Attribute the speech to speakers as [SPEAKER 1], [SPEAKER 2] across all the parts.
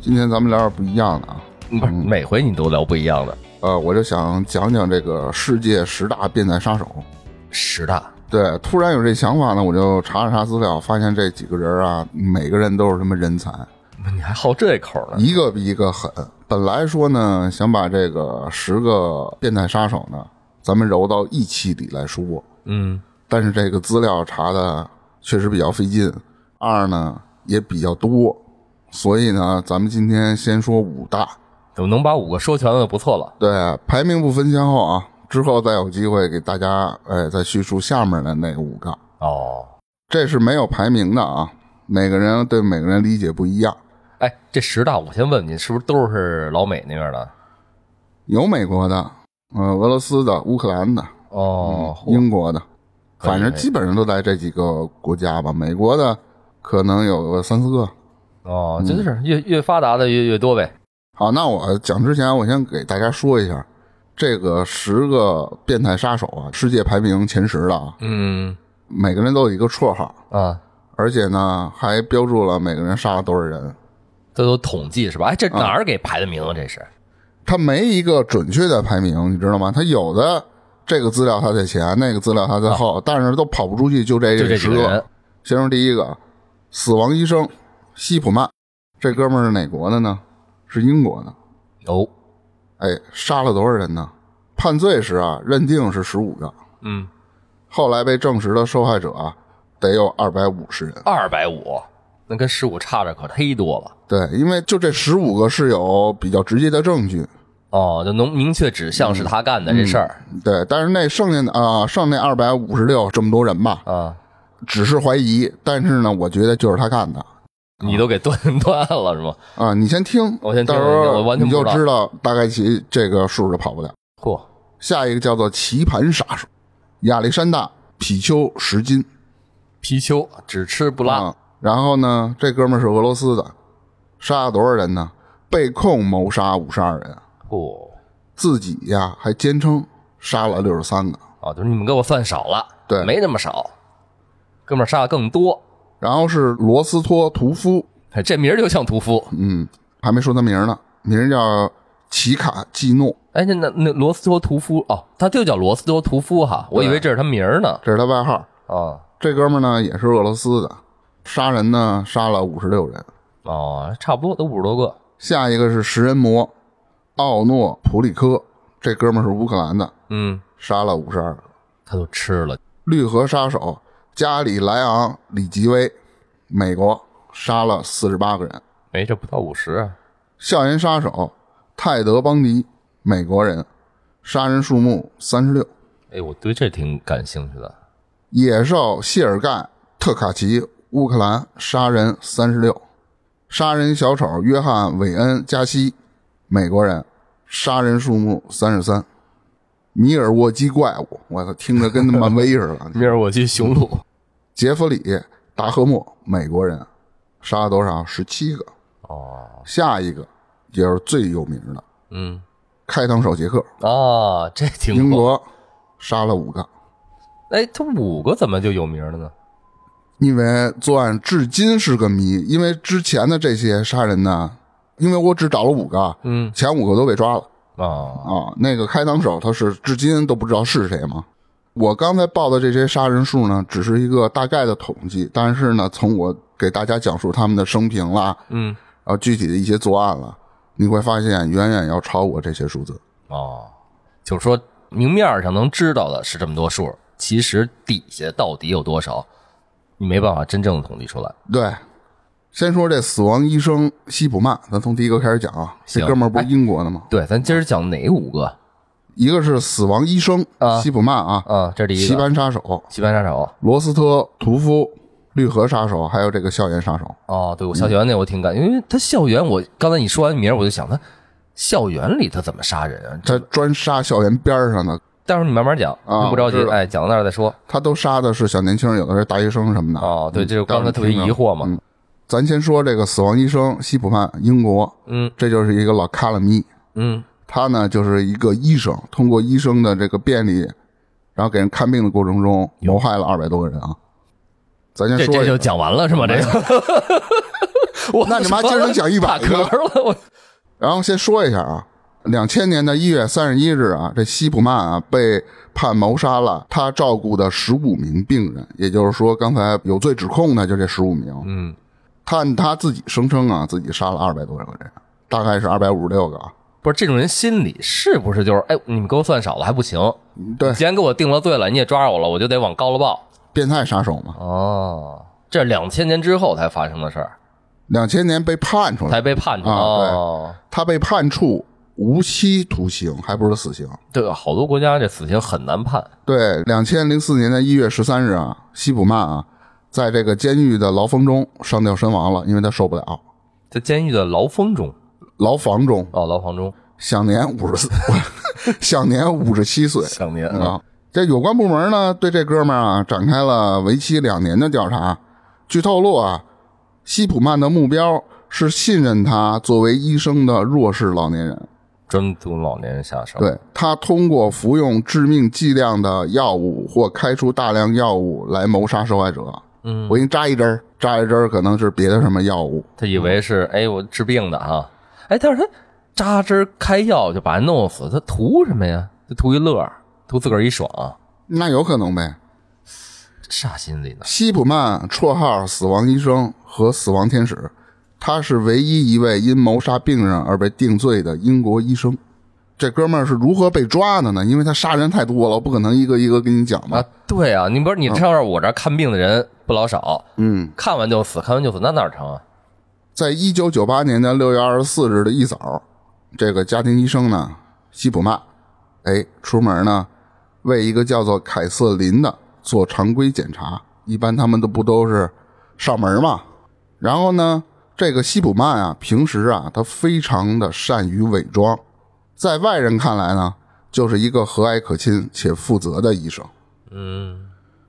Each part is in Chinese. [SPEAKER 1] 今天咱们聊点不一样的啊。
[SPEAKER 2] 嗯不是每回你都聊不一样的。
[SPEAKER 1] 呃，我就想讲讲这个世界十大变态杀手。
[SPEAKER 2] 十大，
[SPEAKER 1] 对，突然有这想法呢，我就查了查资料，发现这几个人啊，每个人都是什么人才，
[SPEAKER 2] 你还好这口呢？
[SPEAKER 1] 一个比一个狠。本来说呢，想把这个十个变态杀手呢，咱们揉到一期里来说，
[SPEAKER 2] 嗯，
[SPEAKER 1] 但是这个资料查的确实比较费劲，二呢也比较多，所以呢，咱们今天先说五大。
[SPEAKER 2] 怎么能把五个说全了就不错了？
[SPEAKER 1] 对，啊排名不分先后啊，之后再有机会给大家，哎，再叙述下面的那五个，
[SPEAKER 2] 哦，
[SPEAKER 1] 这是没有排名的啊，每个人对每个人理解不一样，
[SPEAKER 2] 哎，这十大我先问你，是不是都是老美那边的？
[SPEAKER 1] 有美国的，呃，俄罗斯的、乌克兰的、
[SPEAKER 2] 哦，
[SPEAKER 1] 英国的，
[SPEAKER 2] 可以
[SPEAKER 1] 反正基本上都在这几个国家吧。美国的可能有个三四个。
[SPEAKER 2] 哦，真是越越发达的越越多呗。
[SPEAKER 1] 好，那我讲之前，我先给大家说一下，这个十个变态杀手啊，世界排名前十的啊，
[SPEAKER 2] 嗯
[SPEAKER 1] 每个人都有一个绰号。
[SPEAKER 2] 啊，
[SPEAKER 1] 而且呢，还标注了每个人杀了多少人。
[SPEAKER 2] 这都统计是吧？哎，这哪儿给排的名啊？这是
[SPEAKER 1] 他没一个准确的排名，你知道吗？他有的这个资料他在前，那个资料他在后，但是都跑不出去，就这
[SPEAKER 2] 啊就这几
[SPEAKER 1] 十
[SPEAKER 2] 个人。
[SPEAKER 1] 先说第一个，死亡医生西普曼，这哥们儿是哪国的呢？是英国的。
[SPEAKER 2] 哦，
[SPEAKER 1] 哎，杀了多少人呢？判罪时啊，认定是十五个，
[SPEAKER 2] 嗯，
[SPEAKER 1] 后来被证实的受害者啊，得有二百五十人。
[SPEAKER 2] 二百五，那跟十五差着可忒多了。
[SPEAKER 1] 对，因为就这十五个是有比较直接的证据，
[SPEAKER 2] 哦，就能明确指向是他干的这事儿
[SPEAKER 1] 对，但是那剩下的啊、剩那二百五十六这么多人吧，
[SPEAKER 2] 啊，
[SPEAKER 1] 只是怀疑，但是呢，我觉得就是他干的
[SPEAKER 2] 你都给断 断了是吗？
[SPEAKER 1] 啊。你先听，
[SPEAKER 2] 我先听
[SPEAKER 1] 到时
[SPEAKER 2] 我
[SPEAKER 1] 候
[SPEAKER 2] 完全
[SPEAKER 1] 你
[SPEAKER 2] 不
[SPEAKER 1] 就
[SPEAKER 2] 知道
[SPEAKER 1] 知道大概其这个数就跑不了。
[SPEAKER 2] 嚯，
[SPEAKER 1] 下一个叫做棋盘杀手，亚历山大匹丘什金
[SPEAKER 2] 貔貅只吃不拉，
[SPEAKER 1] 啊，然后呢，这哥们儿是俄罗斯的，杀了多少人呢？被控谋杀五十二人，
[SPEAKER 2] 嚯、
[SPEAKER 1] 自己呀还坚称杀了六十三个。
[SPEAKER 2] 啊，就是你们给我算少了，
[SPEAKER 1] 对
[SPEAKER 2] 没那么少，哥们儿杀的更多，
[SPEAKER 1] 然后是罗斯托屠夫，
[SPEAKER 2] 哎这名儿就像屠夫。
[SPEAKER 1] 嗯，还没说他名儿呢，名儿叫奇卡季诺，
[SPEAKER 2] 哎，那那那罗斯托屠夫哦，他就叫罗斯托屠夫哈，我以为这是他名儿呢。
[SPEAKER 1] 这是他外号。
[SPEAKER 2] 啊
[SPEAKER 1] 这哥们儿呢也是俄罗斯的，杀人呢杀了五十六人。
[SPEAKER 2] 哦，差不多都五十多个。
[SPEAKER 1] 下一个是食人魔奥诺普里科，这哥们儿是乌克兰的，
[SPEAKER 2] 嗯，
[SPEAKER 1] 杀了五十二个。
[SPEAKER 2] 他都吃了。
[SPEAKER 1] 绿河杀手加里莱昂里吉威，美国杀了四十八个人。
[SPEAKER 2] 没，哎这不到五十啊。
[SPEAKER 1] 校园杀手泰德邦迪，美国人，杀人数目三十六。
[SPEAKER 2] 哎，我对这挺感兴趣的。
[SPEAKER 1] 野兽谢尔盖特卡奇，乌克兰，杀人三十六；杀人小丑约翰韦恩加西，美国人，杀人数目三十三。米尔沃基怪物，我操，听着跟他妈威似的。
[SPEAKER 2] 明儿我去雄鹿。
[SPEAKER 1] 杰弗里达赫莫，美国人，杀了多少？十七个。
[SPEAKER 2] 哦，
[SPEAKER 1] 下一个也是最有名的
[SPEAKER 2] 嗯，
[SPEAKER 1] 开膛手杰克，
[SPEAKER 2] 啊，这挺
[SPEAKER 1] 英
[SPEAKER 2] 酷。
[SPEAKER 1] 国，杀了五个，
[SPEAKER 2] 哎，他五个怎么就有名了呢？
[SPEAKER 1] 因为作案至今是个谜，因为之前的这些杀人呢，因为我只找了五个，
[SPEAKER 2] 嗯
[SPEAKER 1] 前五个都被抓了
[SPEAKER 2] 啊，
[SPEAKER 1] 啊。那个开膛手他是至今都不知道是谁嘛。我刚才报的这些杀人数呢，只是一个大概的统计，但是呢，从我给大家讲述他们的生平啦，
[SPEAKER 2] 嗯
[SPEAKER 1] 然后具体的一些作案了，你会发现远远要超过这些数字。
[SPEAKER 2] 哦，就是说明面儿上能知道的是这么多数，其实底下到底有多少，你没办法真正统计出来。
[SPEAKER 1] 对，先说这死亡医生西普曼，咱从第一个开始讲啊。这
[SPEAKER 2] 行
[SPEAKER 1] 哥们儿不是英国的吗？
[SPEAKER 2] 对，咱今儿讲哪五个
[SPEAKER 1] 一个是死亡医生
[SPEAKER 2] 啊
[SPEAKER 1] 西普曼啊，
[SPEAKER 2] 啊？这第一
[SPEAKER 1] 棋
[SPEAKER 2] 个
[SPEAKER 1] 盘杀手
[SPEAKER 2] 棋盘杀手，
[SPEAKER 1] 罗斯特屠夫绿河杀手，还有这个校园杀手。
[SPEAKER 2] 哦，对，我校园那我挺感，因为他校园我，刚才你说完名儿我就想他校园里他怎么杀人啊？
[SPEAKER 1] 他专杀校园边儿上的，
[SPEAKER 2] 待会儿你慢慢讲，
[SPEAKER 1] 啊
[SPEAKER 2] 你不着
[SPEAKER 1] 我
[SPEAKER 2] 急
[SPEAKER 1] 知，道
[SPEAKER 2] 哎，讲到那儿再说。
[SPEAKER 1] 他都杀的是小年轻，有的是大学生什么的。
[SPEAKER 2] 哦，对，这
[SPEAKER 1] 嗯
[SPEAKER 2] 是
[SPEAKER 1] 到时
[SPEAKER 2] 刚
[SPEAKER 1] 候
[SPEAKER 2] 才特别
[SPEAKER 1] 听着
[SPEAKER 2] 疑惑嘛。
[SPEAKER 1] 嗯咱先说这个死亡医生西普曼，英国，
[SPEAKER 2] 嗯
[SPEAKER 1] 这就是一个老卡拉咪，
[SPEAKER 2] 嗯
[SPEAKER 1] 他呢就是一个医生，通过医生的这个便利，然后给人看病的过程中谋害了二百多个人啊。咱先
[SPEAKER 2] 这
[SPEAKER 1] 说
[SPEAKER 2] 这
[SPEAKER 1] 一下
[SPEAKER 2] 就讲完了是吗？这个， 我
[SPEAKER 1] 那你妈今儿能讲100
[SPEAKER 2] 打
[SPEAKER 1] 个
[SPEAKER 2] 嗝了，我
[SPEAKER 1] 然后先说一下啊，两千年的一月三十一日啊，这西普曼啊被判谋杀了他照顾的十五名病人，也就是说，刚才有罪指控的就这十五名。
[SPEAKER 2] 嗯，
[SPEAKER 1] 他按他自己声称啊，自己杀了二百多个人，大概是二百五十六个啊。
[SPEAKER 2] 不是这种人心里是不是就是哎，你们给我算少了还 不行？
[SPEAKER 1] 对，
[SPEAKER 2] 既然给我定了罪了，你也抓着我了，我就得往高了报。
[SPEAKER 1] 变态杀手嘛，
[SPEAKER 2] 哦，这两千年之后才发生的事儿，
[SPEAKER 1] 两千年被判出来，
[SPEAKER 2] 才被判出
[SPEAKER 1] 啊
[SPEAKER 2] 哦。
[SPEAKER 1] 他被判处无期徒刑，还不是死刑。
[SPEAKER 2] 对，好多国家这死刑很难判。
[SPEAKER 1] 对，两千零四年的一月十三日啊，西普曼啊，在这个监狱的牢房中上吊身亡了，因为他受不了。
[SPEAKER 2] 在监狱的牢房中，
[SPEAKER 1] 牢房中，
[SPEAKER 2] 哦，牢房中，
[SPEAKER 1] 享年五十， 享年五十七岁
[SPEAKER 2] 想念啊，
[SPEAKER 1] 啊。这有关部门呢，对这哥们儿啊展开了为期两年的调查。据透露啊，西普曼的目标是信任他作为医生的弱势老年人。
[SPEAKER 2] 专对老年人下手。，
[SPEAKER 1] 对他通过服用致命剂量的药物或开出大量药物来谋杀受害者。
[SPEAKER 2] 嗯，
[SPEAKER 1] 我给你扎一针儿，扎一针儿可能是别的什么药物。
[SPEAKER 2] 他以为是哎，我治病的啊，哎，但是他扎针开药就把人弄死，他图什么呀？他图一乐儿，图自个儿一爽，
[SPEAKER 1] 那有可能呗。
[SPEAKER 2] 啥心理呢？
[SPEAKER 1] 西普曼绰号“死亡医生”和“死亡天使”，他是唯一一位因谋杀病人而被定罪的英国医生。这哥们儿是如何被抓的呢？因为他杀人太多了，我不可能一个一个跟你讲吧
[SPEAKER 2] 啊。，对啊，你不是你上我这儿看病的人不老少，
[SPEAKER 1] 嗯，
[SPEAKER 2] 看完就死，看完就死，那哪成啊？
[SPEAKER 1] 在一九九八年的六月二十四日的一早，这个家庭医生呢，西普曼，哎，出门呢，为一个叫做凯瑟琳的做常规检查。一般他们都不都是上门嘛。然后呢，这个西普曼啊，平时啊，他非常的善于伪装，在外人看来呢，就是一个和蔼可亲且负责的医生。
[SPEAKER 2] 嗯，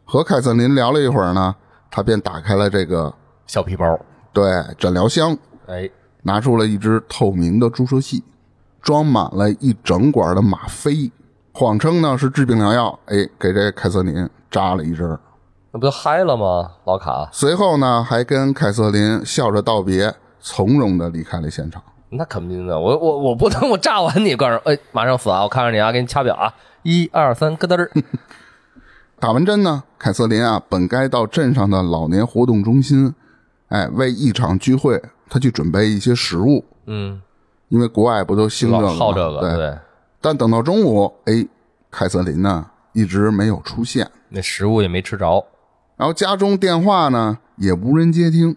[SPEAKER 1] 和凯瑟琳聊了一会儿呢，他便打开了这个
[SPEAKER 2] 小皮包，
[SPEAKER 1] 对诊疗箱，
[SPEAKER 2] 哎，
[SPEAKER 1] 拿出了一支透明的注射器，装满了一整管的吗啡，谎称呢是治病良药，哎，给这凯瑟琳扎了一针儿。
[SPEAKER 2] 那不就嗨了吗？老卡，
[SPEAKER 1] 随后呢，还跟凯瑟琳笑着道别，从容的离开了现场。
[SPEAKER 2] 那肯定的，我我我不能，我炸完你，告诉哎，马上死啊！我看着你啊，给你掐表啊，一二三，咯噔 儿，
[SPEAKER 1] 打完针呢，凯瑟琳啊，本该到镇上的老年活动中心，哎，为一场聚会，她去准备一些食物，
[SPEAKER 2] 嗯，
[SPEAKER 1] 因为国外不都兴这
[SPEAKER 2] 老
[SPEAKER 1] 个吗
[SPEAKER 2] 好这个，
[SPEAKER 1] 对。
[SPEAKER 2] 对，
[SPEAKER 1] 但等到中午，哎，凯瑟琳呢一直没有出现。
[SPEAKER 2] 那食物也没吃着，
[SPEAKER 1] 然后家中电话呢也无人接听，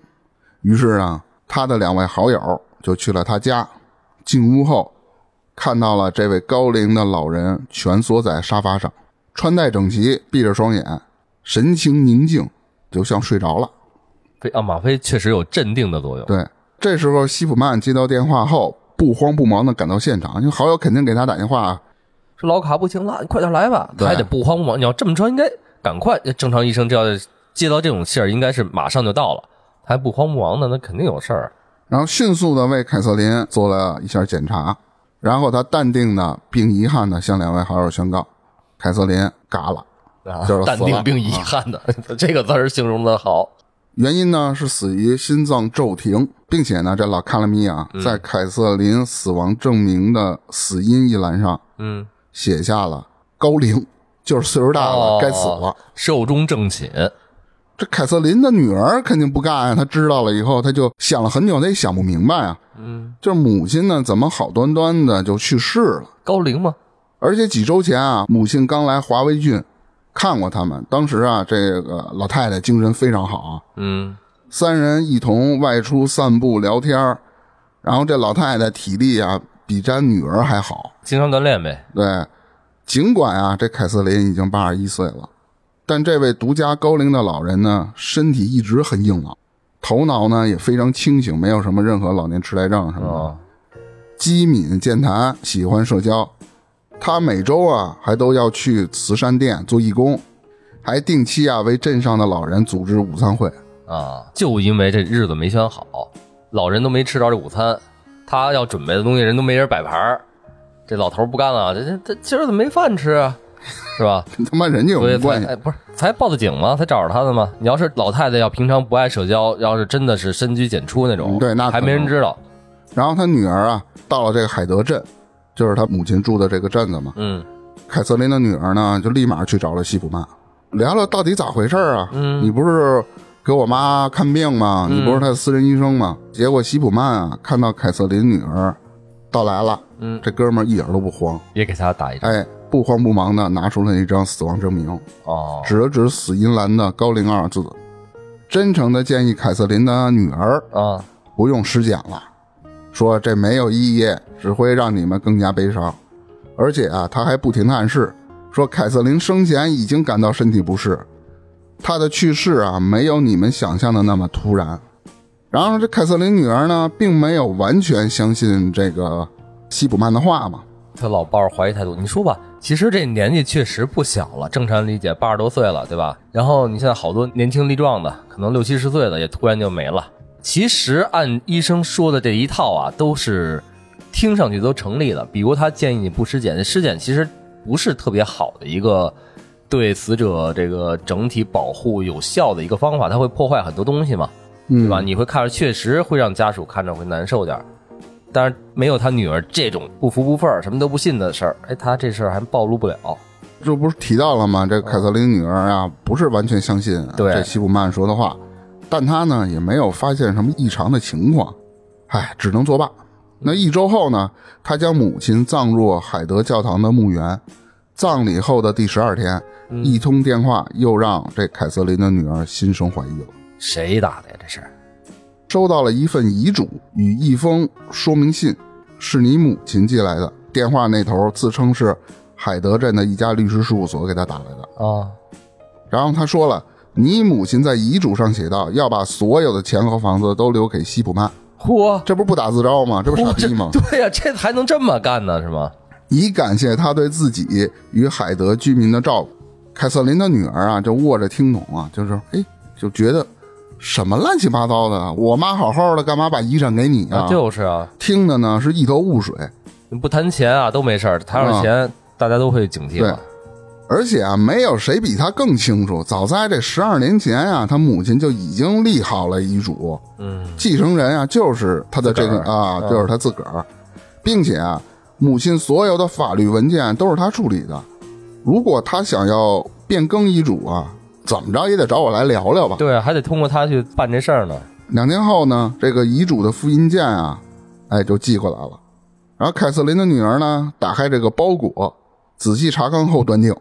[SPEAKER 1] 于是呢，他的两位好友就去了他家。进屋后，看到了这位高龄的老人蜷缩在沙发上，穿戴整齐，闭着双眼，神情宁静，就像睡着了。
[SPEAKER 2] 对啊，吗啡确实有镇定的作用。
[SPEAKER 1] 对，这时候西普曼接到电话后，不慌不忙地赶到现场，因为好友肯定给他打电话，啊
[SPEAKER 2] 说老卡不行了，你快点来吧，
[SPEAKER 1] 对
[SPEAKER 2] 还得不慌不忙。你要这么着，应该赶快。正常医生这要接到这种信儿，应该是马上就到了，还不慌不忙的，那肯定有事儿。啊
[SPEAKER 1] 然后迅速地为凯瑟琳做了一下检查，然后他淡定的并遗憾的向两位好友宣告，凯瑟琳嘎了。
[SPEAKER 2] 啊
[SPEAKER 1] 就是死
[SPEAKER 2] 淡
[SPEAKER 1] 了
[SPEAKER 2] 定并遗憾的、这个词儿形容的好。
[SPEAKER 1] 原因呢是死于心脏骤停，并且呢，这老卡拉米
[SPEAKER 2] 嗯
[SPEAKER 1] 啊，在凯瑟琳死亡证明的死因一栏上
[SPEAKER 2] 嗯，
[SPEAKER 1] 写下了高龄，就是岁数大了，
[SPEAKER 2] 哦
[SPEAKER 1] 该死了。
[SPEAKER 2] 寿终正寝。
[SPEAKER 1] 这凯瑟琳的女儿肯定不干呀，她知道了以后，她就想了很久，她也想不明白啊。
[SPEAKER 2] 嗯，
[SPEAKER 1] 就是母亲呢，怎么好端端的就去世了？
[SPEAKER 2] 高龄吗？
[SPEAKER 1] 而且几周前啊，母亲刚来华威郡看过他们，当时啊，这个老太太精神非常好啊，
[SPEAKER 2] 嗯，
[SPEAKER 1] 三人一同外出散步聊天儿然后这老太太体力啊比咱女儿还好。
[SPEAKER 2] 经常锻炼呗。
[SPEAKER 1] 对，尽管啊这凯瑟琳已经八十一岁了，但这位独家高龄的老人呢，身体一直很硬朗，头脑呢也非常清醒，没有什么任何老年痴呆症什么的。
[SPEAKER 2] 啊，
[SPEAKER 1] 机敏健谈，喜欢社交。他每周啊还都要去慈善店做义工，还定期啊为镇上的老人组织午餐会。
[SPEAKER 2] 啊，就因为这日子没选好，老人都没吃着这午餐，他要准备的东西人都没人摆盘儿，这老头儿不干了，这这这今儿怎么没饭吃啊？是吧？
[SPEAKER 1] 跟他妈人家 有
[SPEAKER 2] 所
[SPEAKER 1] 什
[SPEAKER 2] 以
[SPEAKER 1] 么关
[SPEAKER 2] 才
[SPEAKER 1] 系？
[SPEAKER 2] 哎，不是才报的警吗？才找着他的吗？你要是老太太要平常不爱社交，要是真的是深居简出那种，
[SPEAKER 1] 嗯对那可
[SPEAKER 2] 还没人知道。
[SPEAKER 1] 然后他女儿啊到了这个海德镇，就是他母亲住的这个镇子嘛。
[SPEAKER 2] 嗯
[SPEAKER 1] 凯瑟琳的女儿呢就立马去找了西普曼，聊聊到底咋回事儿啊？
[SPEAKER 2] 嗯
[SPEAKER 1] 你不是给我妈看病吗？你不是她的私人医生吗？结果西普曼啊看到凯瑟琳女儿到来了，
[SPEAKER 2] 嗯，
[SPEAKER 1] 这哥们儿一点儿都不慌。
[SPEAKER 2] 也给他打一针、
[SPEAKER 1] 哎，不慌不忙的拿出了一张死亡证明，
[SPEAKER 2] 哦。
[SPEAKER 1] 指了指死因栏的高龄二字，真诚的建议凯瑟琳的女儿
[SPEAKER 2] 啊，
[SPEAKER 1] 不用尸检了，说这没有意义，只会让你们更加悲伤。而且啊，他还不停的暗示说，凯瑟琳生前已经感到身体不适，她的去世啊没有你们想象的那么突然。然后这凯瑟琳女儿呢，并没有完全相信这个西普曼的话嘛，
[SPEAKER 2] 他老抱着怀疑态度。你说吧，其实这年纪确实不小了，正常理解八十多岁了，对吧？然后你现在好多年轻力壮的，可能六七十岁的也突然就没了。其实按医生说的这一套啊，都是听上去都成立的。比如他建议你不尸检，尸检其实不是特别好的一个对死者这个整体保护有效的一个方法，它会破坏很多东西嘛。
[SPEAKER 1] 嗯
[SPEAKER 2] 对吧？你会看着确实会让家属看着会难受点儿，但是没有他女儿这种不服不忿儿、什么都不信的事儿，哎，他这事儿还暴露不了。
[SPEAKER 1] 这不是提到了吗？这凯瑟琳女儿啊，不是完全相信
[SPEAKER 2] 对
[SPEAKER 1] 这西普曼说的话，但她呢也没有发现什么异常的情况，唉，只能作罢。那一周后呢，她将母亲葬入海德教堂的墓园。葬礼后的第十二天，一通电话又让这凯瑟琳的女儿心生怀疑了，
[SPEAKER 2] 谁打的呀？这是
[SPEAKER 1] 收到了一份遗嘱与一封说明信，是你母亲寄来的。电话那头自称是海德镇的一家律师事务所给她打来的。
[SPEAKER 2] 啊，
[SPEAKER 1] 然后他说了，你母亲在遗嘱上写道，要把所有的钱和房子都留给西普曼，
[SPEAKER 2] 嚯，
[SPEAKER 1] 这不是不打自招吗？这不是傻
[SPEAKER 2] 嚯，这
[SPEAKER 1] 逼 吗？
[SPEAKER 2] 对呀、这还能这么干呢？是吗？
[SPEAKER 1] 以感谢他对自己与海德居民的照顾。凯瑟琳的女儿啊，就握着听筒啊，就是哎，就觉得什么乱七八糟的，我妈好好的，干嘛把遗产给你啊？
[SPEAKER 2] 就是啊，
[SPEAKER 1] 听的呢是一头雾水，
[SPEAKER 2] 你不谈钱啊都没事儿，谈上钱、大家都会警惕嘛。
[SPEAKER 1] 而且啊，没有谁比他更清楚。早在这十二年前啊，他母亲就已经立好了遗嘱，
[SPEAKER 2] 嗯，
[SPEAKER 1] 继承人啊就是他的这个
[SPEAKER 2] 自个嗯
[SPEAKER 1] 啊，就是他自个儿，并且啊，母亲所有的法律文件都是他处理的。如果他想要变更遗嘱啊，怎么着也得找我来聊聊吧。
[SPEAKER 2] 对，啊还得通过他去办这事儿呢。
[SPEAKER 1] 两天后呢，这个遗嘱的复印件啊，哎，就寄过来了。然后凯瑟琳的女儿呢，打开这个包裹，仔细查看后断定，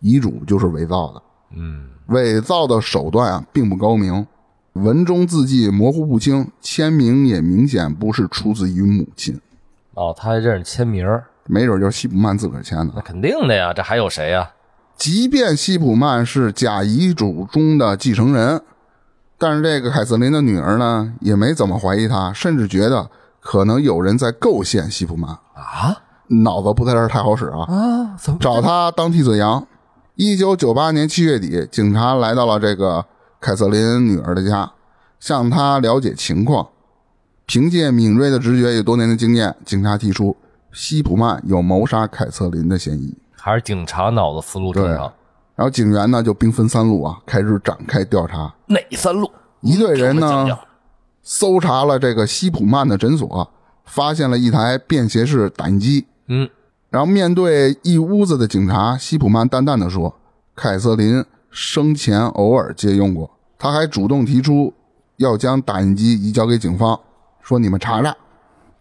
[SPEAKER 1] 遗嘱就是伪造的。
[SPEAKER 2] 嗯，
[SPEAKER 1] 伪造的手段啊，并不高明，文中字迹模糊不清，签名也明显不是出自于母亲，
[SPEAKER 2] 哦，他还认识签名儿，
[SPEAKER 1] 没准就是西普曼自个儿签
[SPEAKER 2] 那
[SPEAKER 1] 的。
[SPEAKER 2] 肯定的呀，这还有谁呀、
[SPEAKER 1] 即便西普曼是假遗嘱中的继承人，但是这个凯瑟琳的女儿呢，也没怎么怀疑他，甚至觉得可能有人在构陷西普曼，
[SPEAKER 2] 啊？
[SPEAKER 1] 脑子不在这儿太好使啊，
[SPEAKER 2] 啊？怎么？
[SPEAKER 1] 找他当替罪羊。一九九八年七月底，警察来到了这个凯瑟琳女儿的家，向她了解情况。凭借敏锐的直觉与多年的经验，警察提出西普曼有谋杀凯瑟琳的嫌疑。
[SPEAKER 2] 还是警察脑子思路正常？
[SPEAKER 1] 然后警员呢就兵分三路啊，开始展开调查。
[SPEAKER 2] 哪三路？
[SPEAKER 1] 一队人
[SPEAKER 2] 我讲
[SPEAKER 1] 呢
[SPEAKER 2] 讲
[SPEAKER 1] 搜查了这个西普曼的诊所，发现了一台便携式打印机。
[SPEAKER 2] 嗯，
[SPEAKER 1] 然后面对一屋子的警察，西普曼淡淡的说：“凯瑟琳生前偶尔借用过，他还主动提出要将打印机移交给警方，说你们查查。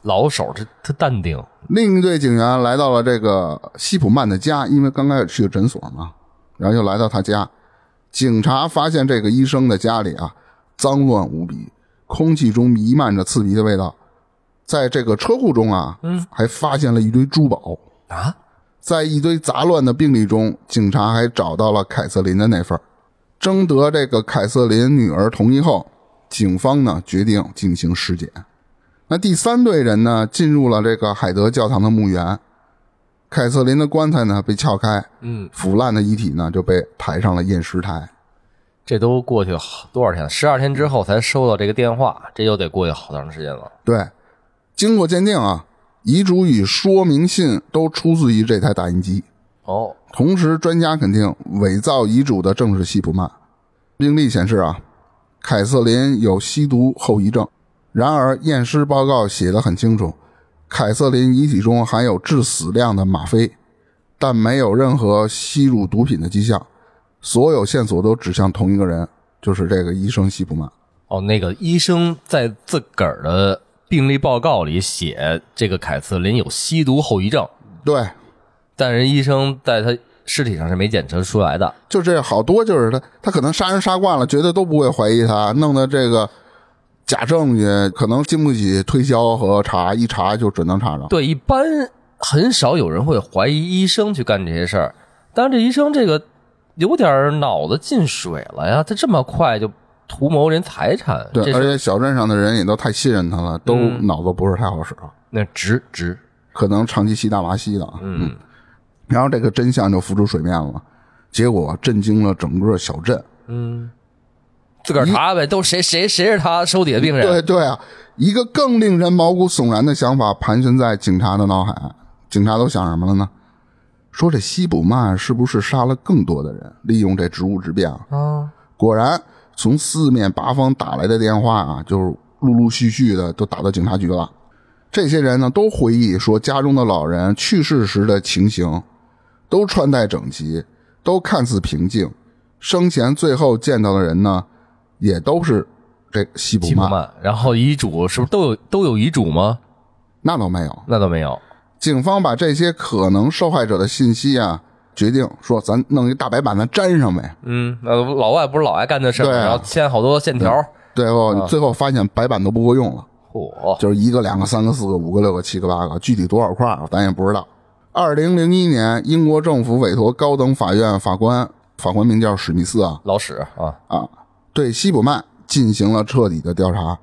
[SPEAKER 2] 老手这他淡定，”
[SPEAKER 1] 另一队警员来到了这个西普曼的家，因为刚开始去的诊所嘛，然后又来到他家。警察发现这个医生的家里啊，脏乱无比，空气中弥漫着刺鼻的味道。在这个车库中啊，还发现了一堆珠宝。
[SPEAKER 2] 啊，
[SPEAKER 1] 在一堆杂乱的病历中，警察还找到了凯瑟琳的那份儿。征得这个凯瑟琳女儿同意后，警方呢决定进行尸检。那第三队人呢进入了这个海德教堂的墓园，凯瑟琳的棺材呢被撬开，
[SPEAKER 2] 嗯，
[SPEAKER 1] 腐烂的遗体呢就被抬上了验尸台。
[SPEAKER 2] 这都过去好多少天了？十二天之后才收到这个电话，这又得过去好长时间了。
[SPEAKER 1] 对，经过鉴定啊，遗嘱与说明信都出自于这台打印机。
[SPEAKER 2] 哦，
[SPEAKER 1] 同时，专家肯定伪造遗嘱的正是西普曼。病例显示啊，凯瑟琳有吸毒后遗症。然而，验尸报告写得很清楚，凯瑟琳遗体中含有致死量的吗啡，但没有任何吸入毒品的迹象。所有线索都指向同一个人，就是这个医生西普曼。
[SPEAKER 2] 哦，那个医生在自个儿的病历报告里写，这个凯瑟琳有吸毒后遗症，
[SPEAKER 1] 对，
[SPEAKER 2] 但人医生在他尸体上是没检测出来的。
[SPEAKER 1] 就这好多就是他，他可能杀人杀惯了，觉得都不会怀疑他，弄得这个假证据可能经不起推销和查，一查就准能查着。
[SPEAKER 2] 对，一般很少有人会怀疑医生去干这些事儿，但是这医生这个有点脑子进水了呀，他这么快就图谋人财产，
[SPEAKER 1] 对，
[SPEAKER 2] 这
[SPEAKER 1] 而
[SPEAKER 2] 是嗯
[SPEAKER 1] 且小镇上的人也都太信任他了，都脑子不是太好使，
[SPEAKER 2] 那值值，
[SPEAKER 1] 可能长期吸大麻吸的。
[SPEAKER 2] 嗯，
[SPEAKER 1] 然后这个真相就浮出水面了，结果震惊了整个小镇。
[SPEAKER 2] 自个儿查呗，都谁谁谁是他收底的病人，
[SPEAKER 1] 对对啊，一个更令人毛骨悚然的想法盘旋在警察的脑海。啊警察都想什么了呢？说这西普曼是不是杀了更多的人，利用这职务之便啊？
[SPEAKER 2] 啊，
[SPEAKER 1] 果然，从四面八方打来的电话啊，就是陆陆续续的都打到警察局了。这些人呢，都回忆说家中的老人去世时的情形，都穿戴整齐，都看似平静。生前最后见到的人呢，也都是这西普
[SPEAKER 2] 基
[SPEAKER 1] 曼。
[SPEAKER 2] 曼，然后遗嘱是不是都有都有遗嘱吗？
[SPEAKER 1] 那倒没有，
[SPEAKER 2] 那倒没有，
[SPEAKER 1] 警方把这些可能受害者的信息啊，决定说咱弄一大白板，咱粘上呗。
[SPEAKER 2] 嗯，那老外不是老爱干这事儿吗，
[SPEAKER 1] 对啊嗯
[SPEAKER 2] 然后签好多线条，
[SPEAKER 1] 最后最后发现白板都不够用了。
[SPEAKER 2] 嚯，
[SPEAKER 1] 就是一个、两个、三个、四个、五个、六个、七个、八个，具体多少块儿咱也不知道。二零零一年，英国政府委托高等法院法官，法官名叫史密斯啊
[SPEAKER 2] 老史啊，
[SPEAKER 1] 啊，对西普曼进行了彻底的调查。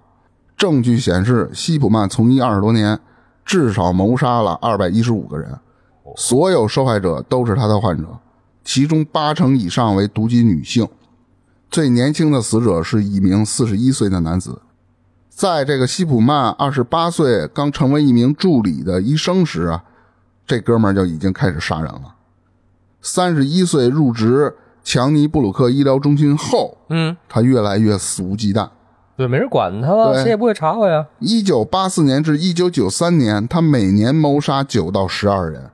[SPEAKER 1] 证据显示，西普曼从医二十多年，至少谋杀了二百一十五个人，所有受害者都是他的患者，其中八成以上为独居女性。最年轻的死者是一名四十一岁的男子。在这个西普曼二十八岁刚成为一名助理的医生时啊，这哥们儿就已经开始杀人了。三十一岁入职强尼布鲁克医疗中心后，
[SPEAKER 2] 嗯，
[SPEAKER 1] 他越来越肆无忌惮。
[SPEAKER 2] 对，没人管他了，
[SPEAKER 1] 对
[SPEAKER 2] 谁也不会查我呀，
[SPEAKER 1] 一九八四年至一九九三年，他每年谋杀九到十二人，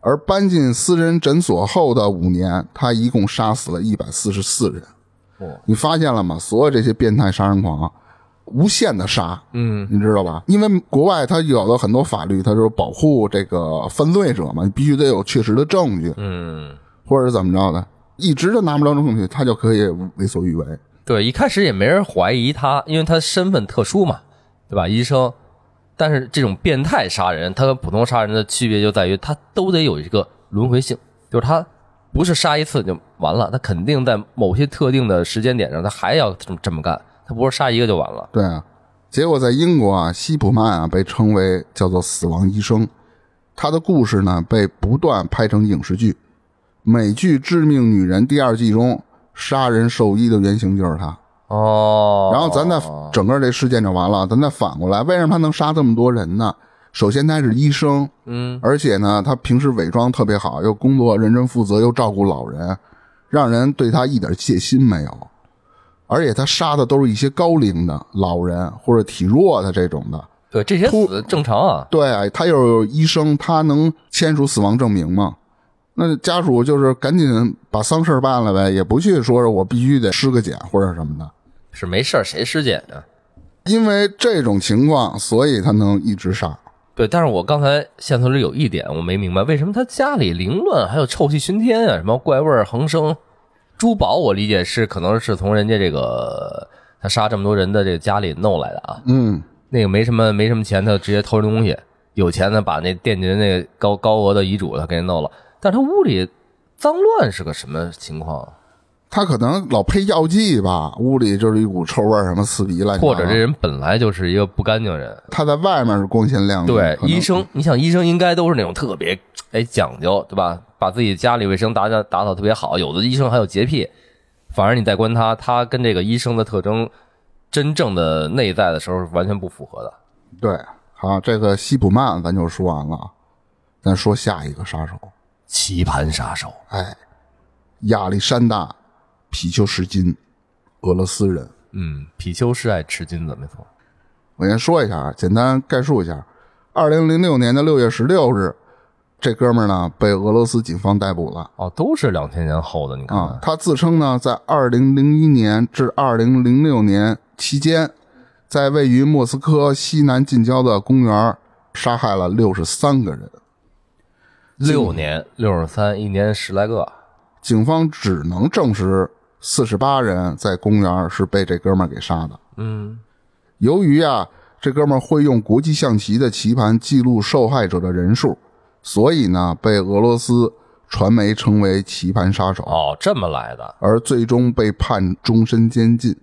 [SPEAKER 1] 而搬进私人诊所后的五年，他一共杀死了一百四十四人。
[SPEAKER 2] 哦
[SPEAKER 1] 你发现了吗？所有这些变态杀人狂啊，无限的杀，
[SPEAKER 2] 嗯，
[SPEAKER 1] 你知道吧？因为国外它有的很多法律，它就是保护这个犯罪者嘛，你必须得有确实的证据，
[SPEAKER 2] 嗯，
[SPEAKER 1] 或者是怎么着的，一直就拿不着证据，他就可以为所欲为。
[SPEAKER 2] 对，一开始也没人怀疑他，因为他身份特殊嘛，对吧？医生，但是这种变态杀人，他和普通杀人的区别就在于，他都得有一个轮回性，就是他不是杀一次就完了，他肯定在某些特定的时间点上，他还要这么这么干，他不是杀一个就完了。
[SPEAKER 1] 对啊，结果在英国啊，西普曼啊被称为叫做“死亡医生”，他的故事呢被不断拍成影视剧。美剧《致命女人》第二季中，杀人兽医的原型就是他。
[SPEAKER 2] 哦，
[SPEAKER 1] 然后咱再整个这事件就完了，咱再反过来，为什么他能杀这么多人呢？首先他是医生，
[SPEAKER 2] 嗯，
[SPEAKER 1] 而且呢，他平时伪装特别好，又工作认真负责，又照顾老人，让人对他一点戒心没有。而且他杀的都是一些高龄的老人或者体弱的这种的。
[SPEAKER 2] 对这些死正常啊，
[SPEAKER 1] 对啊，他又有医生，他能签署死亡证明吗？那家属就是赶紧把丧事儿办了呗，也不去说是我必须得尸个检或者什么的。
[SPEAKER 2] 是没事儿，谁尸检啊？
[SPEAKER 1] 因为这种情况，所以他能一直杀。
[SPEAKER 2] 对，但是我刚才线索里有一点我没明白，为什么他家里凌乱，还有臭气熏天啊，什么怪味儿横生？珠宝我理解是可能是从人家这个他杀这么多人的这个家里弄来的啊，
[SPEAKER 1] 嗯，
[SPEAKER 2] 那个没什么没什么钱，他就直接偷人东西。有钱的把那惦记的那高高额的遗嘱他给弄了，但是他屋里脏乱是个什么情况？啊
[SPEAKER 1] 他可能老配药剂吧，屋里就是一股臭味儿，什么刺鼻乱七八
[SPEAKER 2] 或
[SPEAKER 1] 糟
[SPEAKER 2] 者这人本来就是一个不干净人？
[SPEAKER 1] 他在外面是光鲜亮丽，
[SPEAKER 2] 对，
[SPEAKER 1] 嗯可能
[SPEAKER 2] 医生，你想医生应该都是那种特别哎讲究，对吧？把自己家里卫生打扫打扫特别好，有的医生还有洁癖。反而你再观他，他跟这个医生的特征，真正的内在的时候是完全不符合的。
[SPEAKER 1] 对。好，这个西普曼咱就说完了，啊，咱说下一个杀手，
[SPEAKER 2] 棋盘杀手，
[SPEAKER 1] 哎，亚历山大·皮丘什金，俄罗斯人。
[SPEAKER 2] 嗯，貔貅是爱吃金子，没错。
[SPEAKER 1] 我先说一下啊，简单概述一下。二零零六年的六月十六日，这哥们儿呢被俄罗斯警方逮捕了
[SPEAKER 2] 哦，都是两千年后的，你看看，
[SPEAKER 1] 啊。他自称呢，在二零零一年至二零零六年期间，在位于莫斯科西南近郊的公园杀害了六十三个人。
[SPEAKER 2] 六年六十三，一年十来个，
[SPEAKER 1] 警方只能证实四十八人在公园是被这哥们儿给杀的。
[SPEAKER 2] 嗯，
[SPEAKER 1] 由于啊，这哥们儿会用国际象棋的棋盘记录受害者的人数，所以呢，被俄罗斯传媒称为“棋盘杀手
[SPEAKER 2] 哦，这么来的”，，
[SPEAKER 1] 而最终被判终身监禁。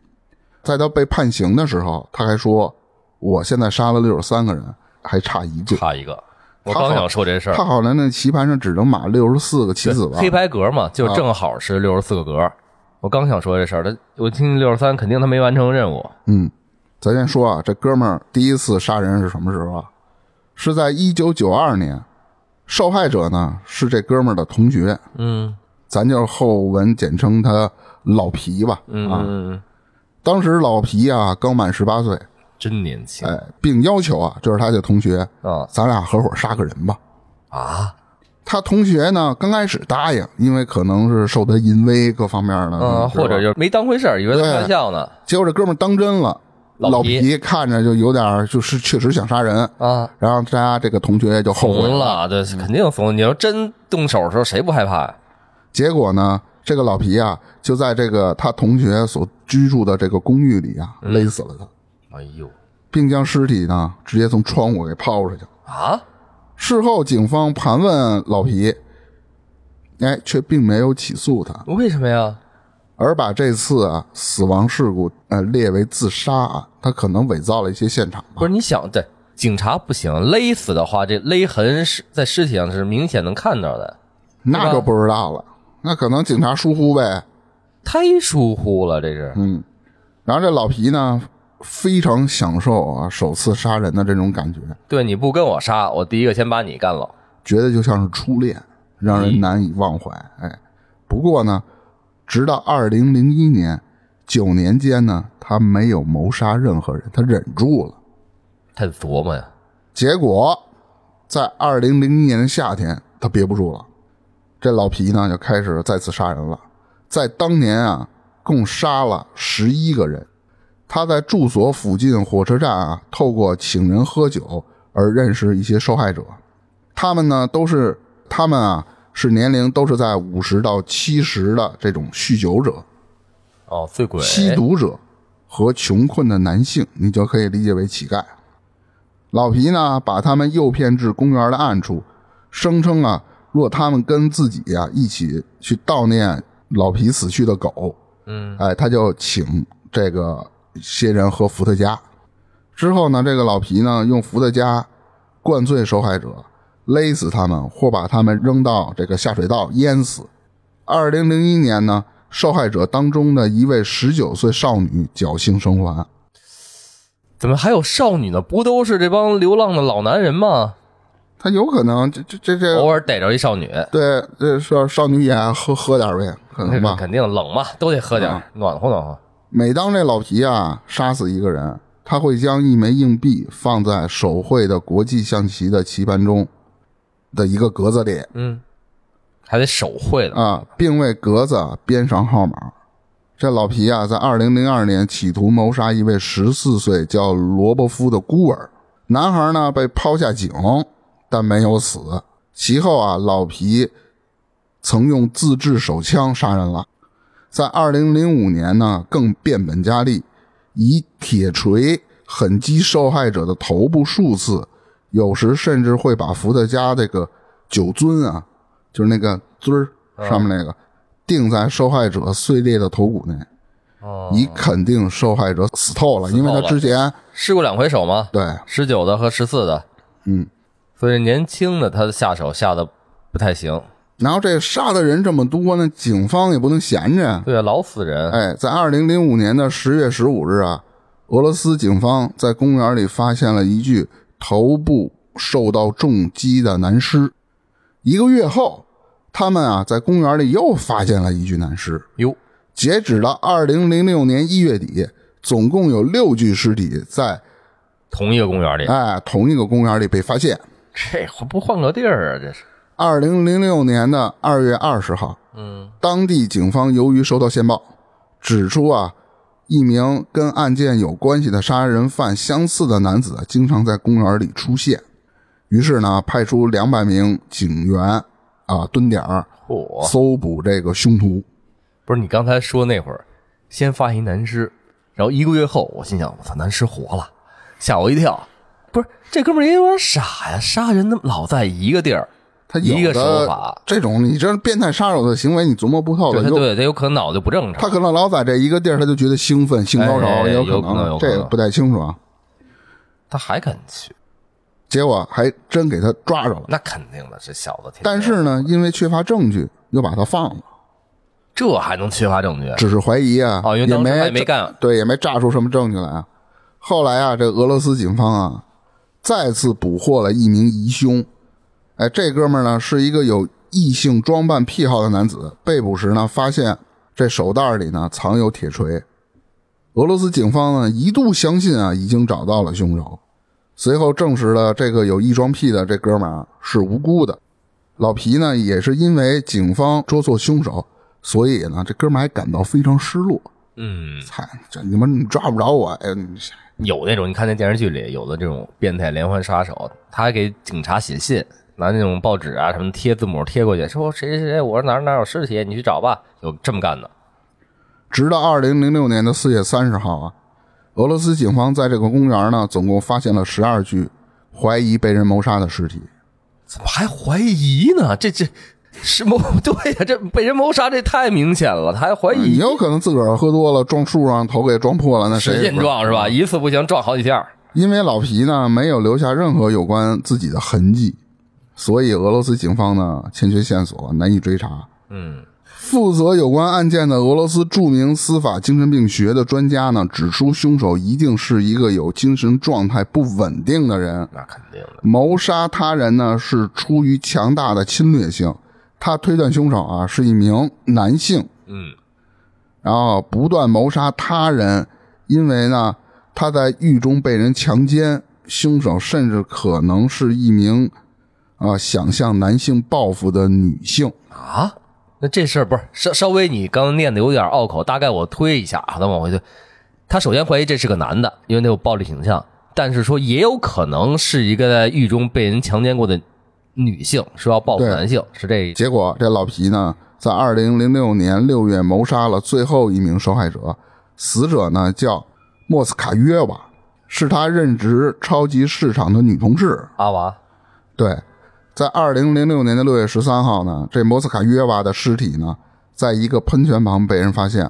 [SPEAKER 1] 在他被判刑的时候，他还说：“我现在杀了六十三个人，还差一个。
[SPEAKER 2] 差一个。我
[SPEAKER 1] 他好
[SPEAKER 2] 刚想说这”事儿
[SPEAKER 1] 他，好像那棋盘上只能码六十四个棋子吧啊
[SPEAKER 2] 黑？白格嘛，就正好是六十四个格。我刚想说这事儿，他我听六十三，肯定他没完成任务。
[SPEAKER 1] 嗯，咱先说啊，这哥们儿第一次杀人是什么时候啊？是在一九九二年，受害者呢是这哥们儿的同学，
[SPEAKER 2] 嗯
[SPEAKER 1] 咱就后文简称他老皮吧。
[SPEAKER 2] 嗯
[SPEAKER 1] 啊，
[SPEAKER 2] 嗯，嗯
[SPEAKER 1] 当时老皮啊刚满十八岁，
[SPEAKER 2] 真年轻
[SPEAKER 1] 哎，并要求啊，这是他的同学，
[SPEAKER 2] 啊
[SPEAKER 1] 咱俩合伙杀个人吧。
[SPEAKER 2] 啊！
[SPEAKER 1] 他同学呢刚开始答应，因为可能是受他淫威各方面的，
[SPEAKER 2] 嗯，
[SPEAKER 1] 是吧
[SPEAKER 2] 或者就是没当回事儿，以为在开玩笑呢。
[SPEAKER 1] 结果这哥们儿当真了，
[SPEAKER 2] 老
[SPEAKER 1] 老
[SPEAKER 2] 皮
[SPEAKER 1] 皮看着就有点儿就是确实想杀人，
[SPEAKER 2] 啊，嗯
[SPEAKER 1] 然后他这个同学就后悔
[SPEAKER 2] 怂了，对，肯定怂。你要真动手的时候，谁不害怕呀？
[SPEAKER 1] 结果呢，这个老皮啊就在这个他同学所居住的这个公寓里啊勒死了他。
[SPEAKER 2] 哎呦
[SPEAKER 1] 并将尸体呢直接从窗户给抛出去。
[SPEAKER 2] 啊！
[SPEAKER 1] 事后，警方盘问老皮，哎，却并没有起诉他，
[SPEAKER 2] 为什么呀？
[SPEAKER 1] 而把这次啊死亡事故呃列为自杀案。他可能伪造了一些现场吧
[SPEAKER 2] 不。是你想对警察不行，勒死的话，这勒痕是在尸体上是明显能看到的。
[SPEAKER 1] 那就不知道了。那可能警察疏忽呗。
[SPEAKER 2] 太疏忽了，这是。
[SPEAKER 1] 嗯，然后这老皮呢，非常享受啊首次杀人的这种感觉，
[SPEAKER 2] 对，你不跟我杀，我第一个先把你干了。
[SPEAKER 1] 觉得就像是初恋，让人难以忘怀。哎，不过呢，直到二零零一年九年间呢，他没有谋杀任何人，他忍住了。
[SPEAKER 2] 太琢磨呀，
[SPEAKER 1] 结果在二零零一年的夏天，他憋不住了，这老皮呢就开始再次杀人了。在当年啊，共杀了十一个人。他在住所附近火车站啊，透过请人喝酒而认识一些受害者。他们呢都是他们啊是年龄都是在五十到七十的这种酗酒者、
[SPEAKER 2] 哦，醉鬼，
[SPEAKER 1] 吸毒者和穷困的男性，你就可以理解为乞丐。老皮呢，把他们诱骗至公园的暗处，声称啊，若他们跟自己啊一起去悼念老皮死去的狗，
[SPEAKER 2] 嗯，
[SPEAKER 1] 哎，他就请这个些人喝伏特加。之后呢，这个老皮呢，用伏特加灌醉受害者，勒死他们，或把他们扔到这个下水道淹死。二零零一年呢，受害者当中的一位十九岁少女侥幸生还。
[SPEAKER 2] 怎么还有少女呢？不都是这帮流浪的老男人吗？
[SPEAKER 1] 她有可能这这这这，
[SPEAKER 2] 偶尔逮着一少女，
[SPEAKER 1] 对，这少少女也爱喝喝点儿呗，可能吧嗯
[SPEAKER 2] 那。肯定冷嘛，都得喝点儿，暖和暖和。
[SPEAKER 1] 每当这老皮啊杀死一个人，他会将一枚硬币放在手绘的国际象棋的棋盘中的一个格子里
[SPEAKER 2] 嗯，还得手绘的，
[SPEAKER 1] 啊，并为格子编上号码。这老皮啊，在二零零二年企图谋杀一位十四岁叫罗伯夫的孤儿男孩呢，被抛下井，但没有死。其后啊，老皮曾用自制手枪杀人了。在二零零五年呢，更变本加厉，以铁锤狠击受害者的头部数次，有时甚至会把伏特加这个酒樽啊，就是那个樽儿上面那个，钉在受害者碎裂的头骨内，
[SPEAKER 2] 哦，
[SPEAKER 1] 你肯定受害者死透了，
[SPEAKER 2] 透
[SPEAKER 1] 因为他
[SPEAKER 2] 了
[SPEAKER 1] 之前
[SPEAKER 2] 试过两回手吗？
[SPEAKER 1] 对
[SPEAKER 2] 十九的和十四的，
[SPEAKER 1] 嗯，
[SPEAKER 2] 所以年轻的他的下手下的不太行，
[SPEAKER 1] 然后这杀的人这么多呢，警方也不能闲着。
[SPEAKER 2] 对，啊老死人，
[SPEAKER 1] 哎，在二零零五年的十月十五日啊，俄罗斯警方在公园里发现了一具头部受到重击的男尸。一个月后，他们啊在公园里又发现了一具男尸。
[SPEAKER 2] 哟，
[SPEAKER 1] 截止到二零零六年一月底，总共有六具尸体在
[SPEAKER 2] 同一个公园里，
[SPEAKER 1] 哎同一个公园里被发现。
[SPEAKER 2] 这不换个地儿啊，这是，
[SPEAKER 1] 二零零六年的二月二十号，
[SPEAKER 2] 嗯，
[SPEAKER 1] 当地警方由于收到线报，指出啊，一名跟案件有关系的杀人犯相似的男子经常在公园里出现，于是呢，派出两百名警员啊蹲点儿
[SPEAKER 2] 嚯、
[SPEAKER 1] 搜捕这个凶徒。
[SPEAKER 2] 不是你刚才说那会儿，先发一男尸，然后一个月后，我心想，我操，男尸活了，吓我一跳。不是这哥们儿也有点傻呀，杀人那么老在一个地儿，
[SPEAKER 1] 他
[SPEAKER 2] 一
[SPEAKER 1] 有
[SPEAKER 2] 个手
[SPEAKER 1] 的
[SPEAKER 2] 法，
[SPEAKER 1] 这种你这变态杀手的行为，你琢磨不透
[SPEAKER 2] 对
[SPEAKER 1] 的。
[SPEAKER 2] 他
[SPEAKER 1] 有
[SPEAKER 2] 对他有可能脑子不正常。
[SPEAKER 1] 他可能老在这一个地儿，他就觉得兴奋、性高潮，
[SPEAKER 2] 哎哎哎
[SPEAKER 1] 也有啊
[SPEAKER 2] 有可能有可
[SPEAKER 1] 这
[SPEAKER 2] 能
[SPEAKER 1] 个不太清楚啊。
[SPEAKER 2] 他还敢去，
[SPEAKER 1] 结果还真给他抓着了，
[SPEAKER 2] 那肯定的，这小子挺。
[SPEAKER 1] 但是呢，因为缺乏证据，又把他放了。
[SPEAKER 2] 这还能缺乏证据？
[SPEAKER 1] 只是怀疑啊，
[SPEAKER 2] 哦因
[SPEAKER 1] 也
[SPEAKER 2] 为当时
[SPEAKER 1] 没
[SPEAKER 2] 他也没干，
[SPEAKER 1] 对，也没炸出什么证据来啊。后来啊，这俄罗斯警方啊，再次捕获了一名疑凶。哎，这哥们儿呢是一个有异性装扮癖好的男子。被捕时呢，发现这手袋里呢藏有铁锤。俄罗斯警方呢一度相信啊已经找到了凶手，随后证实了这个有异装癖的这哥们儿啊是无辜的。老皮呢也是因为警方捉错凶手，所以呢，这哥们儿还感到非常失落。
[SPEAKER 2] 嗯，
[SPEAKER 1] 操，这你们你抓不着我，哎，你
[SPEAKER 2] 有那种你看那电视剧里有的这种变态连环杀手，他还给警察写信，拿那种报纸啊什么贴字母贴过去，说谁谁谁，我说哪儿哪儿有尸体，你去找吧，有这么干的。
[SPEAKER 1] 直到二零零六年的四月三十号啊，俄罗斯警方在这个公园呢，总共发现了十二具怀疑被人谋杀的尸体。
[SPEAKER 2] 怎么还怀疑呢？这这是谋 对呀、这被人谋杀，这太明显了，他还怀
[SPEAKER 1] 你
[SPEAKER 2] 疑。
[SPEAKER 1] 嗯有可能自个儿喝多了撞树上，头给撞破了，那谁
[SPEAKER 2] 使
[SPEAKER 1] 也
[SPEAKER 2] 劲
[SPEAKER 1] 不知道
[SPEAKER 2] 撞是吧？？一次不行，撞好几下。
[SPEAKER 1] 因为老皮呢没有留下任何有关自己的痕迹，所以俄罗斯警方呢欠缺线索，难以追查。
[SPEAKER 2] 嗯，
[SPEAKER 1] 负责有关案件的俄罗斯著名司法精神病学的专家呢，指出凶手一定是一个有精神状态不稳定的人。
[SPEAKER 2] 那肯定的。
[SPEAKER 1] 谋杀他人呢是出于强大的侵略性。他推断凶手啊是一名男性，
[SPEAKER 2] 嗯，
[SPEAKER 1] 然后不断谋杀他人，因为呢他在狱中被人强奸，凶手甚至可能是一名啊、想向男性报复的女性。
[SPEAKER 2] 啊，那这事儿不是稍稍微你刚刚念的有点拗口，大概我推一下啊，咱往回推。他首先怀疑这是个男的，因为他有暴力倾向，但是说也有可能是一个在狱中被人强奸过的女性，说要报复
[SPEAKER 1] 对
[SPEAKER 2] 男性，是这
[SPEAKER 1] 结果这老皮呢，在二零零六年六月谋杀了最后一名受害者，死者呢叫莫斯卡约娃，是他任职超级市场的女同事。
[SPEAKER 2] 阿娃
[SPEAKER 1] 对，在二零零六年的六月十三号呢，这莫斯卡约娃的尸体呢，在一个喷泉旁被人发现。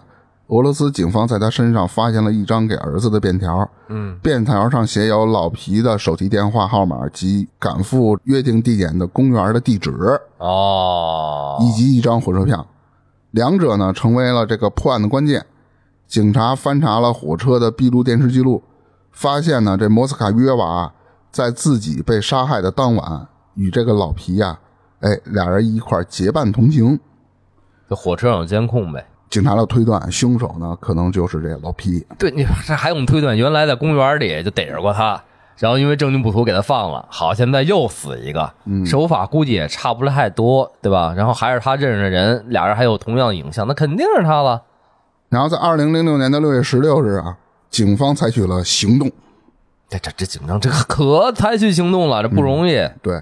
[SPEAKER 1] 俄罗斯警方在他身上发现了一张给儿子的便条，嗯，便条上写有老皮的手提电话号码及赶赴约定地点的公园的地址。
[SPEAKER 2] 哦，
[SPEAKER 1] 以及一张火车票，两者呢成为了这个破案的关键。警察翻查了火车的闭路电视记录，发现呢这莫斯卡约娃在自己被杀害的当晚，与这个老皮呀、哎，俩人一块儿结伴同行。
[SPEAKER 2] 就火车上有监控呗。
[SPEAKER 1] 警察的推断，凶手呢可能就是这老皮。
[SPEAKER 2] 对你这还用推断？原来在公园里就逮着过他，然后因为证据不足给他放了。好，现在又死一个，
[SPEAKER 1] 嗯
[SPEAKER 2] 手法估计也差不了太多，对吧？然后还是他认识的人，俩人还有同样的影像，那肯定是他了。
[SPEAKER 1] 然后在二零零六年的六月十六日啊，警方采取了行动。
[SPEAKER 2] 这这这警察这可采取行动了，这
[SPEAKER 1] 嗯
[SPEAKER 2] 不容易。
[SPEAKER 1] 对，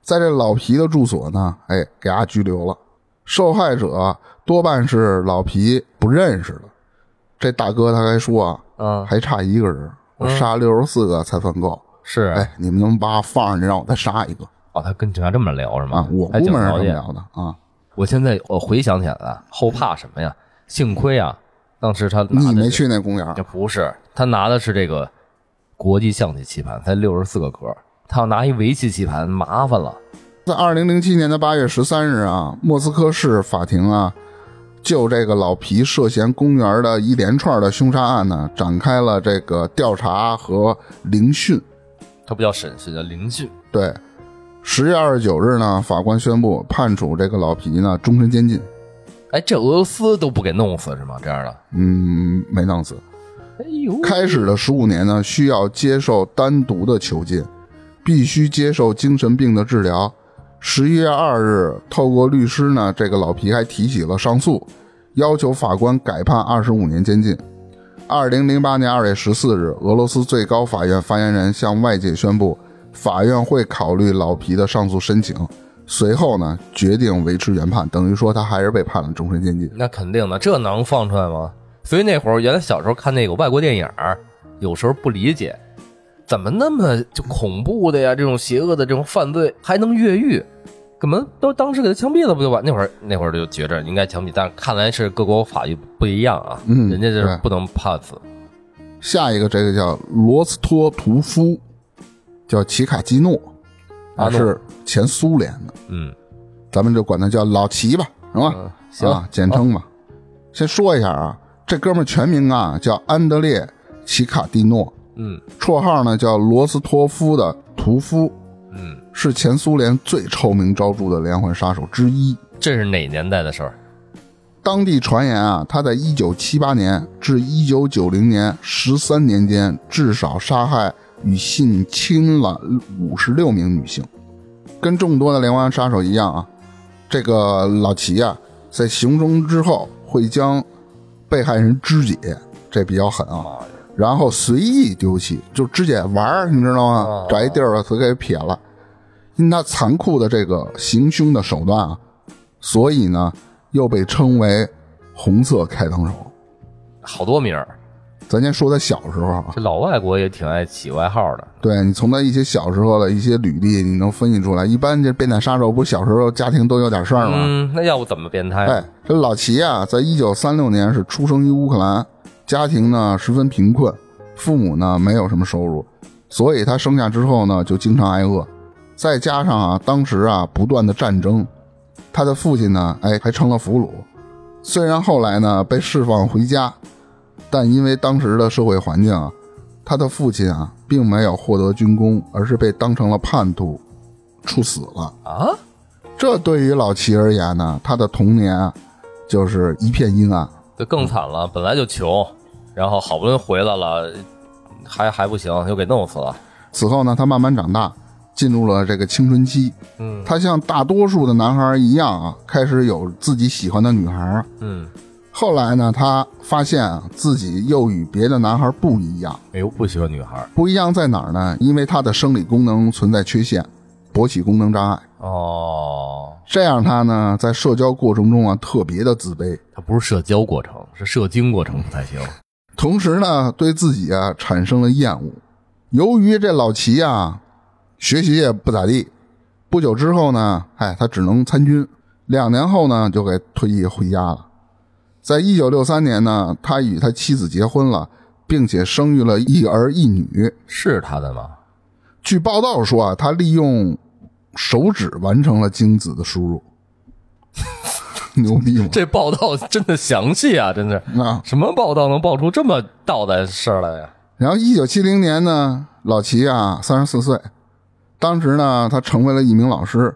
[SPEAKER 1] 在这老皮的住所呢，哎，给他拘留了。受害者多半是老皮不认识的。这大哥他还说啊，
[SPEAKER 2] 嗯，
[SPEAKER 1] 还差一个人，我杀六十四个才算够。
[SPEAKER 2] 是
[SPEAKER 1] 哎，你们能把我放上去，让我再杀一个
[SPEAKER 2] 哦，他跟警察这么聊是吗
[SPEAKER 1] 啊？？我
[SPEAKER 2] 还
[SPEAKER 1] 估
[SPEAKER 2] 警
[SPEAKER 1] 摸是
[SPEAKER 2] 察
[SPEAKER 1] 这么
[SPEAKER 2] 也
[SPEAKER 1] 聊的啊。
[SPEAKER 2] 我现在我回想起来了，后怕什么呀？幸亏啊，当时他拿
[SPEAKER 1] 你
[SPEAKER 2] 的
[SPEAKER 1] 没
[SPEAKER 2] 是
[SPEAKER 1] 去那公园儿
[SPEAKER 2] 这不是，他拿的是这个国际象棋棋盘，才六十四个格儿。他要拿一围棋棋盘，麻烦了。
[SPEAKER 1] 在二零零七年的八月十三日啊，莫斯科市法庭啊，就这个老皮涉嫌公园的一连串的凶杀案呢，展开了这个调查和聆讯。
[SPEAKER 2] 他不叫审讯，叫聆讯。
[SPEAKER 1] 对，十月二十九日呢，法官宣布判处这个老皮呢终身监禁。
[SPEAKER 2] 哎，这俄罗斯都不给弄死是吗？这样的，
[SPEAKER 1] 嗯，没弄死。
[SPEAKER 2] 哎呦，
[SPEAKER 1] 开始的十五年呢，需要接受单独的囚禁，必须接受精神病的治疗。十一月二日，透过律师呢，这个老皮还提起了上诉，要求法官改判二十五年监禁。二零零八年二月十四日，俄罗斯最高法院发言人向外界宣布，法院会考虑老皮的上诉申请，随后呢，决定维持原判，等于说他还是被判了终身监禁。
[SPEAKER 2] 那肯定的，这能放出来吗？所以那会儿，原来小时候看那个外国电影儿，有时候不理解，怎么那么就恐怖的呀？这种邪恶的这种犯罪还能越狱？根本都当时给他枪毙了不就完？那会儿那会儿就觉着应该枪毙，但是看来是各国法律不一样啊，
[SPEAKER 1] 嗯
[SPEAKER 2] 人家
[SPEAKER 1] 对
[SPEAKER 2] 这是不能判死。
[SPEAKER 1] 下一个这个叫罗斯托屠夫，叫齐卡基诺，
[SPEAKER 2] 阿
[SPEAKER 1] 啊
[SPEAKER 2] 诺
[SPEAKER 1] 是前苏联的，
[SPEAKER 2] 嗯，
[SPEAKER 1] 咱们就管他叫老齐吧，行吧？
[SPEAKER 2] 嗯行
[SPEAKER 1] 啊，简称吧。先说一下啊，这哥们儿全名啊叫安德烈·齐卡蒂诺，
[SPEAKER 2] 嗯
[SPEAKER 1] 绰号呢叫罗斯托夫的屠夫，
[SPEAKER 2] 嗯，
[SPEAKER 1] 是前苏联最臭名昭著的连环杀手之一。
[SPEAKER 2] 这是哪年代的事儿？
[SPEAKER 1] 当地传言啊，他在1978年至1990年十三年间，至少杀害与性侵了五十六名女性。跟众多的连环杀手一样啊，这个老齐啊，在行凶之后会将被害人肢解，这比较狠啊，
[SPEAKER 2] 妈呀！
[SPEAKER 1] 然后随意丢弃，就肢解玩儿，你知道吗
[SPEAKER 2] 哦？
[SPEAKER 1] 找一地儿给给撇了。因他残酷的这个行凶的手段啊，所以呢，又被称为“红色开膛手
[SPEAKER 2] 好多名儿，”。
[SPEAKER 1] 咱先说他小时候啊，
[SPEAKER 2] 这老外国也挺爱起外号的。
[SPEAKER 1] 对你从他一些小时候的一些履历，你能分析出来。一般这变态杀手不是小时候家庭都有点事儿吗？
[SPEAKER 2] 嗯，那要不怎么变态？
[SPEAKER 1] 哎，这老齐啊，在一九三六年是出生于乌克兰，家庭呢十分贫困，父母呢没有什么收入，所以他生下之后呢就经常挨饿，再加上啊当时啊不断的战争，他的父亲呢哎还成了俘虏，虽然后来呢啊被释放回家，但因为当时的社会环境啊，他的父亲啊并没有获得军功，而是被当成了叛徒，处死了。
[SPEAKER 2] 啊，
[SPEAKER 1] 这对于老齐而言呢，他的童年啊就是一片阴暗。
[SPEAKER 2] 这更惨了，本来就穷，然后好不容易回来了，还还不行，又给弄死了。
[SPEAKER 1] 此后呢，他慢慢长大，进入了这个青春期。
[SPEAKER 2] 嗯
[SPEAKER 1] 他像大多数的男孩一样啊，开始有自己喜欢的女孩。
[SPEAKER 2] 嗯，
[SPEAKER 1] 后来呢，他发现啊自己又与别的男孩不一样。
[SPEAKER 2] 哎呦，不喜欢女孩
[SPEAKER 1] 不一样在哪儿呢？因为他的生理功能存在缺陷，勃起功能障碍。
[SPEAKER 2] 哦，
[SPEAKER 1] 这样他呢，在社交过程中啊，特别的自卑。
[SPEAKER 2] 它不是社交过程，是射精过程才行。
[SPEAKER 1] 同时呢，对自己啊产生了厌恶。由于这老齐啊，学习也不咋地，不久之后呢，哎，他只能参军。两年后呢，就给退役回家了。在一九六三年呢，他与他妻子结婚了，并且生育了一儿一女。
[SPEAKER 2] 是他的吗？
[SPEAKER 1] 据报道说啊，他利用手指完成了精子的输入， 牛逼吗？
[SPEAKER 2] 这报道真的详细啊，真是
[SPEAKER 1] 啊，
[SPEAKER 2] 什么报道能爆出这么道的事儿来呀、
[SPEAKER 1] 然后，一九七零年呢，老齐啊，三十四岁，当时呢，他成为了一名老师，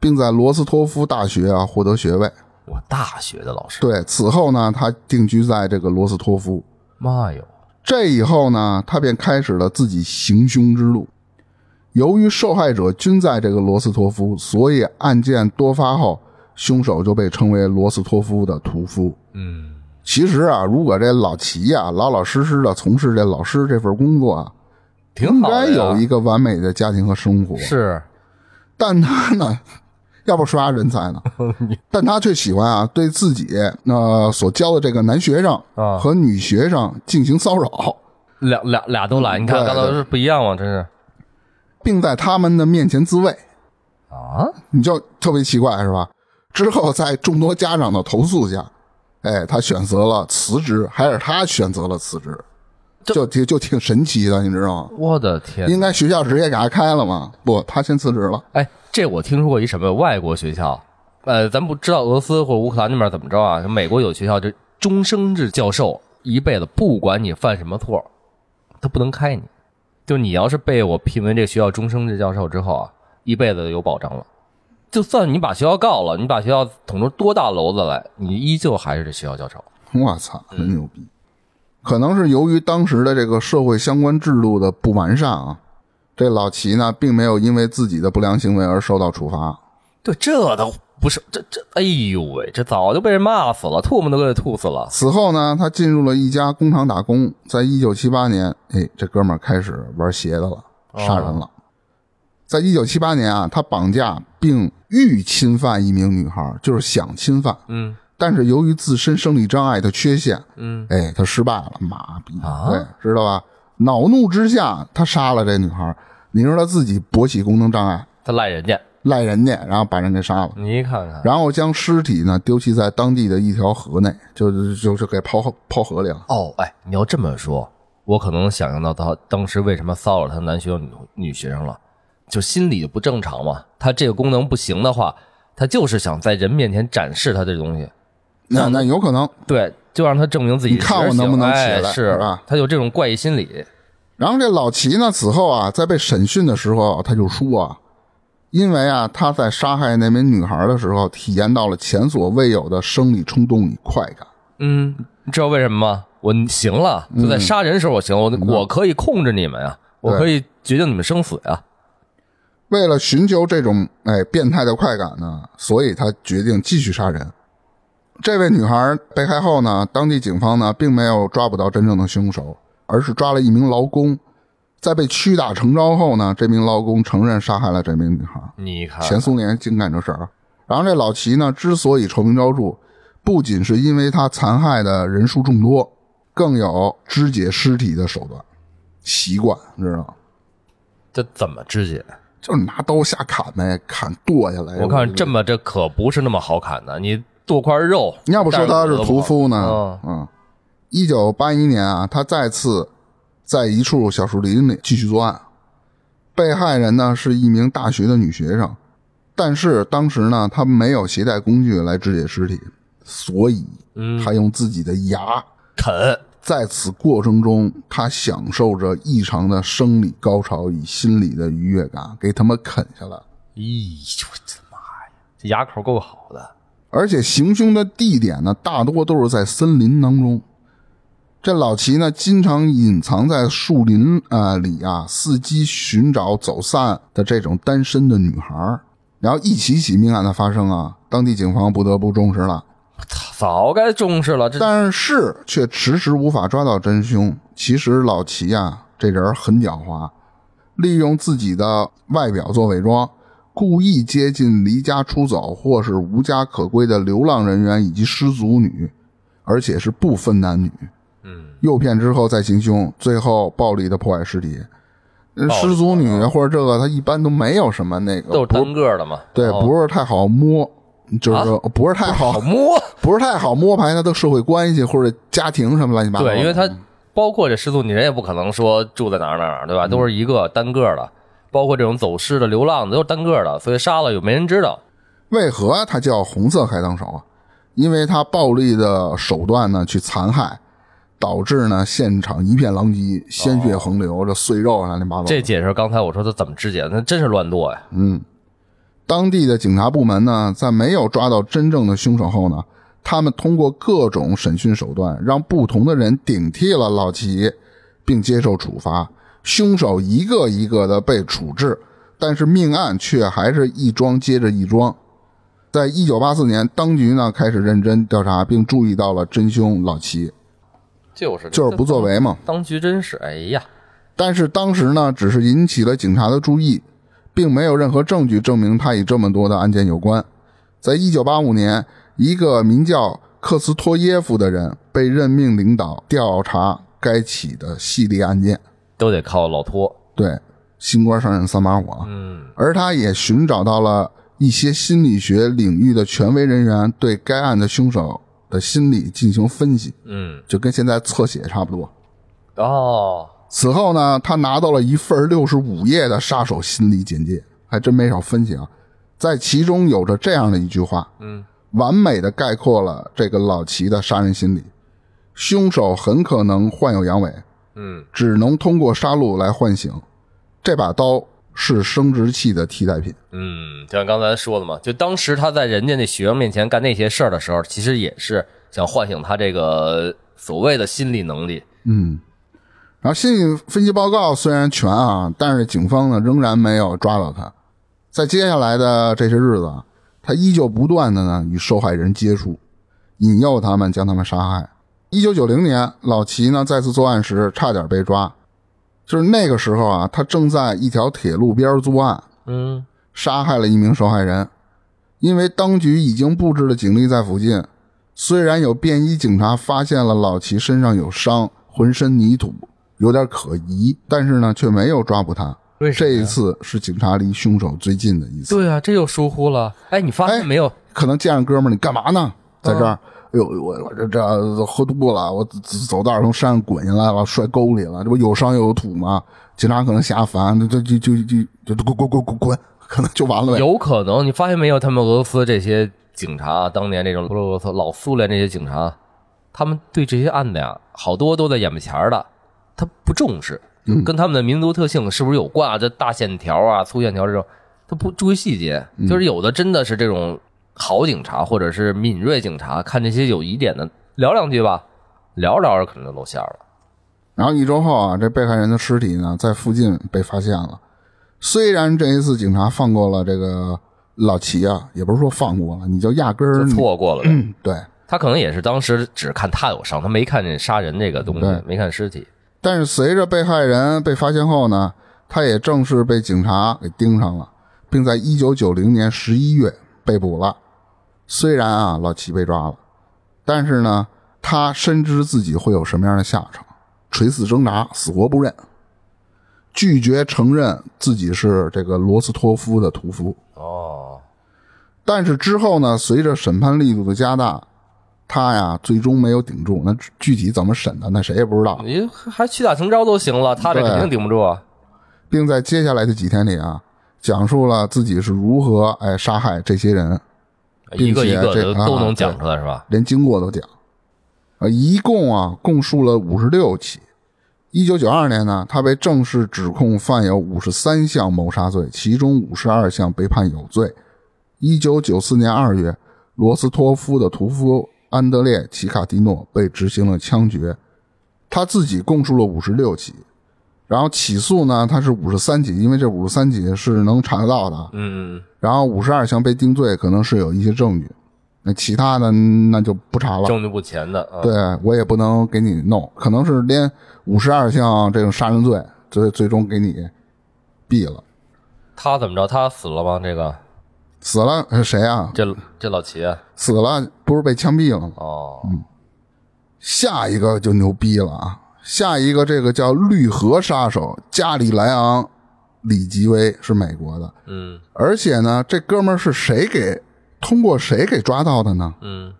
[SPEAKER 1] 并在罗斯托夫大学啊获得学位。
[SPEAKER 2] 我大学的老师，
[SPEAKER 1] 对，此后呢，他定居在这个罗斯托夫。
[SPEAKER 2] 妈哟，
[SPEAKER 1] 这以后呢，他便开始了自己行凶之路。由于受害者均在这个罗斯托夫，所以案件多发后，凶手就被称为罗斯托夫的屠夫。
[SPEAKER 2] 嗯，
[SPEAKER 1] 其实啊，如果这老齐呀、老老实实的从事这老师这份工作啊，
[SPEAKER 2] 挺
[SPEAKER 1] 应
[SPEAKER 2] 好
[SPEAKER 1] 该
[SPEAKER 2] 的呀
[SPEAKER 1] 有一个完美的家庭和生活。，
[SPEAKER 2] 是
[SPEAKER 1] 但他呢， 要不刷人才 呢？但他却喜欢啊，对自己呃所教的这个男学生
[SPEAKER 2] 啊
[SPEAKER 1] 和女学生进行骚扰。
[SPEAKER 2] 俩俩俩都来，你看
[SPEAKER 1] 对
[SPEAKER 2] 刚才是不一样吗？真是
[SPEAKER 1] 并在他们的面前自卫，
[SPEAKER 2] 啊，
[SPEAKER 1] 你就特别奇怪是吧？之后在众多家长的投诉下，哎，他选择了辞职，还是他选择了辞职，
[SPEAKER 2] 这
[SPEAKER 1] 就挺就挺神奇的，你知道吗？
[SPEAKER 2] 我的天！
[SPEAKER 1] 应该学校直接给他开了嘛？不，他先辞职了。
[SPEAKER 2] 哎，这我听说过一什么外国学校，呃，咱不知道俄罗斯或者乌克兰那边怎么着啊？美国有学校，就终生制教授，一辈子不管你犯什么错，他不能开你。就你要是被我聘为这个学校终生制教授之后啊，一辈子有保障了。就算你把学校告了，你把学校捅出多大娄子来，你依旧还是这学校教授。
[SPEAKER 1] 我操，真牛逼！可能是由于当时的这个社会相关制度的不完善啊，这老齐呢，并没有因为自己的不良行为而受到处罚。
[SPEAKER 2] 对，这都不是这这，哎呦喂，这早就被人骂死了，吐沫都给吐死了。
[SPEAKER 1] 此后呢，他进入了一家工厂打工。在一九七八年，哎，这哥们儿开始玩邪的了，杀人了。在一九七八年啊，他绑架并欲侵犯一名女孩，就是想侵犯，
[SPEAKER 2] 嗯
[SPEAKER 1] 但是由于自身生理障碍的缺陷，
[SPEAKER 2] 嗯，
[SPEAKER 1] 哎，他失败了，妈逼，
[SPEAKER 2] 啊
[SPEAKER 1] 对，知道吧？恼怒之下，他杀了这女孩。你说他自己勃起功能障碍，
[SPEAKER 2] 他赖人家，
[SPEAKER 1] 赖人家，然后把人给杀了，
[SPEAKER 2] 你看看。
[SPEAKER 1] 然后将尸体呢丢弃在当地的一条河内，就就就就给抛河抛河里了。
[SPEAKER 2] 哦，哎，你要这么说，我可能想象到他当时为什么骚扰他男学生、女女学生了，就心理就不正常嘛。他这个功能不行的话，他就是想在人面前展示他这东西，
[SPEAKER 1] 那那有可能。
[SPEAKER 2] 对，就让他证明自己
[SPEAKER 1] 你看
[SPEAKER 2] 实行
[SPEAKER 1] 我能不能起来
[SPEAKER 2] 哎、是
[SPEAKER 1] 是吧？
[SPEAKER 2] 他有这种怪异心理，
[SPEAKER 1] 然后这老齐呢，此后啊，在被审讯的时候，他就说啊，因为啊，他在杀害那名女孩的时候，体验到了前所未有的生理冲动与快感。
[SPEAKER 2] 嗯，你知道为什么吗？我行了，
[SPEAKER 1] 嗯
[SPEAKER 2] 就在杀人时候我行了，我我可以控制你们呀、我可以决定你们生死呀、
[SPEAKER 1] 为了寻求这种哎变态的快感呢，所以他决定继续杀人。这位女孩被害后呢，当地警方呢并没有抓捕到真正的凶手，而是抓了一名劳工。在被屈打成招后呢，这名劳工承认杀害了这名女孩。
[SPEAKER 2] 你看，
[SPEAKER 1] 前苏联净干这事儿。然后这老齐呢，之所以臭名昭著，不仅是因为他残害的人数众多，更有肢解尸体的手段习惯，你知道吗？
[SPEAKER 2] 这怎么肢解？啊
[SPEAKER 1] 就是拿刀瞎砍呗，砍剁下来。
[SPEAKER 2] 我看这么这可不是那么好砍的，你剁块肉，
[SPEAKER 1] 你要不说他是屠夫
[SPEAKER 2] 带着骨头
[SPEAKER 1] 呢
[SPEAKER 2] 跑？
[SPEAKER 1] 嗯，一九八一年啊，他再次在一处小树林里继续作案。被害人呢是一名大学的女学生，但是当时呢，她没有携带工具来肢解尸体，所以
[SPEAKER 2] 嗯
[SPEAKER 1] 她用自己的牙。
[SPEAKER 2] 啃，哎
[SPEAKER 1] 在此过程中，她享受着异常的生理高潮与心理的愉悦感，给他们啃下来。
[SPEAKER 2] 咦，我的妈呀，这牙口够好的，
[SPEAKER 1] 而且行凶的地点呢，大多都是在森林当中。这老齐呢，经常隐藏在树林啊、呃里啊，伺机寻找走散的这种单身的女孩儿。然后一起起命案的发生啊，当地警方不得不重视了，
[SPEAKER 2] 早该重视了。这
[SPEAKER 1] 但是却迟迟无法抓到真凶。其实老齐啊，这人很狡猾，利用自己的外表做伪装，故意接近离家出走或是无家可归的流浪人员以及失足女，而且是不分男女。嗯，诱骗之后再行凶，最后暴力的破坏尸体。呃
[SPEAKER 2] 暴力啊
[SPEAKER 1] 失足女或者这个，她一般都没有什么那
[SPEAKER 2] 都
[SPEAKER 1] 个，
[SPEAKER 2] 是单个的嘛，
[SPEAKER 1] 对，
[SPEAKER 2] 哦啊
[SPEAKER 1] 不是太好摸，就是说不是太好
[SPEAKER 2] 好 摸，
[SPEAKER 1] 不是太好摸排他的社会关系或者家庭什么乱七八糟的。
[SPEAKER 2] 对，因为他包括这失踪，你人也不可能说住在哪儿哪儿哪儿，
[SPEAKER 1] 嗯
[SPEAKER 2] 对吧？都是一个单个的，包括这种走失的、流浪的都是单个的，所以杀了又没人知道。
[SPEAKER 1] 为何他叫红色开膛手啊？因为他暴力的手段呢去残害，导致呢现场一片狼藉，鲜血横流，这碎肉啊乱七八糟的。
[SPEAKER 2] 这解释刚才我说他怎么肢解的，那真是乱剁呀！
[SPEAKER 1] 嗯当地的警察部门呢，在没有抓到真正的凶手后呢，他们通过各种审讯手段，让不同的人顶替了老齐，并接受处罚。凶手一个一个的被处置，但是命案却还是一桩接着一桩。在一九八四年，当局呢开始认真调查，并注意到了真凶老齐，
[SPEAKER 2] 就是
[SPEAKER 1] 就是不作，为嘛。
[SPEAKER 2] 当局真是哎呀，
[SPEAKER 1] 但是当时呢，只是引起了警察的注意，并没有任何证据证明他与这么多的案件有关。在一九八五年，一个名叫克斯托耶夫的人被任命领导调查该起的系列案件。
[SPEAKER 2] 都得靠老托。
[SPEAKER 1] 对，新官上任三把火，
[SPEAKER 2] 嗯
[SPEAKER 1] 而他也寻找到了一些心理学领域的权威人员对该案的凶手的心理进行分析，
[SPEAKER 2] 嗯，
[SPEAKER 1] 就跟现在侧写差不多。
[SPEAKER 2] 哦，
[SPEAKER 1] 此后呢，他拿到了一份六十五页的杀手心理简介，还真没少分析啊。在其中有着这样的一句话，
[SPEAKER 2] 嗯，
[SPEAKER 1] 完美的概括了这个老齐的杀人心理：凶手很可能患有阳痿，
[SPEAKER 2] 嗯，
[SPEAKER 1] 只能通过杀戮来唤醒。这把刀是生殖器的替代品。
[SPEAKER 2] 嗯，就像刚才说的嘛，就当时他在人家那学生面前干那些事儿的时候，其实也是想唤醒他这个所谓的心理能力。
[SPEAKER 1] 嗯，然后心理分析报告虽然全啊，但是警方呢仍然没有抓到他。在接下来的这些日子啊，他依旧不断的呢与受害人接触，引诱他们将他们杀害。一九九零年，老齐呢再次作案时差点被抓，就是那个时候啊，他正在一条铁路边作案，
[SPEAKER 2] 嗯
[SPEAKER 1] 杀害了一名受害人。因为当局已经布置了警力在附近，虽然有便衣警察发现了老齐身上有伤，浑身泥土，有点可疑，但是呢却没有抓捕他。
[SPEAKER 2] 为什
[SPEAKER 1] 这
[SPEAKER 2] 么呀
[SPEAKER 1] 一次是警察离凶手最近的一次。
[SPEAKER 2] 对啊，这又疏忽了。哎，你发现没有？
[SPEAKER 1] 可能见着哥们儿，你干嘛呢？在这儿，哎呦，我我这这喝多了，我走走道儿从山上滚下来了，摔沟里了，这不有伤又有土吗？警察可能嫌烦，就就就就就滚滚滚滚滚，可能就完了呗。
[SPEAKER 2] 有可能，你发现没有？他们俄罗斯这些警察啊，当年这种不是俄罗斯老苏联这些警察，他们对这些案子呀，好多都在眼巴前儿的，他不重视，跟他们的民族特性是不是有关啊？这大线条啊、粗线条这种，他不注意细节，就是有的真的是这种好警察或者是敏锐警察，看这些有疑点的聊两句吧，聊着聊着可能就露馅儿了。
[SPEAKER 1] 然后一周后啊，这被害人的尸体呢，在附近被发现了。虽然这一次警察放过了这个老齐啊，也不是说放过了，你就压根儿
[SPEAKER 2] 就
[SPEAKER 1] 你
[SPEAKER 2] 错过了呗，
[SPEAKER 1] 对。
[SPEAKER 2] 他可能也是当时只看他有伤，他没看见杀人这个东
[SPEAKER 1] 对
[SPEAKER 2] 西，没看尸体。
[SPEAKER 1] 但是随着被害人被发现后呢，他也正式被警察给盯上了，并在一九九零年十一月被捕了。虽然啊，老齐被抓了，但是呢，他深知自己会有什么样的下场，垂死挣扎，死活不认，拒绝承认自己是这个罗斯托夫的屠夫。
[SPEAKER 2] 哦，
[SPEAKER 1] 但是之后呢，随着审判力度的加大，他呀最终没有顶住。那具体怎么审的，那谁也不知道。
[SPEAKER 2] 你还屈打成招都行了，他这
[SPEAKER 1] 对
[SPEAKER 2] 肯定顶不住啊。
[SPEAKER 1] 并在接下来的几天里啊，讲述了自己是如何哎杀害这些人，并
[SPEAKER 2] 一个
[SPEAKER 1] 且
[SPEAKER 2] 一个
[SPEAKER 1] 这
[SPEAKER 2] 的
[SPEAKER 1] 啊
[SPEAKER 2] 都能讲出来是吧？
[SPEAKER 1] 连经过都讲。呃，一共啊供述了五十六起。一九九二年呢，他被正式指控犯有五十三项谋杀罪，其中五十二项被判有罪。一九九四年二月，罗斯托夫的屠夫安德烈·奇卡蒂诺被执行了枪决，他自己供述了五十六起，然后起诉呢，他是五十三起，因为这五十三起是能查得到的啊，
[SPEAKER 2] 嗯，
[SPEAKER 1] 然后五十二项被定罪，可能是有一些证据，那其他的那就不查了。
[SPEAKER 2] 证据不全的啊。
[SPEAKER 1] 对我也不能给你弄，可能是连五十二项这种杀人罪，最最终给你毙了，
[SPEAKER 2] 他怎么着？他死了吗？这个
[SPEAKER 1] 死了呃谁啊？
[SPEAKER 2] 这这老齐啊
[SPEAKER 1] 死了不是被枪毙了吗？
[SPEAKER 2] 哦，
[SPEAKER 1] 下一个就牛逼了啊！下一个这个叫绿河杀手加里莱昂·里吉威是美国的，
[SPEAKER 2] 嗯
[SPEAKER 1] 而且呢，这哥们儿是谁给通过谁给抓到的呢？
[SPEAKER 2] 嗯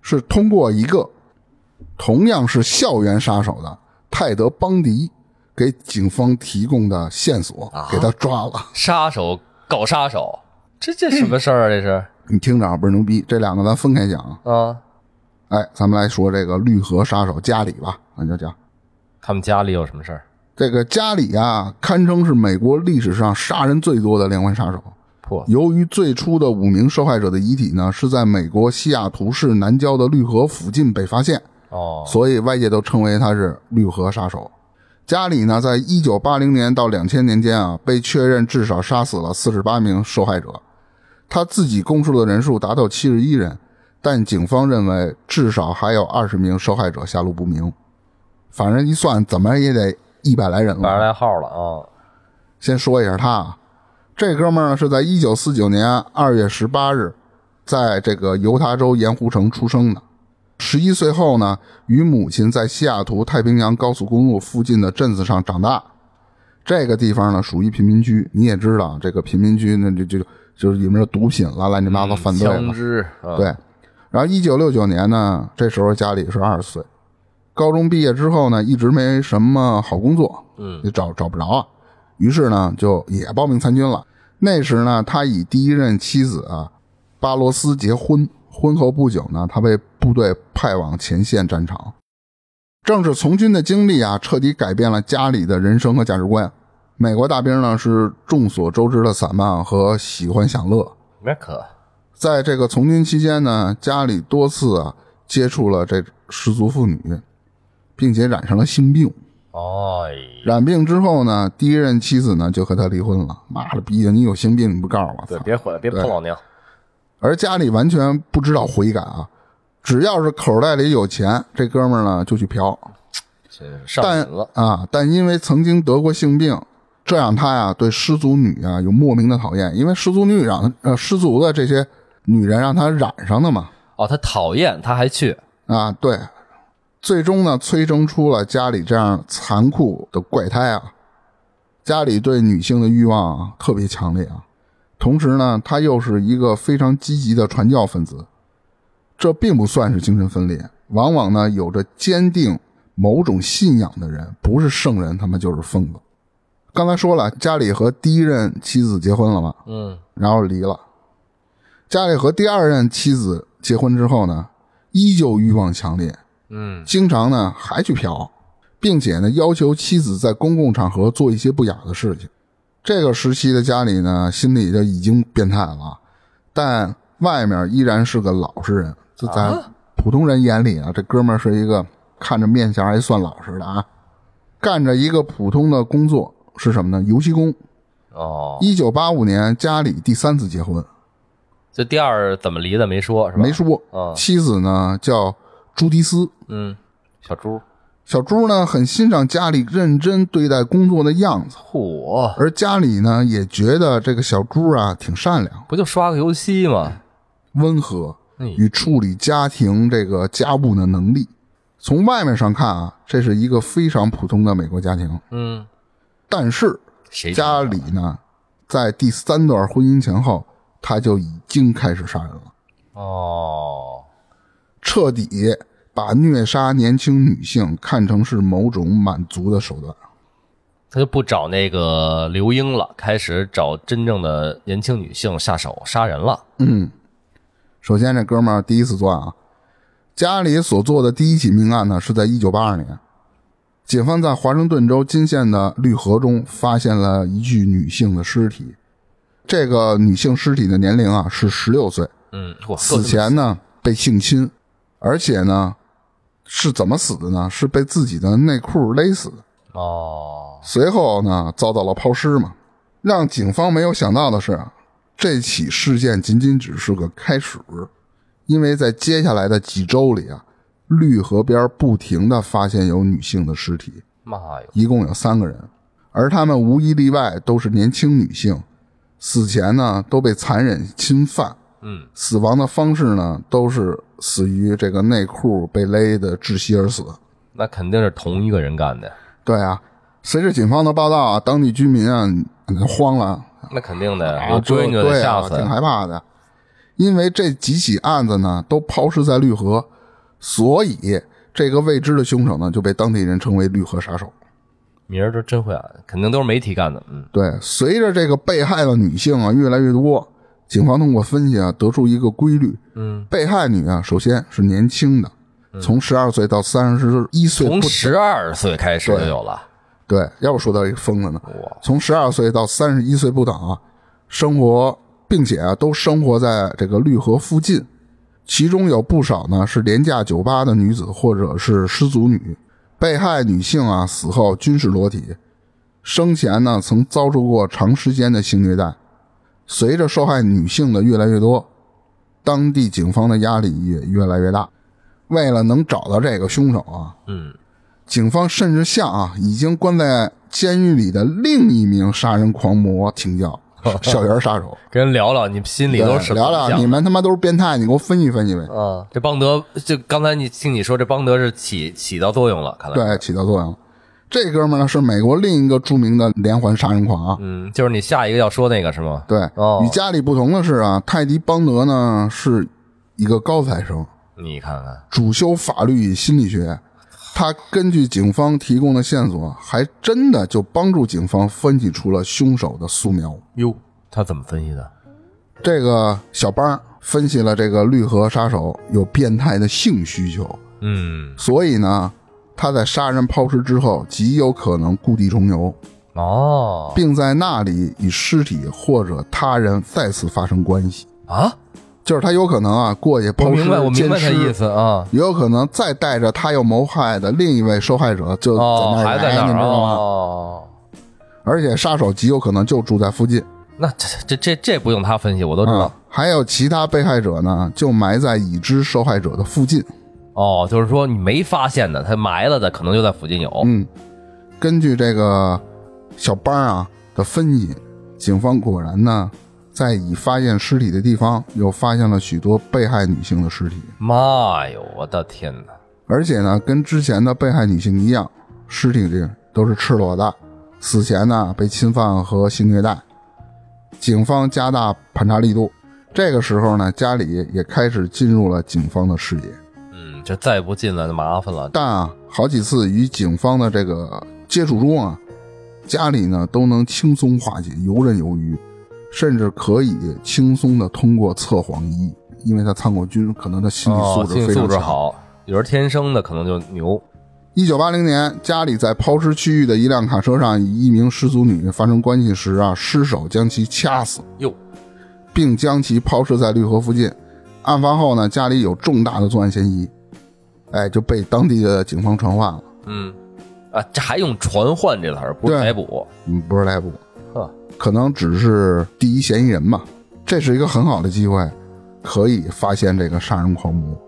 [SPEAKER 1] 是通过一个同样是校园杀手的泰德·邦迪给警方提供的线索，给他抓了。
[SPEAKER 2] 杀手搞杀 手，这这什么事儿啊？这是
[SPEAKER 1] 你听着啊，倍儿牛逼！这两个咱分开讲啊。
[SPEAKER 2] 啊，
[SPEAKER 1] 哎，咱们来说这个绿河杀手加里吧，咱就讲
[SPEAKER 2] 他们家里有什么事儿？
[SPEAKER 1] 这个加里啊，堪称是美国历史上杀人最多的连环杀手。
[SPEAKER 2] 破
[SPEAKER 1] 由于最初的五名受害者的遗体呢是在美国西雅图市南郊的绿河附近被发现，
[SPEAKER 2] 哦，
[SPEAKER 1] 所以外界都称为他是绿河杀手。加里呢，在一九八零年到两千年间啊，被确认至少杀死了四十八名受害者，他自己供述的人数达到七十一人，但警方认为至少还有二十名受害者下落不明。反正一算，怎么也得一百来人了。
[SPEAKER 2] 百十来号了啊。
[SPEAKER 1] 先说一下他，啊，这哥们儿呢是在一九四九年二月十八日，在这个犹他州盐湖城出生的。十一岁后呢，与母亲在西雅图太平洋高速公路附近的镇子上长大。这个地方呢属于贫民区，你也知道，这个贫民区那就就就是里面有毒品啦，乱七八糟犯罪
[SPEAKER 2] 枪
[SPEAKER 1] 了。
[SPEAKER 2] 支，啊
[SPEAKER 1] 对，然后一九六九年呢，这时候家里是二十岁，高中毕业之后呢，一直没什么好工作，
[SPEAKER 2] 嗯，
[SPEAKER 1] 就找找不着啊，于是呢就也报名参军了。那时呢，他与第一任妻子啊巴罗斯结婚，婚后不久呢，他被部队派往前线战场。正是从军的经历啊，彻底改变了家里的人生和价值观。美国大兵呢是众所周知的散漫和喜欢享乐，
[SPEAKER 2] 那可
[SPEAKER 1] 在这个从军期间呢，家里多次啊接触了这失足妇女，并且染上了性病。
[SPEAKER 2] 哎呀，
[SPEAKER 1] 染病之后呢，第一任妻子呢就和他离婚了。妈了逼的，你有性病你不告诉我？
[SPEAKER 2] 对，
[SPEAKER 1] 操
[SPEAKER 2] 别回来，别碰老娘，
[SPEAKER 1] 而家里完全不知道悔改啊，只要是口袋里有钱，这哥们儿呢就去嫖
[SPEAKER 2] 这上
[SPEAKER 1] 但
[SPEAKER 2] 瘾了，
[SPEAKER 1] 啊。但因为曾经得过性病，这让他呀对失足女啊有莫名的讨厌，因为失足女让他呃失足的这些女人让他染上的嘛
[SPEAKER 2] 哦，他讨厌，他还去，
[SPEAKER 1] 啊，对。最终呢，催生出了家里这样残酷的怪胎啊。家里对女性的欲望啊特别强烈啊。同时呢，他又是一个非常积极的传教分子，这并不算是精神分裂。往往呢，有着坚定某种信仰的人，不是圣人，他们就是疯子。刚才说了，家里和第一任妻子结婚了嘛，
[SPEAKER 2] 嗯，
[SPEAKER 1] 然后离了。家里和第二任妻子结婚之后呢，依旧欲望强烈，
[SPEAKER 2] 嗯，
[SPEAKER 1] 经常呢还去嫖，并且呢要求妻子在公共场合做一些不雅的事情。这个时期的家里呢，心里就已经变态了，啊但外面依然是个老实人。就咱
[SPEAKER 2] 啊
[SPEAKER 1] 普通人眼里啊，这哥们儿是一个看着面相还算老实的啊，干着一个普通的工作是什么呢？油漆工。
[SPEAKER 2] 哦，
[SPEAKER 1] 一九八五年，家里第三次结婚，
[SPEAKER 2] 这第二怎么离的没说，是吧？
[SPEAKER 1] 没，说。
[SPEAKER 2] 嗯
[SPEAKER 1] 妻子呢叫朱迪斯，
[SPEAKER 2] 嗯，小猪，
[SPEAKER 1] 小朱呢很欣赏家里认真对待工作的样子，
[SPEAKER 2] 嚯，
[SPEAKER 1] 而家里呢也觉得这个小朱啊挺善良、
[SPEAKER 2] 不就刷个油漆吗？
[SPEAKER 1] 温和
[SPEAKER 2] 哎
[SPEAKER 1] 与处理家庭这个家务的能力。从外面上看啊，这是一个非常普通的美国家庭，
[SPEAKER 2] 嗯，
[SPEAKER 1] 但是
[SPEAKER 2] 谁
[SPEAKER 1] 家里呢，在第三段婚姻前后，他就已经开始杀人了。
[SPEAKER 2] 哦，
[SPEAKER 1] 彻底把虐杀年轻女性看成是某种满足的手段。
[SPEAKER 2] 他就不找那个刘英了，开始找真正的年轻女性下手杀人了。
[SPEAKER 1] 嗯，首先这哥们儿第一次作案啊，家里所做的第一起命案呢，是在一九八二年，警方在华盛顿州金县的绿河中发现了一具女性的尸体。这个女性尸体的年龄啊是十六岁，
[SPEAKER 2] 嗯，嚯，
[SPEAKER 1] 死前呢被性侵，而且呢是怎么死的呢？是被自己的内裤勒死的。
[SPEAKER 2] 哦，
[SPEAKER 1] 随后呢，遭到了抛尸嘛。让警方没有想到的是，这起事件仅仅只是个开始，因为在接下来的几周里啊，绿河边不停的发现有女性的尸体，
[SPEAKER 2] 妈哟，
[SPEAKER 1] 一共有三个人，而他们无一例外都是年轻女性，死前呢都被残忍侵犯，
[SPEAKER 2] 嗯，
[SPEAKER 1] 死亡的方式呢都是死于这个内裤被勒的窒息而死。
[SPEAKER 2] 那肯定是同一个人干的，
[SPEAKER 1] 对啊，随着警方的报道啊，当地居民啊慌了，
[SPEAKER 2] 那肯定的，
[SPEAKER 1] 啊，
[SPEAKER 2] 我
[SPEAKER 1] 这
[SPEAKER 2] 闺女得
[SPEAKER 1] 对
[SPEAKER 2] 吓
[SPEAKER 1] 啊，
[SPEAKER 2] 死。
[SPEAKER 1] 挺害怕的。因为这几起案子呢都抛尸在绿河，所以这个未知的凶手呢就被当地人称为“绿河杀手
[SPEAKER 2] 明儿这真会啊，肯定都是媒体干的。嗯”。，
[SPEAKER 1] 对，随着这个被害的女性啊越来越多，警方通过分析啊得出一个规律：
[SPEAKER 2] 嗯，
[SPEAKER 1] 被害女啊首先是年轻的，从十二岁到三十一岁
[SPEAKER 2] 从
[SPEAKER 1] 不
[SPEAKER 2] 十二岁开始就有了。
[SPEAKER 1] 对，要不说到一个疯了呢。
[SPEAKER 2] 哇，
[SPEAKER 1] 从十二岁到三十一岁不等啊，生活并且啊都生活在这个绿河附近，其中有不少呢是廉价酒吧的女子或者是失足女。被害女性啊死后均是裸体，生前呢曾遭受过长时间的性虐待。随着受害女性的越来越多，当地警方的压力也越来越大。为了能找到这个凶手啊，
[SPEAKER 2] 嗯，
[SPEAKER 1] 警方甚至向啊已经关在监狱里的另一名杀人狂魔请教，校园杀手。
[SPEAKER 2] 跟人聊聊，哦 你心里
[SPEAKER 1] 对
[SPEAKER 2] 都是
[SPEAKER 1] 聊
[SPEAKER 2] 怎么
[SPEAKER 1] 聊，
[SPEAKER 2] 想
[SPEAKER 1] 你
[SPEAKER 2] 的
[SPEAKER 1] 们他妈都是变态，你给我分析分析呗。
[SPEAKER 2] 嗯，这邦德，就刚才你听你说，这邦德是起起到作用了，看来
[SPEAKER 1] 对，起到作用。这哥们儿呢是美国另一个著名的连环杀人狂啊。
[SPEAKER 2] 嗯，就是你下一个要说那个是吗？
[SPEAKER 1] 对，
[SPEAKER 2] 哦
[SPEAKER 1] 与家里不同的是啊，泰迪邦德呢是一个高材生，
[SPEAKER 2] 你看看，
[SPEAKER 1] 主修法律与心理学。他根据警方提供的线索，还真的就帮助警方分析出了凶手的素描。
[SPEAKER 2] 哟，他怎么分析的？
[SPEAKER 1] 这个小班儿分析了这个绿河杀手有变态的性需求，
[SPEAKER 2] 嗯，
[SPEAKER 1] 所以呢，他在杀人抛尸之后，极有可能故地重游，
[SPEAKER 2] 哦，
[SPEAKER 1] 并在那里与尸体或者他人再次发生关系。
[SPEAKER 2] 啊，
[SPEAKER 1] 就是他有可能啊过去
[SPEAKER 2] 我
[SPEAKER 1] 抛尸
[SPEAKER 2] 明白，我明白他
[SPEAKER 1] 奸尸
[SPEAKER 2] 意思啊。
[SPEAKER 1] 也有可能再带着他要谋害的另一位受害者就在
[SPEAKER 2] 哦，
[SPEAKER 1] 那儿
[SPEAKER 2] 还在
[SPEAKER 1] 来，
[SPEAKER 2] 那
[SPEAKER 1] 你
[SPEAKER 2] 儿
[SPEAKER 1] 知道吗？
[SPEAKER 2] 哦。
[SPEAKER 1] 而且杀手极有可能就住在附近。
[SPEAKER 2] 那这这这这不用他分析，我都知道
[SPEAKER 1] 啊。，还有其他被害者呢，就埋在已知受害者的附近。
[SPEAKER 2] 哦，就是说你没发现的，他埋了的，可能就在附近有。
[SPEAKER 1] 嗯，根据这个小班儿啊的分析，警方果然呢，在已发现尸体的地方又发现了许多被害女性的尸体，
[SPEAKER 2] 妈哟，我的天哪！
[SPEAKER 1] 而且呢，跟之前的被害女性一样，尸体这都是赤裸的，死前呢被侵犯和性虐待。警方加大盘查力度，这个时候呢，家里也开始进入了警方的视野。
[SPEAKER 2] 嗯，这再不进来就麻烦了。
[SPEAKER 1] 但啊，好几次与警方的这个接触中啊，家里呢都能轻松化解，游刃有余，甚至可以轻松的通过测谎仪，因为他参过军，可能他心理素
[SPEAKER 2] 哦，
[SPEAKER 1] 质
[SPEAKER 2] 心理
[SPEAKER 1] 非
[SPEAKER 2] 素
[SPEAKER 1] 常
[SPEAKER 2] 质
[SPEAKER 1] 强。
[SPEAKER 2] 好，有人天生的可能就牛。
[SPEAKER 1] 一九八零年，家里在抛尸区域的一辆卡车上，与一名失足女发生关系时啊，失手将其掐死，
[SPEAKER 2] 哟，
[SPEAKER 1] 并将其抛尸在绿河附近。案发后呢，家里有重大的作案嫌疑，哎，就被当地的警方传唤了。
[SPEAKER 2] 嗯，啊，这还用传唤这词儿，不是
[SPEAKER 1] 对
[SPEAKER 2] 逮捕。
[SPEAKER 1] 嗯，不是逮捕，
[SPEAKER 2] 呵，
[SPEAKER 1] 可能只是第一嫌疑人吧。这是一个很好的机会，可以发现这个杀人狂魔。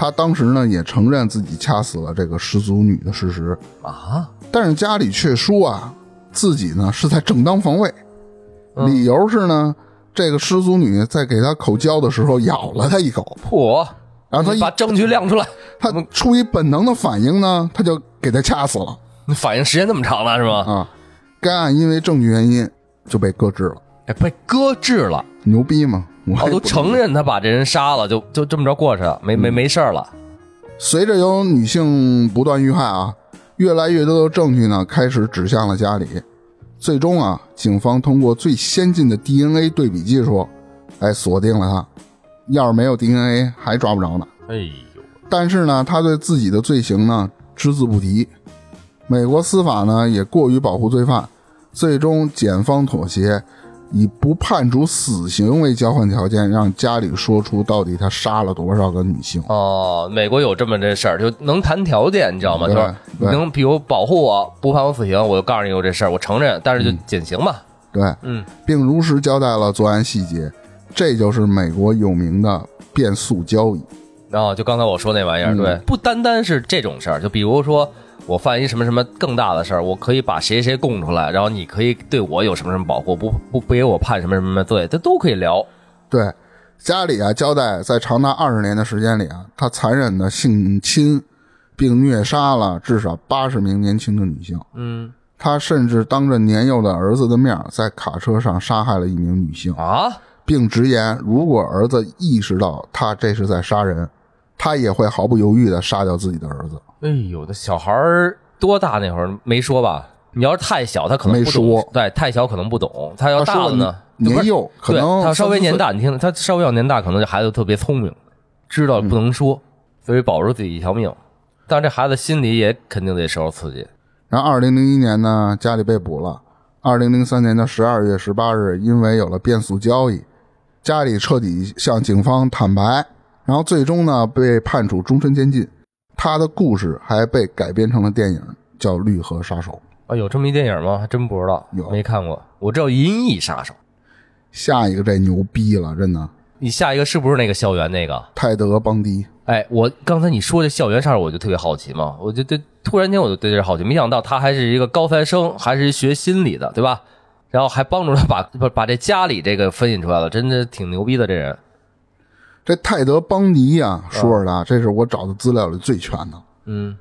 [SPEAKER 1] 他当时呢也承认自己掐死了这个失足女的事实，
[SPEAKER 2] 啊，
[SPEAKER 1] 但是家里却说啊，自己呢是在正当防卫，
[SPEAKER 2] 嗯
[SPEAKER 1] 理由是呢，这个失足女在给他口交的时候咬了他一口，
[SPEAKER 2] 嚯！
[SPEAKER 1] 然后他
[SPEAKER 2] 你
[SPEAKER 1] 一
[SPEAKER 2] 把嗯证据亮出来，
[SPEAKER 1] 他出于本能的反应呢，他就给他掐死了
[SPEAKER 2] 你反应时间那么长呢是吗？
[SPEAKER 1] 啊。该案因为证据原因就被搁置了，
[SPEAKER 2] 哎被搁置了，
[SPEAKER 1] 牛逼吗？我
[SPEAKER 2] 我
[SPEAKER 1] 还
[SPEAKER 2] 哦都
[SPEAKER 1] 不嗯
[SPEAKER 2] 承认他把这人杀了，就就这么着过去了，没没没事儿了。
[SPEAKER 1] 随着有女性不断遇害啊，越来越多的证据呢开始指向了家里。最终啊，警方通过最先进的 DNA 对比技术，哎，锁定了他。要是没有 DNA，还抓不着呢。
[SPEAKER 2] 哎呦，
[SPEAKER 1] 但是呢，他对自己的罪行呢只字不提。美国司法呢也过于保护罪犯，最终检方妥协，以不判处死刑为交换条件，让家里说出到底他杀了多少个女性。
[SPEAKER 2] 哦，美国有这么这事儿，就能谈条件，你知道吗？
[SPEAKER 1] 对
[SPEAKER 2] 就是你
[SPEAKER 1] 对
[SPEAKER 2] 能比如保护我，不判我死刑，我就告诉你有这事儿，我承认，但是就
[SPEAKER 1] 嗯
[SPEAKER 2] 减刑吧。
[SPEAKER 1] 对，
[SPEAKER 2] 嗯，
[SPEAKER 1] 并如实交代了作案细节，这就是美国有名的变速交易。
[SPEAKER 2] 然后就刚才我说那玩意儿，
[SPEAKER 1] 嗯
[SPEAKER 2] 对，不单单是这种事儿，就比如说我犯一什么什么更大的事儿，我可以把谁谁供出来，然后你可以对我有什么什么保护，不不不给我判什么什么罪，这都可以聊。
[SPEAKER 1] 对，家里啊交代，在长达二十年的时间里啊，他残忍的性侵并虐杀了至少八十名年轻的女性。
[SPEAKER 2] 嗯
[SPEAKER 1] 他甚至当着年幼的儿子的面儿，在卡车上杀害了一名女性，
[SPEAKER 2] 啊，
[SPEAKER 1] 并直言如果儿子意识到他这是在杀人，他也会毫不犹豫地杀掉自己的儿子。
[SPEAKER 2] 哎呦，那小孩儿多大那会儿没说吧？你要是太小，他可能不懂
[SPEAKER 1] 没说
[SPEAKER 2] 对，太小可能不懂。他要
[SPEAKER 1] 他
[SPEAKER 2] 大
[SPEAKER 1] 说
[SPEAKER 2] 了呢，
[SPEAKER 1] 年幼可
[SPEAKER 2] 对
[SPEAKER 1] 能
[SPEAKER 2] 他稍微
[SPEAKER 1] 三四岁
[SPEAKER 2] 年大，你听，他稍微要年大，可能这孩子特别聪明，知道不能说，所以保住自己一条命。但是这孩子心里也肯定得受到刺激。
[SPEAKER 1] 然后，二零零一年呢，家里被捕了。二零零三年的十二月十八日，因为有了变速交易，家里彻底向警方坦白，然后最终呢被判处终身监禁。他的故事还被改编成了电影，叫《绿河杀手》。
[SPEAKER 2] 啊，有这么一电影吗？还真不知道
[SPEAKER 1] 有，
[SPEAKER 2] 没看过。我知道《银翼杀手》，
[SPEAKER 1] 下一个这牛逼了，真的，
[SPEAKER 2] 你下一个是不是那个校园那个？
[SPEAKER 1] 泰德·邦迪。
[SPEAKER 2] 哎，我刚才你说这校园杀手，我就特别好奇嘛，我就对突然间我就对这好奇，没想到他还是一个高材生，还是学心理的，对吧？然后还帮助他把把把这家里这个分析出来了，真的挺牛逼的这人。
[SPEAKER 1] 这泰德·邦迪呀、说实话，这是我找的资料里最全的。
[SPEAKER 2] 嗯，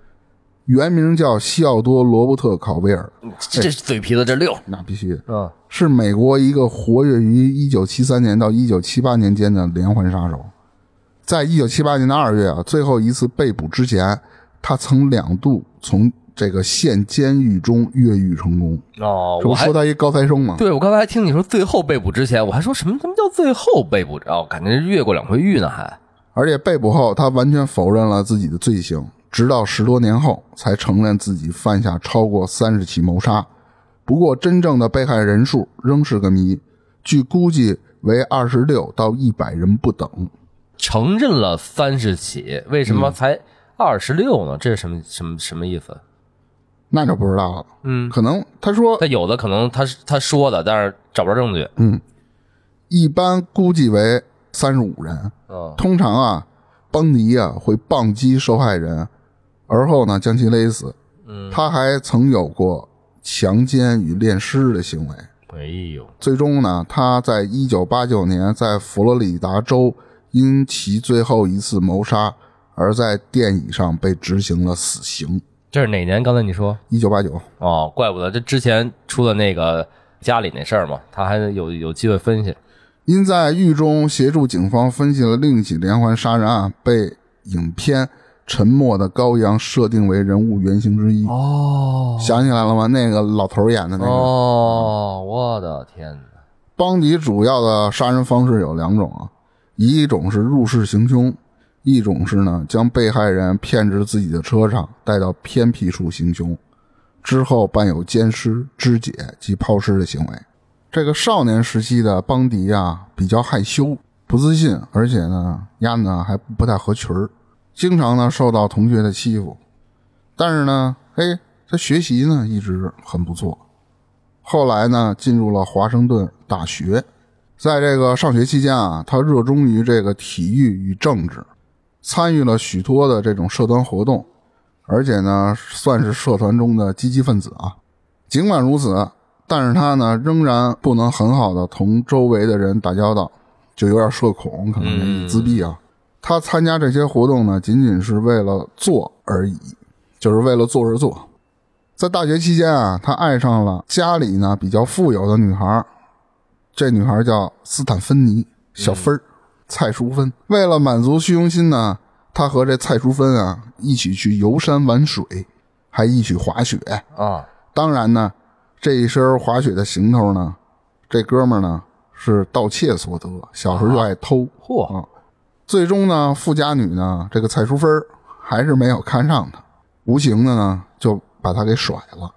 [SPEAKER 1] 原名叫西奥多·罗伯特·考贝尔，
[SPEAKER 2] 这这嘴皮子这溜，
[SPEAKER 1] 那必须的
[SPEAKER 2] 嗯，
[SPEAKER 1] 是美国一个活跃于1973年到1978年间的连环杀手。在1978年的2月啊，最后一次被捕之前，他曾两度从这个县监狱中越狱成功。
[SPEAKER 2] 哦，
[SPEAKER 1] 这不
[SPEAKER 2] 我还
[SPEAKER 1] 说他一高材生吗？
[SPEAKER 2] 对我刚才还听你说最后被捕之前，我还说什么什么叫最后被捕？哦，感觉越过两回狱呢还。
[SPEAKER 1] 而且被捕后，他完全否认了自己的罪行，直到十多年后才承认自己犯下超过三十起谋杀。不过，真正的被害人数仍是个谜，据估计为二十六到一百人不等。
[SPEAKER 2] 承认了三十起，为什么才二十六呢？这是什么什么什么意思？
[SPEAKER 1] 那就不知道了。
[SPEAKER 2] 嗯，
[SPEAKER 1] 可能他说
[SPEAKER 2] 他有的可能他是他说的，但是找不着证据。
[SPEAKER 1] 一般估计为三十五人。
[SPEAKER 2] 嗯，
[SPEAKER 1] 通常啊，邦迪啊会棒击受害人，而后呢将其勒死。
[SPEAKER 2] 嗯，
[SPEAKER 1] 他还曾有过强奸与恋尸的行为。
[SPEAKER 2] 哎呦，
[SPEAKER 1] 最终呢，他在一九八九年在佛罗里达州因其最后一次谋杀而在电椅上被执行了死刑。
[SPEAKER 2] 这是哪年？刚才你说
[SPEAKER 1] 一九八九，
[SPEAKER 2] 哦，怪不得这之前出了那个家里那事儿嘛，他还有有机会分析。
[SPEAKER 1] 因在狱中协助警方分析了另一起连环杀人案，被影片《沉默的羔羊》设定为人物原型之一。
[SPEAKER 2] 哦
[SPEAKER 1] 想起来了吗？那个老头儿演的那个、
[SPEAKER 2] 哦，我的天哪！
[SPEAKER 1] 邦迪主要的杀人方式有两种啊，一种是入室行凶，一种是呢将被害人骗至自己的车上，带到偏僻处行凶，之后伴有奸尸、肢解及抛尸的行为。这个少年时期的邦迪啊，比较害羞、不自信，而且呢，丫呢还不太合群儿，经常呢受到同学的欺负。但是呢，嘿，他学习呢一直很不错，后来呢，进入了华盛顿大学。在这个上学期间啊，他热衷于这个体育与政治，参与了许多的这种社团活动，而且呢，算是社团中的积极分子啊。尽管如此，但是他呢，仍然不能很好的同周围的人打交道，就有点社恐，可能也自闭啊。他参加这些活动呢，仅仅是为了做而已，就是为了做而做。在大学期间啊，他爱上了家里呢比较富有的女孩儿，这女孩儿叫斯坦芬妮·小芬儿、蔡淑芬。为了满足虚荣心呢，他和这蔡淑芬啊一起去游山玩水，还一起滑雪。
[SPEAKER 2] 啊，
[SPEAKER 1] 当然呢，这一身滑雪的行头呢，这哥们儿呢是盗窃所得，小时候就爱偷。啊
[SPEAKER 2] 嚯，
[SPEAKER 1] 最终呢，富家女呢，这个蔡淑芬儿还是没有看上他，无形的呢就把他给甩了。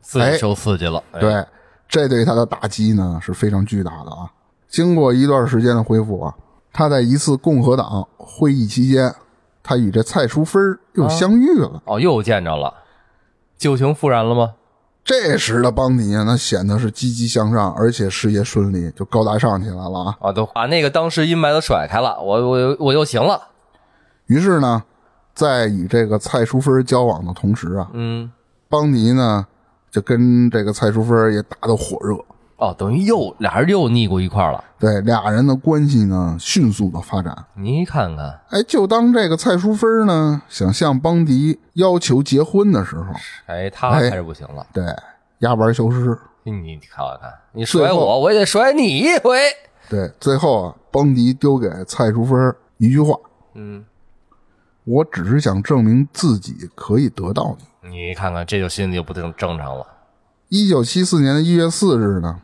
[SPEAKER 2] 自己受刺激了。哎，
[SPEAKER 1] 对，这对他的打击呢是非常巨大的啊。经过一段时间的恢复啊，他在一次共和党会议期间，他与这蔡淑芬儿又相遇了。
[SPEAKER 2] 哦，又见着了，旧情复燃了吗？
[SPEAKER 1] 这时的邦迪呢，那显得是积极向上，而且事业顺利，就高大上起来了啊。
[SPEAKER 2] 啊，都把那个当时阴霾都甩开了，我我我就行了。
[SPEAKER 1] 于是呢，在与这个蔡淑芬儿交往的同时啊，
[SPEAKER 2] 嗯，
[SPEAKER 1] 邦迪呢就跟这个蔡淑芬儿也打得火热。
[SPEAKER 2] 哦，等于又俩人又腻过一块儿了。
[SPEAKER 1] 对，俩人的关系呢迅速的发展，
[SPEAKER 2] 你看看，
[SPEAKER 1] 哎，就当这个蔡淑芬呢想向邦迪要求结婚的时候，
[SPEAKER 2] 哎，他
[SPEAKER 1] 哎
[SPEAKER 2] 开始不行了。
[SPEAKER 1] 对，压弯修饰，
[SPEAKER 2] 你看看，你
[SPEAKER 1] 最
[SPEAKER 2] 甩
[SPEAKER 1] 后
[SPEAKER 2] 我，我也得甩你一回。
[SPEAKER 1] 对，最后啊，邦迪丢给蔡淑芬一句话：
[SPEAKER 2] 嗯，
[SPEAKER 1] 我只是想证明自己可以得到你。
[SPEAKER 2] 你看看，这就心里就不正正常了。
[SPEAKER 1] 一九七四年的一月四日呢，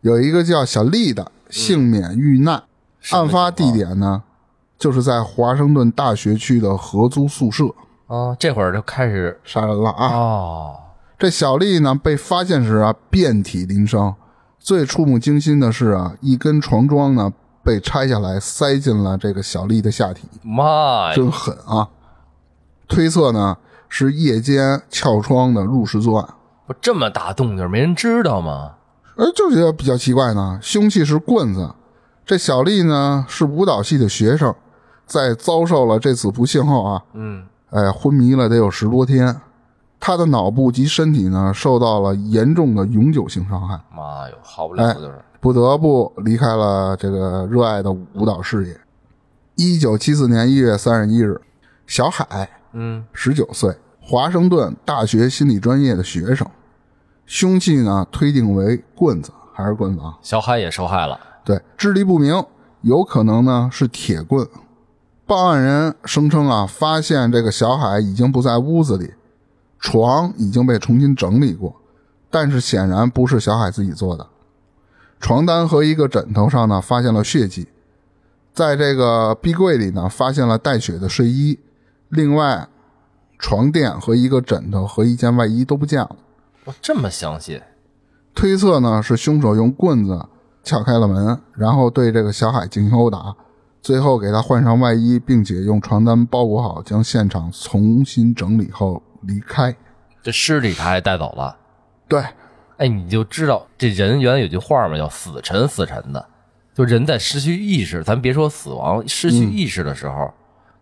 [SPEAKER 1] 有一个叫小丽的幸免遇难，
[SPEAKER 2] 嗯么啊
[SPEAKER 1] 案发地点呢就是在华盛顿大学区的合租宿舍
[SPEAKER 2] 啊，这会儿就开始
[SPEAKER 1] 杀人了啊！
[SPEAKER 2] 哦，
[SPEAKER 1] 这小丽呢被发现时啊，遍体鳞伤。最触目惊心的是啊，一根床桩呢被拆下来，塞进了这个小丽的下体，
[SPEAKER 2] 妈呀，
[SPEAKER 1] 真狠啊！推测呢是夜间撬窗的入室作案。
[SPEAKER 2] 不这么大动静，没人知道吗？
[SPEAKER 1] 哎，就觉得比较奇怪呢，凶器是棍子。这小丽呢是舞蹈系的学生，在遭受了这次不幸后啊，
[SPEAKER 2] 嗯，
[SPEAKER 1] 哎，昏迷了得有十多天。她的脑部及身体呢受到了严重的永久性伤害。
[SPEAKER 2] 妈哟，好不了
[SPEAKER 1] 哎
[SPEAKER 2] 就是，
[SPEAKER 1] 不得不离开了这个热爱的舞蹈事业。一九七四年一月三十一日，小海
[SPEAKER 2] 嗯
[SPEAKER 1] 十九岁，华盛顿大学心理专业的学生，凶器呢推定为棍子，还是棍子啊？
[SPEAKER 2] 小海也受害了。
[SPEAKER 1] 对，智力不明，有可能呢是铁棍。报案人声称啊，发现这个小海已经不在屋子里，床已经被重新整理过，但是显然不是小海自己做的。床单和一个枕头上呢发现了血迹，在这个壁柜里呢发现了带血的睡衣，另外床垫和一个枕头和一件外衣都不见了。
[SPEAKER 2] 哇，这么详细，
[SPEAKER 1] 推测呢是凶手用棍子撬开了门，然后对这个小海进行殴打，最后给他换上外衣，并且用床单包裹好，将现场重新整理后离开。
[SPEAKER 2] 这尸体他还带走了。
[SPEAKER 1] 对，
[SPEAKER 2] 哎，你就知道这人原来有句话嘛，叫“死沉死沉”的，就人在失去意识，咱别说死亡，失去意识的时候、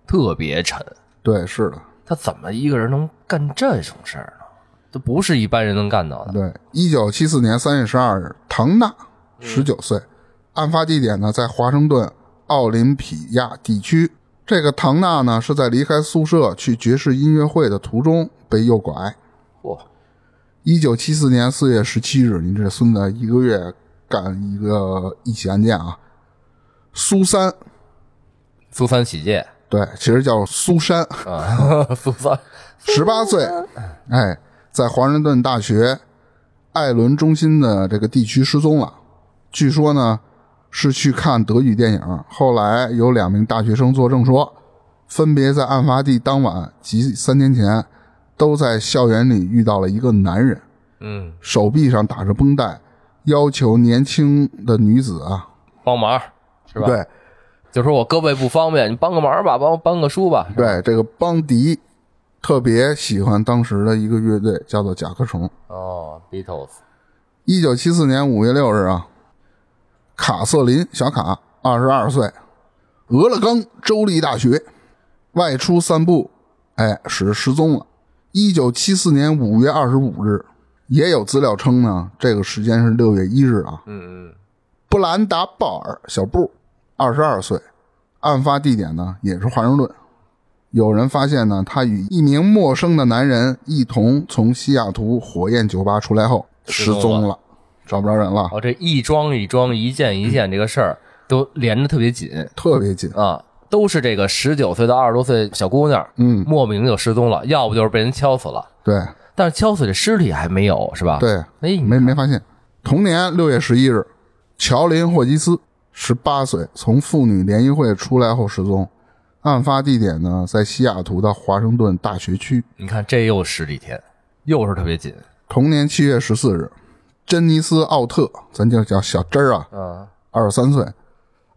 [SPEAKER 2] 特别沉。
[SPEAKER 1] 对，是的。
[SPEAKER 2] 他怎么一个人能干这种事儿呢？这不是一般人能干到的。
[SPEAKER 1] 对，一九七四年三月十二日，唐纳十九岁，案发地点呢在华盛顿奥林匹亚地区。这个唐纳呢是在离开宿舍去爵士音乐会的途中被诱拐。
[SPEAKER 2] 嚯、
[SPEAKER 1] 一九七四年四月十七日，您这孙子一个月干一个一起案件啊。苏三，
[SPEAKER 2] 苏三起解
[SPEAKER 1] 对，其实叫苏珊，
[SPEAKER 2] 啊，苏三
[SPEAKER 1] 十八岁，哎，在华盛顿大学艾伦中心的这个地区失踪了。据说呢，是去看德语电影。后来有两名大学生作证说，分别在案发地当晚及三天前，都在校园里遇到了一个男人，
[SPEAKER 2] 嗯，
[SPEAKER 1] 手臂上打着绷带，要求年轻的女子啊，
[SPEAKER 2] 帮忙是吧？，
[SPEAKER 1] 对
[SPEAKER 2] 就说我胳膊不方便，你帮个忙吧，帮我帮个书吧。
[SPEAKER 1] 对，这个邦迪特别喜欢当时的一个乐队，叫做甲壳虫。
[SPEAKER 2] 哦，Beatles，
[SPEAKER 1] 一九七四年五月六日啊，卡瑟琳小卡二十二岁，俄勒冈州立大学，外出散步，哎，使失踪了。一九七四年五月二十五日，也有资料称呢，这个时间是六月一日啊。
[SPEAKER 2] 嗯嗯，
[SPEAKER 1] 布兰达·鲍尔小布，二十二岁，案发地点呢也是华盛顿。有人发现呢，他与一名陌生的男人一同从西雅图火焰酒吧出来后
[SPEAKER 2] 失
[SPEAKER 1] 失
[SPEAKER 2] 踪了
[SPEAKER 1] 踪了，找不着人了，
[SPEAKER 2] 哦，这一桩一桩，一件一件，这个事儿都连着特别紧
[SPEAKER 1] 特别紧。
[SPEAKER 2] 啊，都是这个十九岁到二十多岁小姑娘，
[SPEAKER 1] 嗯，
[SPEAKER 2] 莫名就失踪了，要不就是被人敲死了，
[SPEAKER 1] 对
[SPEAKER 2] 但是敲死这尸体还没有是吧？，
[SPEAKER 1] 对，
[SPEAKER 2] 哎，
[SPEAKER 1] 没没发现。同年六月十一日，乔林·霍基斯，十八岁，从妇女联谊会出来后失踪，案发地点呢在西雅图的华盛顿大学区。
[SPEAKER 2] 你看这又十几天，又是特别紧，
[SPEAKER 1] 同年七月十四日，珍妮斯·奥特，咱就叫小珍儿啊，
[SPEAKER 2] 嗯，
[SPEAKER 1] 二十三岁，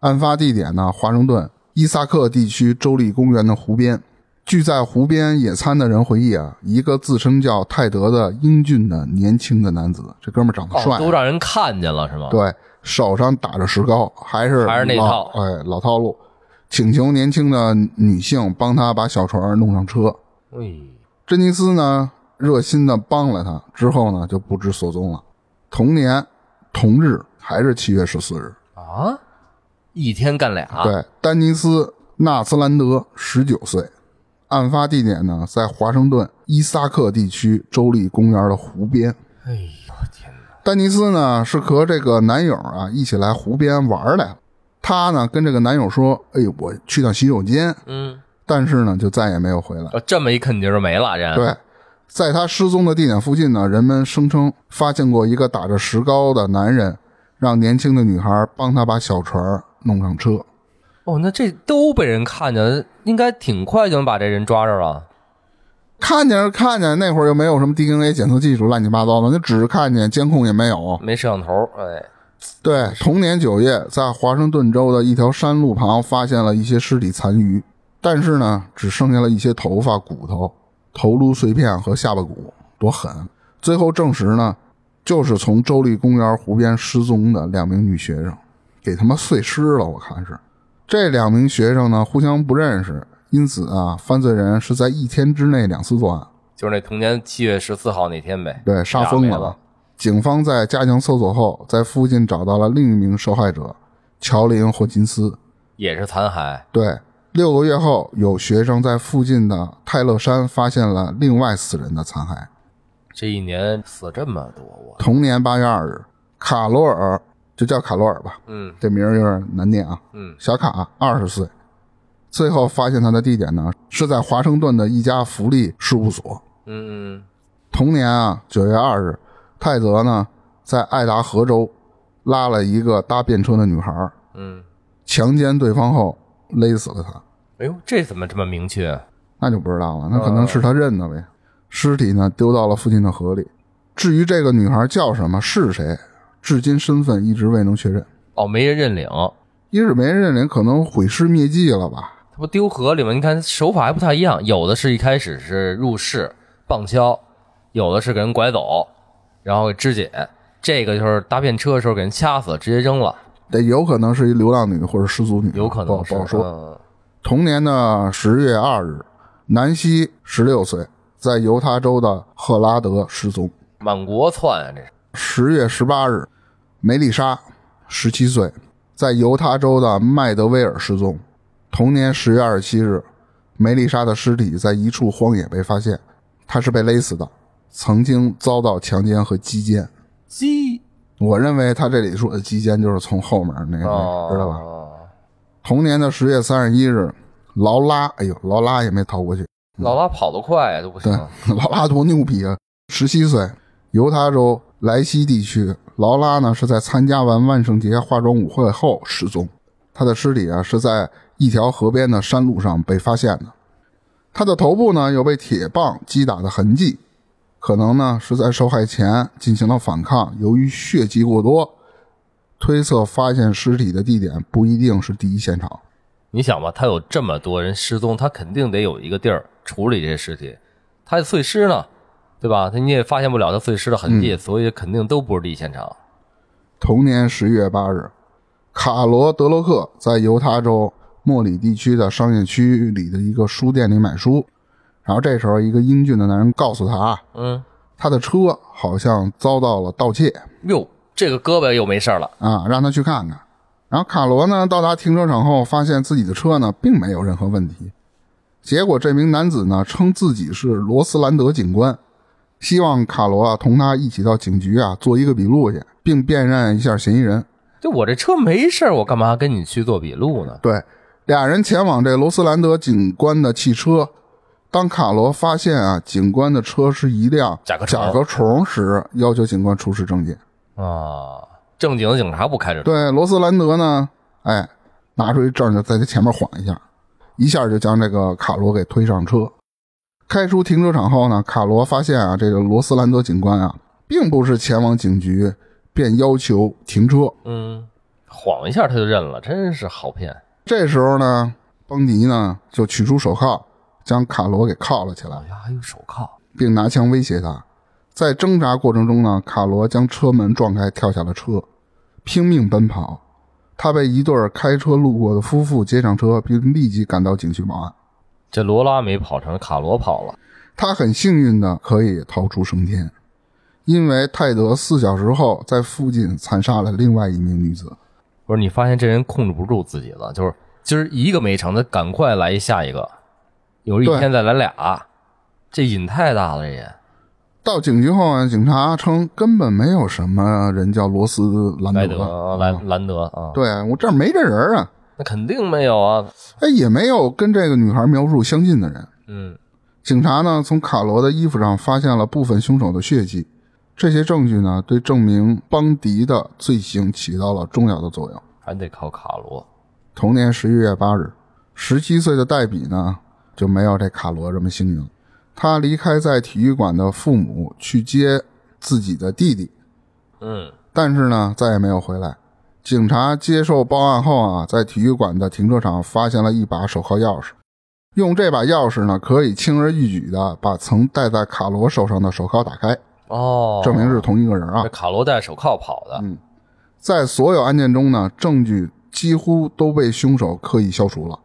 [SPEAKER 1] 案发地点呢华盛顿伊萨克地区州立公园的湖边。据在湖边野餐的人回忆啊，一个自称叫泰德的英俊的年轻的男子，这哥们儿长得
[SPEAKER 2] 哦
[SPEAKER 1] 帅啊、
[SPEAKER 2] 都让人看见了是吗？
[SPEAKER 1] 对，手上打着石膏，还是
[SPEAKER 2] 还是那
[SPEAKER 1] 老
[SPEAKER 2] 套
[SPEAKER 1] 哎，老套路，请求年轻的女性帮他把小船弄上车。
[SPEAKER 2] 对，
[SPEAKER 1] 珍妮斯呢，热心的帮了他，之后呢就不知所踪了。同年同日，还是七月十四日，
[SPEAKER 2] 啊，一天干俩，
[SPEAKER 1] 对，丹尼斯·纳斯兰德，十九岁，案发地点呢在华盛顿伊萨克地区州立公园的湖边。
[SPEAKER 2] 哎呦天哪，
[SPEAKER 1] 丹尼斯呢是和这个男友啊一起来湖边玩来了。她呢跟这个男友说：“哎，我去趟洗手间。
[SPEAKER 2] 嗯，”
[SPEAKER 1] 但是呢就再也没有回来。
[SPEAKER 2] 哦这么一啃劲儿就没了人，，
[SPEAKER 1] 对，在她失踪的地点附近呢，人们声称发现过一个打着石膏的男人，让年轻的女孩帮他把小船弄上车。
[SPEAKER 2] 哦，那这都被人看见，应该挺快就能把这人抓着了，
[SPEAKER 1] 看见是看见，那会儿又没有什么 DNA 检测技术，乱七八糟的，就只是看见，监控也没有。
[SPEAKER 2] 没摄像头，哎，
[SPEAKER 1] 对，同年九月，在华盛顿州的一条山路旁发现了一些尸体残余，但是呢，只剩下了一些头发、骨头、头颅碎片和下巴骨，多狠！啊最后证实呢，就是从州立公园湖边失踪的两名女学生，给他妈碎尸了，我看是。这两名学生呢，互相不认识，因此啊，犯罪人是在一天之内两次作案。
[SPEAKER 2] 就是那同年七月十四号那天呗，
[SPEAKER 1] 对，杀疯
[SPEAKER 2] 没
[SPEAKER 1] 了。警方在加强搜索后，在附近找到了另一名受害者乔林·霍金斯。
[SPEAKER 2] 也是残骸，
[SPEAKER 1] 对，六个月后，有学生在附近的泰勒山发现了另外四人的残骸。
[SPEAKER 2] 这一年死这么多，我
[SPEAKER 1] 同年八月二日，卡罗尔就叫卡罗尔吧，
[SPEAKER 2] 嗯
[SPEAKER 1] 这名儿有点难念啊。
[SPEAKER 2] 嗯
[SPEAKER 1] 小卡二十岁，最后发现他的地点呢是在华盛顿的一家福利事务所。
[SPEAKER 2] 嗯
[SPEAKER 1] 同年啊，九月二日，泰泽呢在爱达荷州拉了一个搭便车的女孩儿，
[SPEAKER 2] 嗯嗯，
[SPEAKER 1] 强奸对方后勒死了她。
[SPEAKER 2] 哎呦，这怎么这么明确？啊
[SPEAKER 1] 那就不知道了，那可能是他认的呗。尸体呢丢到了附近的河里。至于这个女孩叫什么是谁，至今身份一直未能确认。
[SPEAKER 2] 哦，没人认领，
[SPEAKER 1] 一是没人认领，可能毁尸灭迹了吧？
[SPEAKER 2] 他不丢河里吗？你看手法还不太一样，有的是一开始是入室棒敲，有的是给人拐走，然后给肢解。这个就是搭便车的时候给人掐死，直接扔了，
[SPEAKER 1] 得有可能是一流浪女或者失足女，
[SPEAKER 2] 有可
[SPEAKER 1] 不
[SPEAKER 2] 能
[SPEAKER 1] 好
[SPEAKER 2] 是。
[SPEAKER 1] 不好说。
[SPEAKER 2] 嗯
[SPEAKER 1] 同年的十月二日，南希十六岁，在犹他州的赫拉德失踪。
[SPEAKER 2] 满国窜啊，这是。
[SPEAKER 1] 十月十八日，梅丽莎十七岁，在犹他州的麦德威尔失踪。同年十月二十七日，梅丽莎的尸体在一处荒野被发现，她是被勒死的，曾经遭到强奸和击奸。
[SPEAKER 2] 鸡
[SPEAKER 1] 我认为他这里说的击奸就是从后面那个，
[SPEAKER 2] 哦，
[SPEAKER 1] 嗯知道吧？同年的十月三十一日，劳拉，哎呦，劳拉也没逃过去。
[SPEAKER 2] 老拉跑得快啊呀、都不行
[SPEAKER 1] 对。，劳拉多牛逼啊！十七岁，犹他州莱西地区，劳拉呢是在参加完万圣节化妆舞会后失踪，她的尸体啊是在一条河边的山路上被发现的，她的头部呢有被铁棒击打的痕迹，可能呢是在受害前进行了反抗，由于血迹过多，推测发现尸体的地点不一定是第一现场。
[SPEAKER 2] 你想吧，他有这么多人失踪，他肯定得有一个地儿处理这些尸体。他的碎尸呢，对吧？他你也发现不了他碎尸的痕迹，所以肯定都不是第一现场。
[SPEAKER 1] 同年十月八日，卡罗德洛克在犹他州莫里地区的商业区里的一个书店里买书，然后这时候一个英俊的男人告诉他啊，
[SPEAKER 2] 嗯，
[SPEAKER 1] 他的车好像遭到了盗窃
[SPEAKER 2] 哟，这个胳膊又没事儿了。
[SPEAKER 1] 啊，让他去看看。然后卡罗呢到达停车场后，发现自己的车呢并没有任何问题。结果这名男子呢称自己是罗斯兰德警官，希望卡罗啊同他一起到警局啊做一个笔录去，并辨认一下嫌疑人。
[SPEAKER 2] 对我这车没事儿，我干嘛跟你去做笔录呢？
[SPEAKER 1] 对，俩人前往这罗斯兰德警官的汽车。当卡罗发现啊，警官的车是一辆
[SPEAKER 2] 甲壳虫
[SPEAKER 1] 甲壳虫时，要求警官出示证件。
[SPEAKER 2] 啊，正经的警察不开这车。
[SPEAKER 1] 对，罗斯兰德呢，哎，拿出一证就在他前面晃一下，一下就将这个卡罗给推上车。开出停车场后呢，卡罗发现啊，这个罗斯兰德警官啊，并不是前往警局，便要求停车。
[SPEAKER 2] 嗯，晃一下他就认了，真是好骗。
[SPEAKER 1] 这时候呢，邦迪呢就取出手铐，将卡罗给铐了起来
[SPEAKER 2] 哎。呀，还有手铐，
[SPEAKER 1] 并拿枪威胁他。在挣扎过程中呢，卡罗将车门撞开，跳下了车，拼命奔跑。他被一对儿开车路过的夫妇接上车，并立即赶到警局报案。
[SPEAKER 2] 这罗拉没跑成，卡罗跑了。
[SPEAKER 1] 他很幸运的可以逃出升天，因为泰德四小时后在附近残杀了另外一名女子。
[SPEAKER 2] 不是你发现这人控制不住自己了，就是今儿一个没成，他赶快来下一个，有时一
[SPEAKER 1] 对
[SPEAKER 2] 天再来俩，这瘾太大了，这也
[SPEAKER 1] 到警局后呢，警察称根本没有什么人叫罗斯兰
[SPEAKER 2] 莱
[SPEAKER 1] 德，
[SPEAKER 2] 德啊兰兰德啊，
[SPEAKER 1] 对我这儿没这人啊，
[SPEAKER 2] 那肯定没有啊，
[SPEAKER 1] 哎，也没有跟这个女孩描述相近的人。
[SPEAKER 2] 嗯，
[SPEAKER 1] 警察呢，从卡罗的衣服上发现了部分凶手的血迹，这些证据呢，对证明邦迪的罪行起到了重要的作用。
[SPEAKER 2] 还得靠卡罗，
[SPEAKER 1] 同年十一月八日，十七岁的黛比呢，就没有这卡罗这么幸运了。她离开在体育馆的父母，去接自己的弟弟，
[SPEAKER 2] 嗯，
[SPEAKER 1] 但是呢，再也没有回来。警察接受报案后啊，在体育馆的停车场发现了一把手铐钥匙，用这把钥匙呢，可以轻而易举的把曾戴在卡罗手上的手铐打开，
[SPEAKER 2] 哦，
[SPEAKER 1] 证明是同一个人啊
[SPEAKER 2] 这。卡罗戴手铐跑的，
[SPEAKER 1] 嗯在所有案件中呢，证据几乎都被凶手刻意消除了。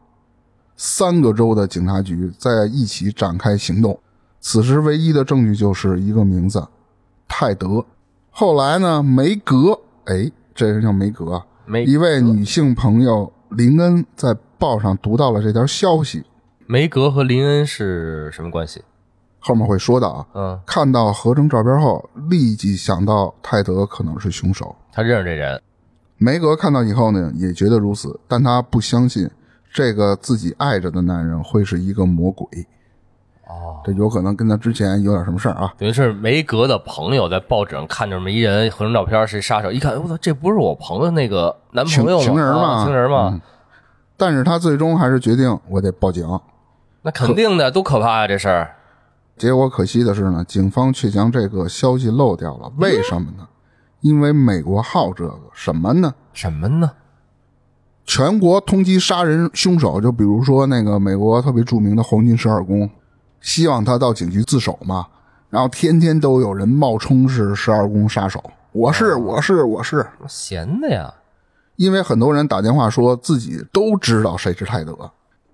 [SPEAKER 1] 三个州的警察局在一起展开行动，此时唯一的证据就是一个名字——泰德。后来呢，梅格，哎，这人叫梅格啊，
[SPEAKER 2] 没
[SPEAKER 1] 一位女性朋友林恩在报上读到了这条消息，
[SPEAKER 2] 梅格和林恩是什么关系？
[SPEAKER 1] 后面会说的啊。
[SPEAKER 2] 嗯，
[SPEAKER 1] 看到合成照片后，立即想到泰德可能是凶手。
[SPEAKER 2] 他认识这人，
[SPEAKER 1] 梅格看到以后呢，也觉得如此，但他不相信这个自己爱着的男人会是一个魔鬼。
[SPEAKER 2] 哦，
[SPEAKER 1] 这有可能跟他之前有点什么事儿啊。
[SPEAKER 2] 等于是梅格的朋友在报纸上看着这么一人合成照片是杀手，一看，哎我操，这不是我朋友那个男朋友吗？
[SPEAKER 1] 情情人嘛嗯
[SPEAKER 2] 啊情人嘛，
[SPEAKER 1] 但是他最终还是决定，我得报警。
[SPEAKER 2] 那肯定的，多可怕啊呀、这事儿。
[SPEAKER 1] 结果可惜的是呢，警方却将这个消息漏掉了。为什么呢？因为美国好这个什么呢？
[SPEAKER 2] 什么呢？
[SPEAKER 1] 全国通缉杀人凶手，就比如说那个美国特别著名的黄金十二宫，希望他到警局自首嘛。然后天天都有人冒充是十二宫杀手，我是我是我是，
[SPEAKER 2] 闲的呀，
[SPEAKER 1] 因为很多人打电话说自己都知道谁是泰德，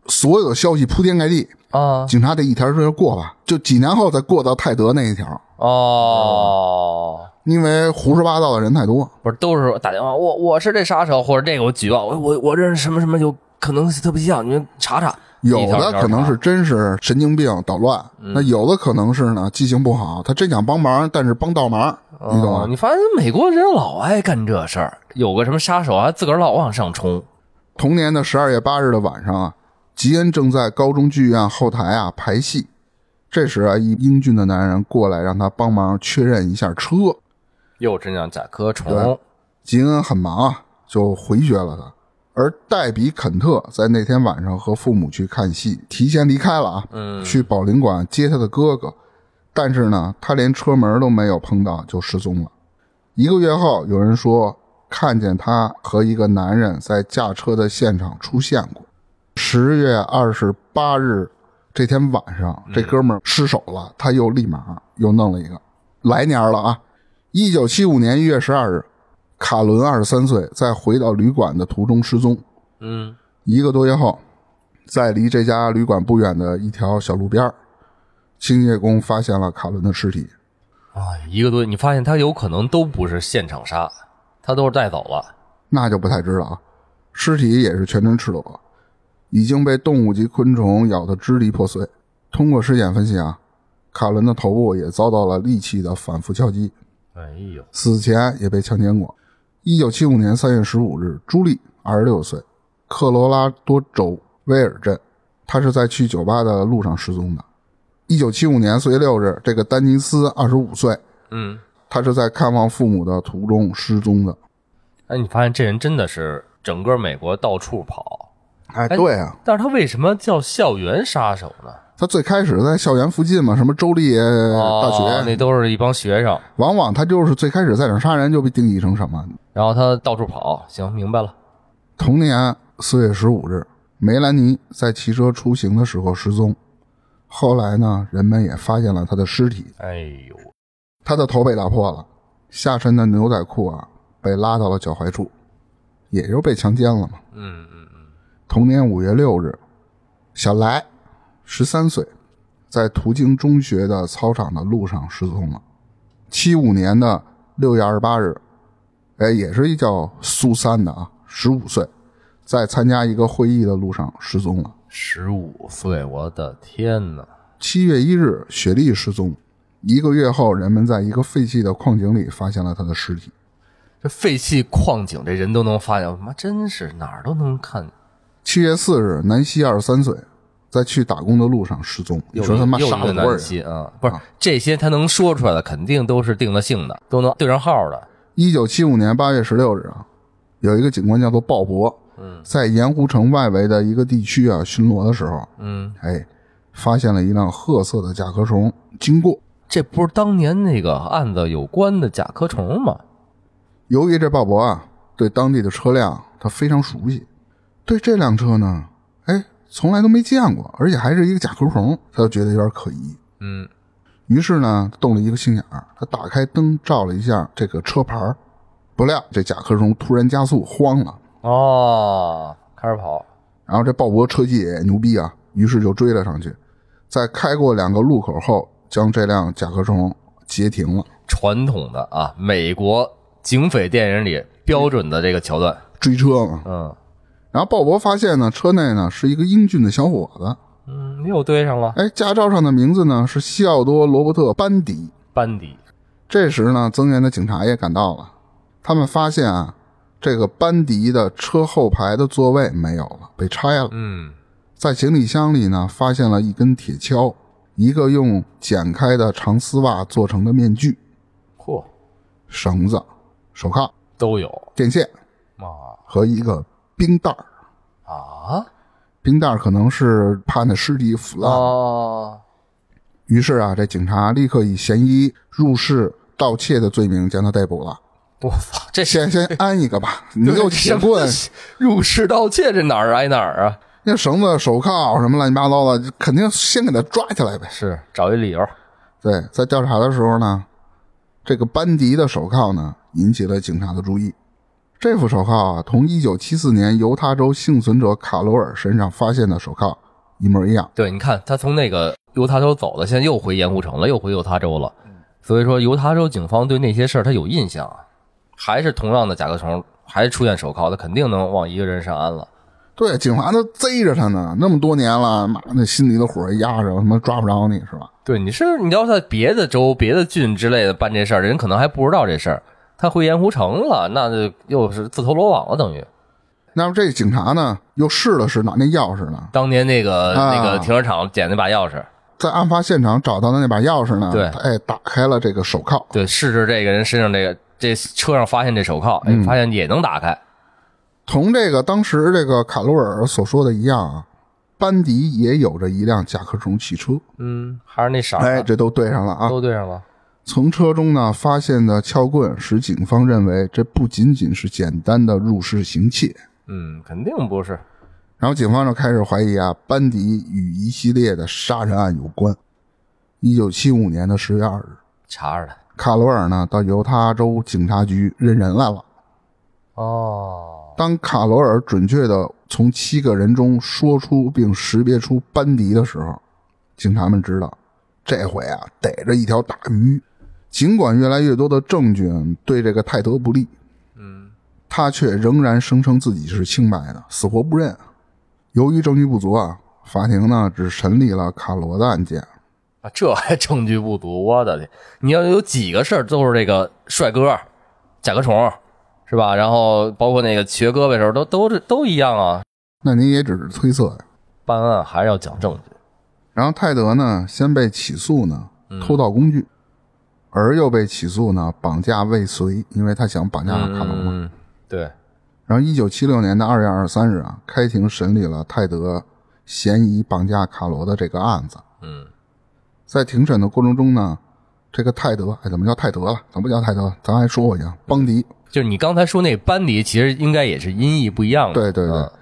[SPEAKER 1] 所有的消息铺天盖地，
[SPEAKER 2] 啊，
[SPEAKER 1] 警察得一条一条过吧，就几年后再过到泰德那一条，
[SPEAKER 2] 哦，
[SPEAKER 1] 因为胡说八道的人太多。
[SPEAKER 2] 不是，都是打电话，我我是这杀手，或者这个我举报，我我我认识什么什么，有可能特别像，你们查查。
[SPEAKER 1] 有
[SPEAKER 2] 一条
[SPEAKER 1] 的
[SPEAKER 2] 一条嗯
[SPEAKER 1] 可能
[SPEAKER 2] 查
[SPEAKER 1] 是真是神经病捣乱，那有的可能是呢记性不好，他真想帮忙，但是帮倒忙，你懂
[SPEAKER 2] 哦
[SPEAKER 1] 吗？
[SPEAKER 2] 你发现美国人老爱干这事儿，有个什么杀手啊，自个儿老往上冲。
[SPEAKER 1] 同年的十二月八日的晚上啊，吉恩正在高中剧院后台啊排戏，这时啊，一英俊的男人过来让他帮忙确认一下车。
[SPEAKER 2] 又真像甲壳
[SPEAKER 1] 对
[SPEAKER 2] 虫，
[SPEAKER 1] 吉恩很忙啊，就回绝了他。而黛比·肯特在那天晚上和父母去看戏，提前离开了啊，
[SPEAKER 2] 嗯
[SPEAKER 1] 去保龄馆接他的哥哥，但是呢，他连车门都没有碰到就失踪了。一个月后，有人说看见他和一个男人在驾车的现场出现过。十月二十八日这天晚上，这哥们儿失手了，他又立马又弄了一个，来年了啊！一九七五年一月十二日，卡伦二十三岁，在回到旅馆的途中失踪。
[SPEAKER 2] 嗯，
[SPEAKER 1] 一个多月后，在离这家旅馆不远的一条小路边儿，清洁工发现了卡伦的尸体。
[SPEAKER 2] 啊，一个多，你发现他有可能都不是现场杀，他都是带走了。
[SPEAKER 1] 那就不太知道啊。尸体也是全身赤裸，已经被动物及昆虫咬得支离破碎。通过尸检分析啊，卡伦的头部也遭到了利器的反复敲击，
[SPEAKER 2] 哎呦，
[SPEAKER 1] 死前也被强奸过。一九七五年三月十五日，朱莉二十六岁，科罗拉多州威尔镇，她是在去酒吧的路上失踪的。一九七五年四月六日，这个丹尼斯二十五岁，
[SPEAKER 2] 嗯，
[SPEAKER 1] 他是在看望父母的途中失踪的。
[SPEAKER 2] 哎，你发现这人真的是整个美国到处跑，
[SPEAKER 1] 哎
[SPEAKER 2] 哎
[SPEAKER 1] 对啊，
[SPEAKER 2] 但是他为什么叫校园杀手呢？
[SPEAKER 1] 他最开始在校园附近嘛，什么州立呃大学，
[SPEAKER 2] 哦、那都是一帮学生，
[SPEAKER 1] 往往他就是最开始在哪儿杀人就被定义成什么。
[SPEAKER 2] 然后他到处跑。行，明白了。
[SPEAKER 1] 同年四月十五日，梅兰妮在骑车出行的时候失踪，后来呢，人们也发现了她的尸体，
[SPEAKER 2] 哎呦，
[SPEAKER 1] 她的头被打破了，啊下身的牛仔裤啊被拉到了脚踝处，也就是被强奸了嘛。
[SPEAKER 2] 嗯嗯嗯，
[SPEAKER 1] 同年五月六日，小莱十三岁，在途经中学的操场的路上失踪了。七五年的六月二十八日，哎，也是一叫苏珊的啊，十五岁，在参加一个会议的路上失踪了。
[SPEAKER 2] 十五岁，我的天哪！
[SPEAKER 1] 七月一日，雪莉失踪。一个月后，人们在一个废弃的矿井里发现了她的尸体。
[SPEAKER 2] 这废弃矿井，这人都能发现，妈真是哪儿都能看见。
[SPEAKER 1] 七月四日，南希二十三岁，在去打工的路上失踪。你
[SPEAKER 2] 又
[SPEAKER 1] 说他妈杀了
[SPEAKER 2] 了
[SPEAKER 1] 多少人？
[SPEAKER 2] 啊！不是这些，他能说出来的，肯定都是定了性的，都能对上号的。
[SPEAKER 1] 一九七五年八月十六日啊，有一个警官叫做鲍勃，嗯，在盐湖城外围的一个地区啊巡逻的时候，
[SPEAKER 2] 嗯，
[SPEAKER 1] 哎，发现了一辆褐色的甲壳虫经过。
[SPEAKER 2] 这不是当年那个案子有关的甲壳虫吗？
[SPEAKER 1] 由于这鲍勃啊对当地的车辆他非常熟悉，对这辆车呢，哎，从来都没见过，而且还是一个甲壳虫，他就觉得有点可疑。
[SPEAKER 2] 嗯，
[SPEAKER 1] 于是呢，动了一个心眼儿，他打开灯照了一下这个车牌儿，不料这甲壳虫突然加速，慌了。
[SPEAKER 2] 哦，开始跑，
[SPEAKER 1] 然后这鲍勃车技也牛逼啊，于是就追了上去，在开过两个路口后，将这辆甲壳虫截停了。
[SPEAKER 2] 传统的啊，美国警匪电影里标准的这个桥段。
[SPEAKER 1] 追车嘛，
[SPEAKER 2] 嗯，
[SPEAKER 1] 然然后鲍勃发现呢，车内呢是一个英俊的小伙子，
[SPEAKER 2] 嗯，又对上了
[SPEAKER 1] 哎，驾照上的名字呢是西奥多·罗伯特·班迪。
[SPEAKER 2] 班底，
[SPEAKER 1] 这时呢，增援的警察也赶到了，他们发现啊，这个班迪的车后排的座位没有了，被拆了。
[SPEAKER 2] 嗯，
[SPEAKER 1] 在行李箱里呢，发现了一根铁锹，一个用剪开的长丝袜做成的面具、
[SPEAKER 2] 嚯，
[SPEAKER 1] 绳子、手铐、
[SPEAKER 2] 都有
[SPEAKER 1] 电线
[SPEAKER 2] 啊
[SPEAKER 1] 和一个冰袋儿。
[SPEAKER 2] 啊
[SPEAKER 1] 冰袋儿可能是怕那尸体腐烂，
[SPEAKER 2] 哦，
[SPEAKER 1] 于是啊，这警察立刻以嫌疑入室盗窃的罪名将他逮捕了。
[SPEAKER 2] 我操，这
[SPEAKER 1] 先先安一个吧，你给我铁
[SPEAKER 2] 什
[SPEAKER 1] 棍
[SPEAKER 2] 么、入室盗窃，这哪儿挨哪儿啊？
[SPEAKER 1] 那绳子、手铐什么乱七八糟的，肯定先给他抓起来呗。
[SPEAKER 2] 是找一理由，
[SPEAKER 1] 对，在调查的时候呢，这个班迪的手铐呢引起了警察的注意。这副手铐啊，同1974年犹他州幸存者卡罗尔身上发现的手铐一模一样。
[SPEAKER 2] 对，你看他从那个犹他州走了，现在又回盐湖城了，又回犹他州了。所以说，犹他州警方对那些事儿他有印象啊，还是同样的甲壳虫，还是出现手铐，他肯定能往一个人上安了。
[SPEAKER 1] 对，警察都贼着他呢，那么多年了，妈那心里的火压着，他妈抓不着你是吧？
[SPEAKER 2] 对，你是你要在别的州、别的郡之类的办这事儿，人可能还不知道这事儿。他回盐湖城了，那就又是自投罗网了，等于
[SPEAKER 1] 那么这警察呢，又试了试拿那钥匙呢，
[SPEAKER 2] 当年那个、
[SPEAKER 1] 啊
[SPEAKER 2] 那个停车场捡那把钥匙，
[SPEAKER 1] 在案发现场找到的那把钥匙呢，
[SPEAKER 2] 对
[SPEAKER 1] 他哎，打开了这个手铐，
[SPEAKER 2] 对，试试这个人身上这个这车上发现这手铐，哎，
[SPEAKER 1] 嗯
[SPEAKER 2] 发现也能打开，
[SPEAKER 1] 同这个当时这个卡罗尔所说的一样啊，班迪也有着一辆甲壳虫汽车，
[SPEAKER 2] 嗯，还是那色儿、
[SPEAKER 1] 哎，这都对上了啊。
[SPEAKER 2] 都对上了。
[SPEAKER 1] 从车中呢发现的撬棍，使警方认为这不仅仅是简单的入室行窃，
[SPEAKER 2] 嗯，肯定不是。
[SPEAKER 1] 然后警方就开始怀疑啊，班迪与一系列的杀人案有关。一九七五年的十月二日，
[SPEAKER 2] 查着他。
[SPEAKER 1] 卡罗尔呢到犹他州警察局认人来了。
[SPEAKER 2] 哦，
[SPEAKER 1] 当卡罗尔准确的从七个人中说出并识别出班迪的时候，警察们知道这回啊逮着一条大鱼。尽管越来越多的证据对这个泰德不利，嗯，他却仍然声称自己是清白的，死活不认。由于证据不足啊，法庭呢只审理了卡罗的案件。
[SPEAKER 2] 啊，这还 证据不足，我的天！你要有几个事儿都是这个帅哥、甲壳虫，是吧？然后包括那个瘸胳膊的时候，都都是都一样啊。
[SPEAKER 1] 那您也只是推测呀。
[SPEAKER 2] 办案还是要讲证据。
[SPEAKER 1] 然后泰德呢，先被起诉呢
[SPEAKER 2] 嗯
[SPEAKER 1] 偷盗工具，而又被起诉呢绑架未遂，因为他想绑架卡罗嘛。
[SPEAKER 2] 嗯，对，
[SPEAKER 1] 然后，一九七六年的二月二十三日啊，开庭审理了泰德嫌疑绑架卡罗的这个案子。
[SPEAKER 2] 嗯，
[SPEAKER 1] 在庭审的过程中呢，这个泰德，哎，怎么叫泰德了？怎么叫泰德？咱还说过去，
[SPEAKER 2] 嗯
[SPEAKER 1] 邦迪。
[SPEAKER 2] 就是你刚才说那班底，其实应该也是音译不一样的。
[SPEAKER 1] 对对对，
[SPEAKER 2] 嗯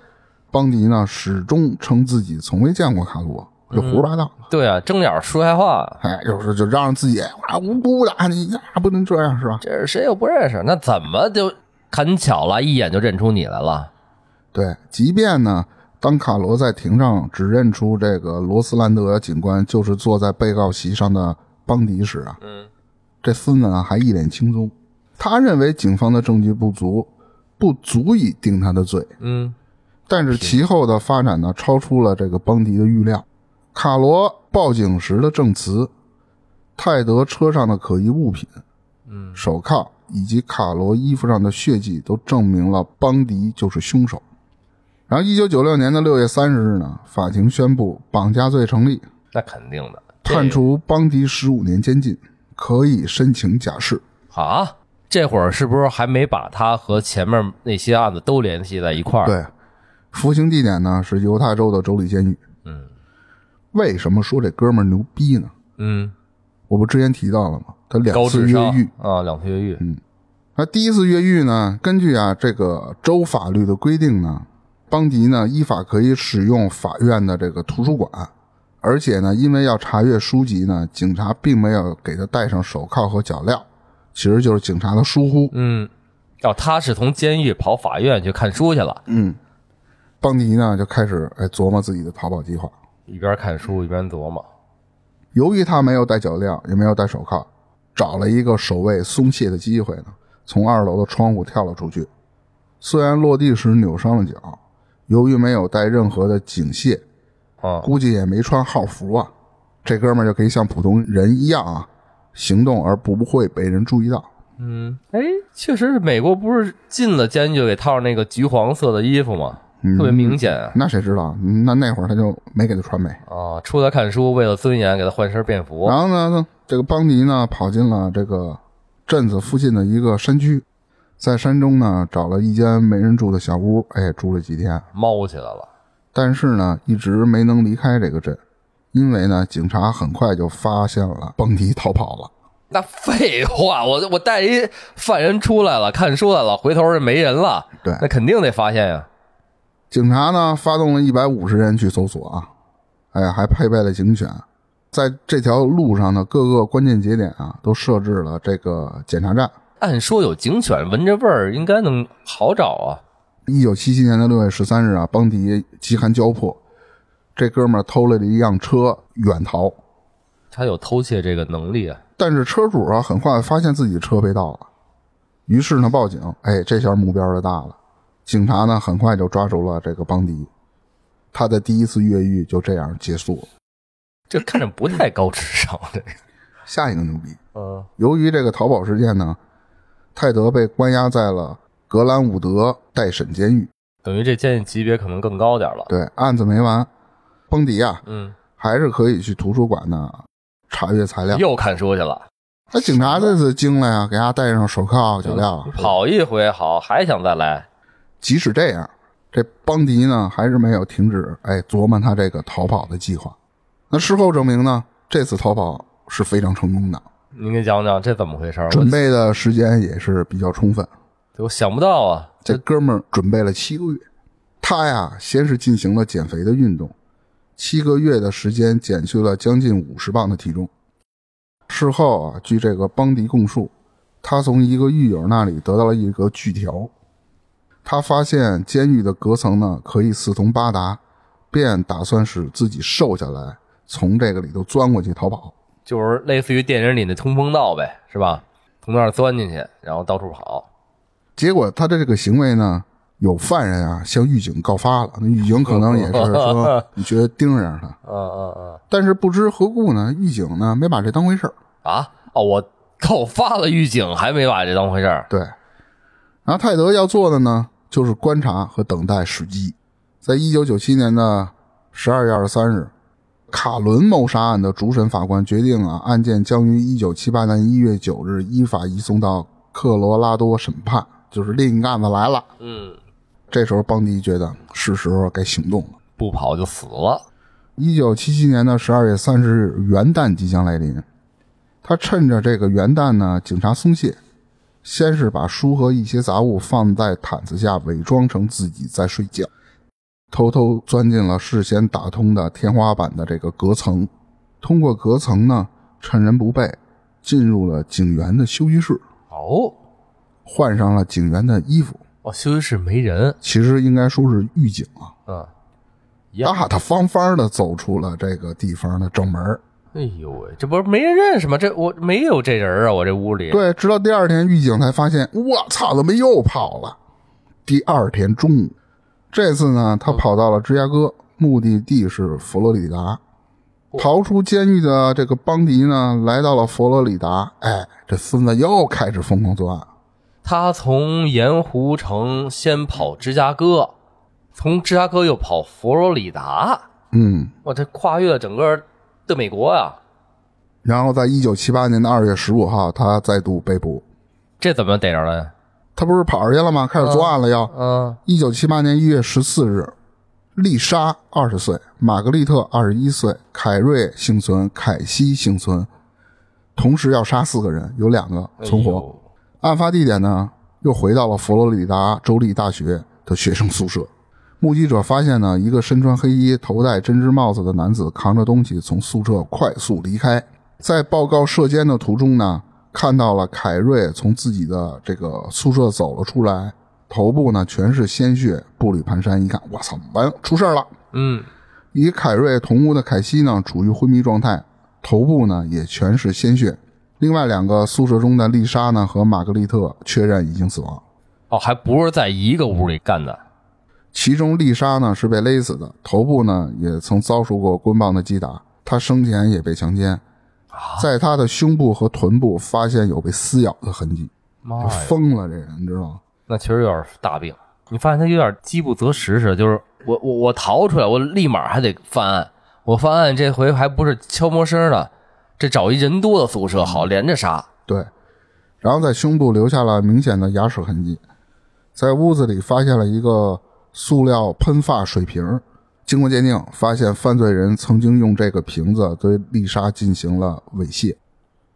[SPEAKER 1] 邦迪呢始终称自己从未见过卡罗，就胡说八道。
[SPEAKER 2] 对啊，睁眼说瞎话，
[SPEAKER 1] 哎，就是就嚷嚷自己啊无辜的，你那不能这样是吧？
[SPEAKER 2] 这是谁又不认识？那怎么就很巧了，一眼就认出你来了？
[SPEAKER 1] 对，即便呢，当卡罗在庭上指认出这个罗斯兰德警官就是坐在被告席上的邦迪时啊，嗯，这孙子啊还一脸轻松，他认为警方的证据不足，不足以定他的罪。
[SPEAKER 2] 嗯，
[SPEAKER 1] 但是其后的发展呢，超出了这个邦迪的预料。卡罗报警时的证词，泰德车上的可疑物品，嗯，手铐以及卡罗衣服上的血迹，都证明了邦迪就是凶手。然后，一九九六年的六月三十日呢，法庭宣布绑架罪成立，
[SPEAKER 2] 那肯定的。
[SPEAKER 1] 判处邦迪十五年监禁，可以申请假释。
[SPEAKER 2] 啊，这会儿是不是还没把他和前面那些案子都联系在一块儿？，
[SPEAKER 1] 对，服刑地点呢是犹他州的州立监狱。
[SPEAKER 2] 嗯
[SPEAKER 1] 为什么说这哥们儿牛逼呢？
[SPEAKER 2] 嗯，
[SPEAKER 1] 我不之前提到了吗？他两
[SPEAKER 2] 高
[SPEAKER 1] 次
[SPEAKER 2] 智
[SPEAKER 1] 越
[SPEAKER 2] 商
[SPEAKER 1] 狱。嗯
[SPEAKER 2] 啊，两次越狱，
[SPEAKER 1] 那第一次越狱呢？根据啊这个州法律的规定呢，邦迪呢依法可以使用法院的这个图书馆，而且呢，因为要查阅书籍呢，警察并没有给他戴上手铐和脚镣，其实就是警察的疏忽。
[SPEAKER 2] 嗯，哦，他是从监狱跑法院去看书去了，
[SPEAKER 1] 嗯邦迪呢就开始哎琢磨自己的逃跑计划。
[SPEAKER 2] 一边看书一边琢磨，
[SPEAKER 1] 由于他没有戴脚镣，也没有戴手铐，找了一个守卫松懈的机会呢，从二楼的窗户跳了出去。虽然落地时扭伤了脚，由于没有带任何的警械，
[SPEAKER 2] 啊，
[SPEAKER 1] 估计也没穿号服啊，这哥们儿就可以像普通人一样啊，行动而不会被人注意到。
[SPEAKER 2] 嗯，哎，确实是美国不是进了监狱就给套那个橘黄色的衣服吗？
[SPEAKER 1] 嗯
[SPEAKER 2] 特别明显啊！
[SPEAKER 1] 那谁知道？那那会儿他就没给他穿呗。
[SPEAKER 2] 啊出来看书，为了尊严给他换身便服。
[SPEAKER 1] 然后呢，这个邦迪呢跑进了这个镇子附近的一个山区，在山中呢找了一间没人住的小屋，哎，住了几天，
[SPEAKER 2] 猫起来了，
[SPEAKER 1] 但是呢一直没能离开这个镇，因为呢警察很快就发现了邦迪逃跑了。
[SPEAKER 2] 那废话，我我带一犯人出来了，看书来了，回头就没人了，
[SPEAKER 1] 对
[SPEAKER 2] 那肯定得发现呀、
[SPEAKER 1] 警察呢发动了一百五十人去搜索啊，哎，还配备了警犬，在这条路上的各个关键节点啊都设置了这个检查站。
[SPEAKER 2] 按说有警犬，闻着味儿应该能好找啊。
[SPEAKER 1] 一九七七年的六月十三日啊，邦迪饥寒交迫，这哥们儿偷了一辆车远逃，
[SPEAKER 2] 他有偷窃这个能力啊。
[SPEAKER 1] 但是车主啊很快发现自己车被盗了，于是呢报警，哎，这下目标就大了。警察呢很快就抓住了这个邦迪，他的第一次越狱就这样结束了。
[SPEAKER 2] 这看着不太高智商，这个。
[SPEAKER 1] 下一个牛逼，
[SPEAKER 2] 嗯，
[SPEAKER 1] 由于这个逃跑事件呢，泰德被关押在了格兰伍德待审监狱。
[SPEAKER 2] 等于这监狱级别可能更高点了。
[SPEAKER 1] 对，案子没完，邦迪啊
[SPEAKER 2] 嗯，
[SPEAKER 1] 还是可以去图书馆呢查阅材料。
[SPEAKER 2] 又看书去了，
[SPEAKER 1] 那警察这次惊了呀，给他戴上手铐、脚
[SPEAKER 2] 啊
[SPEAKER 1] 镣。
[SPEAKER 2] 跑一回嗯好，还想再来。
[SPEAKER 1] 即使这样，这邦迪呢还是没有停止哎琢磨他这个逃跑的计划。那事后证明呢，这次逃跑是非常成功的，
[SPEAKER 2] 您给讲讲这怎么回事儿？
[SPEAKER 1] 准备的时间也是比较充分。
[SPEAKER 2] 我我想不到啊，
[SPEAKER 1] 这哥们儿准备了七个月，他呀先是进行了减肥的运动，七个月的时间减去了将近五十磅的体重。事后啊，据这个邦迪供述，他从一个狱友那里得到了一个锯条，他发现监狱的隔层呢可以四通八达，便打算使自己瘦下来，从这个里头钻过去逃跑。
[SPEAKER 2] 就是类似于电影里那通风道呗，是吧？从那儿钻进去，然后到处跑。
[SPEAKER 1] 结果他的这个行为呢，有犯人啊向狱警告发了，那狱警可能也是说你觉得盯上他，
[SPEAKER 2] 嗯嗯嗯。
[SPEAKER 1] 但是不知何故呢，狱警呢没把这当回事儿。
[SPEAKER 2] 啊哦，我 告发了狱警，还没把这当回事儿。
[SPEAKER 1] 对，然后泰德要做的呢，就是观察和等待时机。在一九九七年的十二月二十三日，卡伦谋杀案的主审法官决定啊，案件将于一九七八年一月九日依法移送到科罗拉多审判，就是另一个案子来了。
[SPEAKER 2] 嗯，
[SPEAKER 1] 这时候邦迪觉得是时候该行动了。
[SPEAKER 2] 不跑就死了。
[SPEAKER 1] 一九七七年的十二月三十日，元旦即将来临。他趁着这个元旦呢，警察松懈，先是把书和一些杂物放在毯子下，伪装成自己在睡觉，偷偷钻进了事先打通的天花板的这个隔层。通过隔层呢，趁人不备，进入了警员的休息室，
[SPEAKER 2] 哦，
[SPEAKER 1] 换上了警员的衣服。
[SPEAKER 2] 哦，休息室没人。
[SPEAKER 1] 其实应该说是狱警啊，
[SPEAKER 2] 嗯，一样。
[SPEAKER 1] 大大方方的走出了这个地方的正门儿。
[SPEAKER 2] 哎呦喂，这不是没人认识吗？这我没有这人啊，我这屋里。，
[SPEAKER 1] 对，直到第二天，狱警才发现，我操，怎么又跑了？第二天中午，这次呢，他跑到了芝加哥，目的地是佛罗里达。逃出监狱的这个邦迪呢，来到了佛罗里达。哎，这孙子又开始疯狂作案。
[SPEAKER 2] 他从盐湖城先跑芝加哥，从芝加哥又跑佛罗里达，
[SPEAKER 1] 嗯，
[SPEAKER 2] 哇，这跨越了整个的美国啊！
[SPEAKER 1] 然后在一九七八年的二月十五号，他再度被捕。
[SPEAKER 2] 这怎么逮着了呀？
[SPEAKER 1] 他不是跑出去了吗？开始作案了又。
[SPEAKER 2] 嗯，
[SPEAKER 1] 一九七八年一月十四日，丽莎二十岁，玛格丽特二十一岁，凯瑞幸存，凯西幸存，同时要杀四个人，有两个存
[SPEAKER 2] 哎
[SPEAKER 1] 活。案发地点呢，又回到了佛罗里达州立大学的学生宿舍。目击者发现呢，一个身穿黑衣、头戴针织帽子的男子扛着东西从宿舍快速离开。在报告射监的途中呢，看到了凯瑞从自己的这个宿舍走了出来，头部呢全是鲜血，步履蹒跚。一看，我操，完了，出事儿了！
[SPEAKER 2] 嗯，
[SPEAKER 1] 与凯瑞同屋的凯西呢，处于昏迷状态，头部呢也全是鲜血。另外两个宿舍中的丽莎呢和玛格丽特确认已经死亡。
[SPEAKER 2] 哦，还不是在一个屋里干的。
[SPEAKER 1] 其中丽莎呢是被勒死的，头部呢也曾遭受过棍棒的击打，她生前也被强奸，
[SPEAKER 2] 啊
[SPEAKER 1] 在她的胸部和臀部发现有被撕咬的痕迹，
[SPEAKER 2] 妈
[SPEAKER 1] 就
[SPEAKER 2] 呀，
[SPEAKER 1] 疯了这人，你知道吗？
[SPEAKER 2] 那其实有点大病。你发现他有点饥不择食似的，就是我我我逃出来，我立马还得犯案。我犯案这回还不是悄摸声的，这找一人多的宿舍好连着杀。
[SPEAKER 1] 对，然后在胸部留下了明显的牙齿痕迹，在屋子里发现了一个塑料喷发水瓶儿，经过鉴定，发现犯罪人曾经用这个瓶子对丽莎进行了猥亵。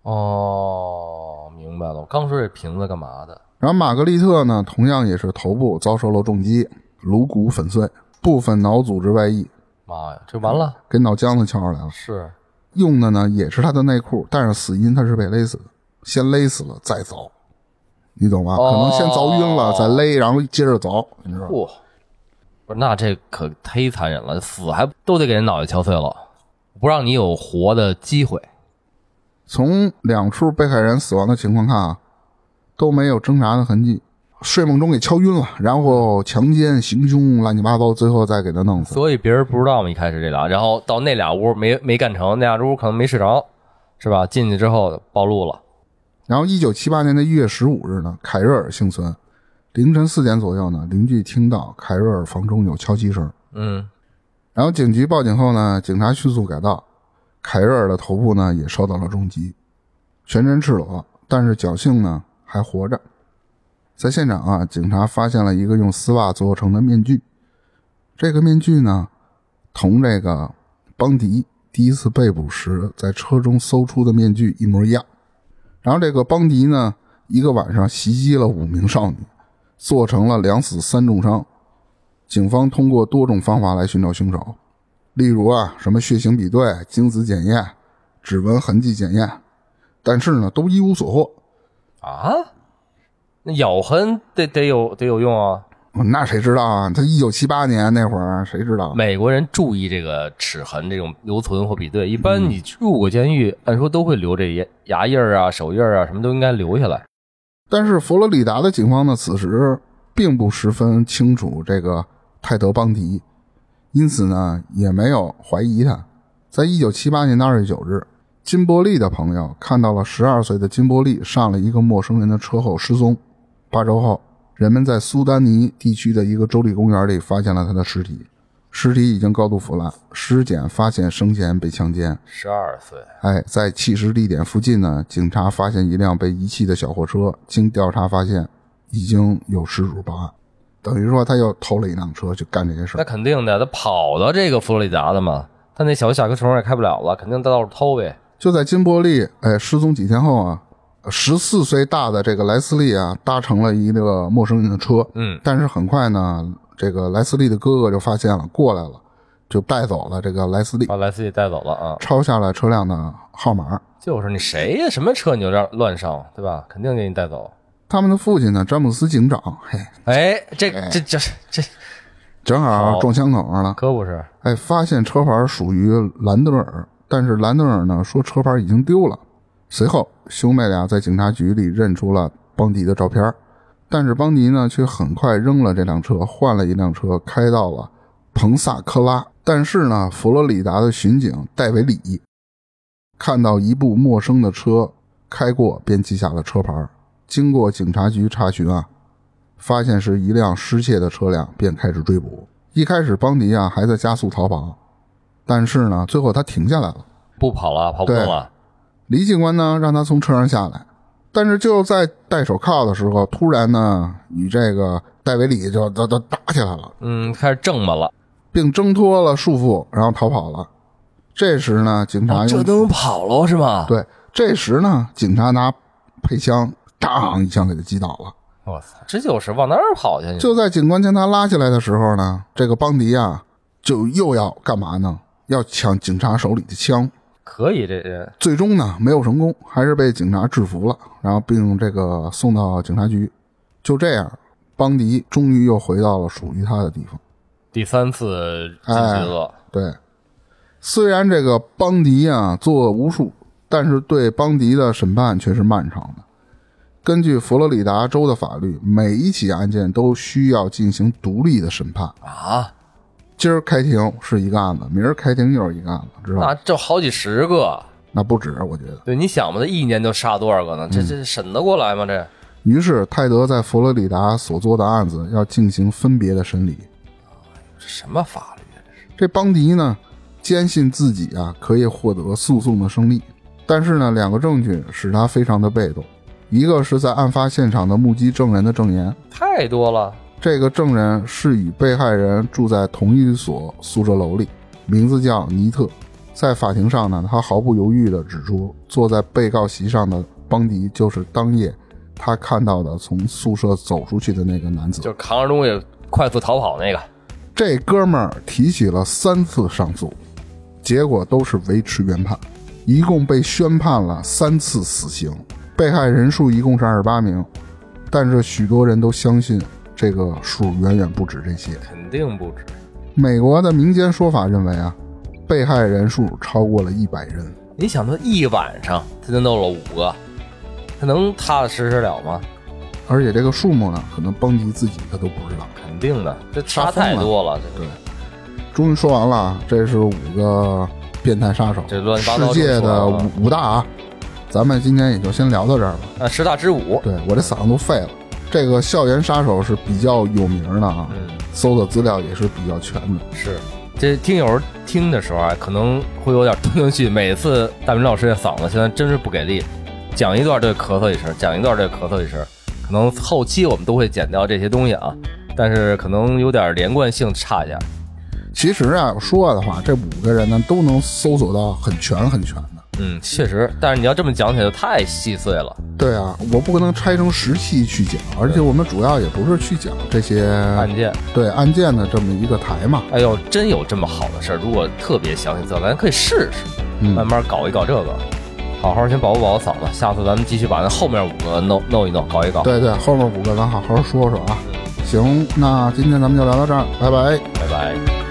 [SPEAKER 2] 哦，明白了。我刚说这瓶子干嘛的？
[SPEAKER 1] 然后玛格丽特呢，同样也是头部遭受了重击，颅骨粉碎，部分脑组织外溢，
[SPEAKER 2] 妈呀，这完了！
[SPEAKER 1] 给脑浆子翘出来了。
[SPEAKER 2] 嗯是
[SPEAKER 1] 用的呢也是她的内裤，但是死因她是被勒死的，先勒死了再凿，你懂吧？
[SPEAKER 2] 哦
[SPEAKER 1] 可能先凿晕了再勒，然后接着凿，你知道吧？
[SPEAKER 2] 嚯，不是那这可忒残忍了，死还都得给人脑袋敲碎了，不让你有活的机会。
[SPEAKER 1] 从两处被害人死亡的情况看啊，都没有挣扎的痕迹。睡梦中给敲晕了，然后强奸、行凶，乱七八糟，最后再给他弄死。
[SPEAKER 2] 所以别人不知道嘛，一开始这俩，然后到那俩屋没没干成，那俩屋可能没睡着，是吧？进去之后暴露了，
[SPEAKER 1] 然后，一九七八年的一月十五日呢，凯瑞尔幸存。凌晨四点左右呢，邻居听到凯瑞尔房中有敲击声，
[SPEAKER 2] 嗯，
[SPEAKER 1] 然后警局报警后呢，警察迅速赶到，凯瑞尔的头部呢也受到了重击，全身赤裸，但是侥幸呢还活着。在现场啊，警察发现了一个用丝袜做成的面具，这个面具呢同这个邦迪第一次被捕时在车中搜出的面具一模一样。然后这个邦迪呢，一个晚上袭击了五名少女，做成了两死三重伤，警方通过多种方法来寻找凶手，例如啊，什么血型比对、精子检验、指纹痕迹检验，但是呢，都一无所获。
[SPEAKER 2] 啊，那咬痕得得有得有用啊。
[SPEAKER 1] 哦那谁知道啊？他一九七八年那会儿，谁知道？啊
[SPEAKER 2] 美国人注意这个齿痕这种留存或比对，一般你入过监狱，按说都会留这牙牙印儿啊、手印儿啊，什么都应该留下来。
[SPEAKER 1] 但是佛罗里达的警方呢，此时并不十分清楚这个泰德·邦迪，因此呢，也没有怀疑他。在一九七八年的二月九日，金伯利的朋友看到了十二岁的金伯利上了一个陌生人的车后失踪。八周后，人们在苏丹尼地区的一个州立公园里发现了他的尸体，尸体已经高度腐烂，尸检发现生前被强奸。
[SPEAKER 2] 十二岁，
[SPEAKER 1] 哎，在弃尸地点附近呢，警察发现一辆被遗弃的小货车，经调查发现已经有失主报案，等于说他又偷了一辆车去干这些事
[SPEAKER 2] 那
[SPEAKER 1] 儿。
[SPEAKER 2] 肯定的，他跑到这个佛罗里达的嘛，他那小甲壳虫也开不了了，肯定到处偷呗。
[SPEAKER 1] 就在金伯利哎失踪几天后啊，十四岁大的这个莱斯利啊搭乘了一个陌生人的车，
[SPEAKER 2] 嗯，
[SPEAKER 1] 但是很快呢，这个莱斯利的哥哥就发现了，过来了，就带走了这个莱斯利，
[SPEAKER 2] 把莱斯利带走了啊。
[SPEAKER 1] 抄下了车辆的号码，
[SPEAKER 2] 就是你谁呀？什么车你就让乱上，对吧？肯定给你带走。
[SPEAKER 1] 他们的父亲呢，詹姆斯警长，嘿，
[SPEAKER 2] 哎，这这这这
[SPEAKER 1] 正好撞枪口上了。
[SPEAKER 2] 可不是
[SPEAKER 1] 哎，发现车牌属于兰德尔，但是兰德尔呢说车牌已经丢了。随后，兄妹俩在警察局里认出了邦迪的照片，但是邦迪呢却很快扔了这辆车，换了一辆车，开到了彭萨科拉。但是呢，佛罗里达的巡警戴维里看到一部陌生的车开过，便记下了车牌。经过警察局查询啊，发现是一辆失窃的车辆，便开始追捕。一开始，邦迪啊还在加速逃跑，但是呢，最后他停下来了。
[SPEAKER 2] 不跑了，跑不动了。
[SPEAKER 1] 李警官呢让他从车上下来，但是就在戴手铐的时候，突然呢与这个戴维里就都都打起来了，
[SPEAKER 2] 嗯，开始正嘛了。
[SPEAKER 1] 并挣脱了束缚，然后逃跑了。这时呢，警察用、
[SPEAKER 2] 哦这都能跑了是吗？
[SPEAKER 1] 对，这时呢，警察拿配枪当一枪给他击倒了。
[SPEAKER 2] 我操，这就是往哪儿跑去？你
[SPEAKER 1] 就在警官将他拉起来的时候呢，这个邦迪啊就又要干嘛呢？要抢警察手里的枪。
[SPEAKER 2] 可以这人
[SPEAKER 1] 最终呢，没有成功，还是被警察制服了，然后并这个送到警察局。就这样，邦迪终于又回到了属于他的地方。
[SPEAKER 2] 第三次进
[SPEAKER 1] 哎
[SPEAKER 2] 去了，
[SPEAKER 1] 对，虽然这个邦迪啊做了无数，但是对邦迪的审判却是漫长的。根据佛罗里达州的法律，每一起案件都需要进行独立的审判。
[SPEAKER 2] 啊，
[SPEAKER 1] 今儿开庭是一个案子，明儿开庭又是一个案子，知道
[SPEAKER 2] 那
[SPEAKER 1] 吧？
[SPEAKER 2] 这好几十个，
[SPEAKER 1] 那不止，我觉得。
[SPEAKER 2] 对，你想吧，他一年就杀多少个呢？
[SPEAKER 1] 嗯
[SPEAKER 2] 这这审得过来吗？这
[SPEAKER 1] 于是，泰德在佛罗里达所做的案子要进行分别的审理。
[SPEAKER 2] 这什么法律啊？这是
[SPEAKER 1] 这邦迪呢，坚信自己啊可以获得诉讼的胜利，但是呢，两个证据使他非常的被动，一个是在案发现场的目击证人的证言，
[SPEAKER 2] 太多了。
[SPEAKER 1] 这个证人是与被害人住在同一所宿舍楼里，名字叫尼特。在法庭上呢，他毫不犹豫地指出，坐在被告席上的邦迪就是当夜他看到的从宿舍走出去的那个男子。
[SPEAKER 2] 就是扛着东西快速逃跑那个。
[SPEAKER 1] 这哥们儿提起了三次上诉，结果都是维持原判，一共被宣判了三次死刑，被害人数一共是二十八名，但是许多人都相信这个数远远不止这些。
[SPEAKER 2] 肯定不止。
[SPEAKER 1] 美国的民间说法认为啊，被害人数超过了一百人。
[SPEAKER 2] 你想他一晚上他就弄了五个，他能踏踏实实了吗？
[SPEAKER 1] 而且这个数目呢，可能邦迪自己他都不知道。
[SPEAKER 2] 肯定的，这
[SPEAKER 1] 杀
[SPEAKER 2] 差
[SPEAKER 1] 疯了
[SPEAKER 2] 太多了，这
[SPEAKER 1] 终于说完了啊，这是五个变态杀手，
[SPEAKER 2] 这乱七八
[SPEAKER 1] 世
[SPEAKER 2] 糟
[SPEAKER 1] 界
[SPEAKER 2] 就说
[SPEAKER 1] 的
[SPEAKER 2] 完了
[SPEAKER 1] 五五大啊。咱们今天也就先聊到这儿吧。
[SPEAKER 2] 啊十大之五，
[SPEAKER 1] 对我这嗓子都废了。这个校园杀手是比较有名的啊，
[SPEAKER 2] 嗯，
[SPEAKER 1] 搜的资料也是比较全的。
[SPEAKER 2] 是。这听友听的时候啊，可能会有点吞进去。每次大明老师这嗓子现在真是不给力，讲一段这咳嗽一声，讲一段这咳嗽一声。可能后期我们都会剪掉这些东西啊，但是可能有点连贯性差一点。
[SPEAKER 1] 其实啊，说的话，这五个人呢都能搜索到很全很全的。
[SPEAKER 2] 嗯，确实，但是你要这么讲起来就太细碎了。
[SPEAKER 1] 对啊，我不可能拆成十期去讲，而且我们主要也不是去讲这些
[SPEAKER 2] 案件。
[SPEAKER 1] 对案件的这么一个台嘛。
[SPEAKER 2] 哎呦，真有这么好的事儿！如果特别详细资料，咱可以试试，慢
[SPEAKER 1] 嗯，
[SPEAKER 2] 慢搞一搞这个，好好先保护保护嗓子。下次咱们继续把那后面五个弄弄一弄，搞一搞。
[SPEAKER 1] 对对，后面五个咱好好说说啊。行，那今天咱们就聊到这儿，拜拜。
[SPEAKER 2] 拜拜。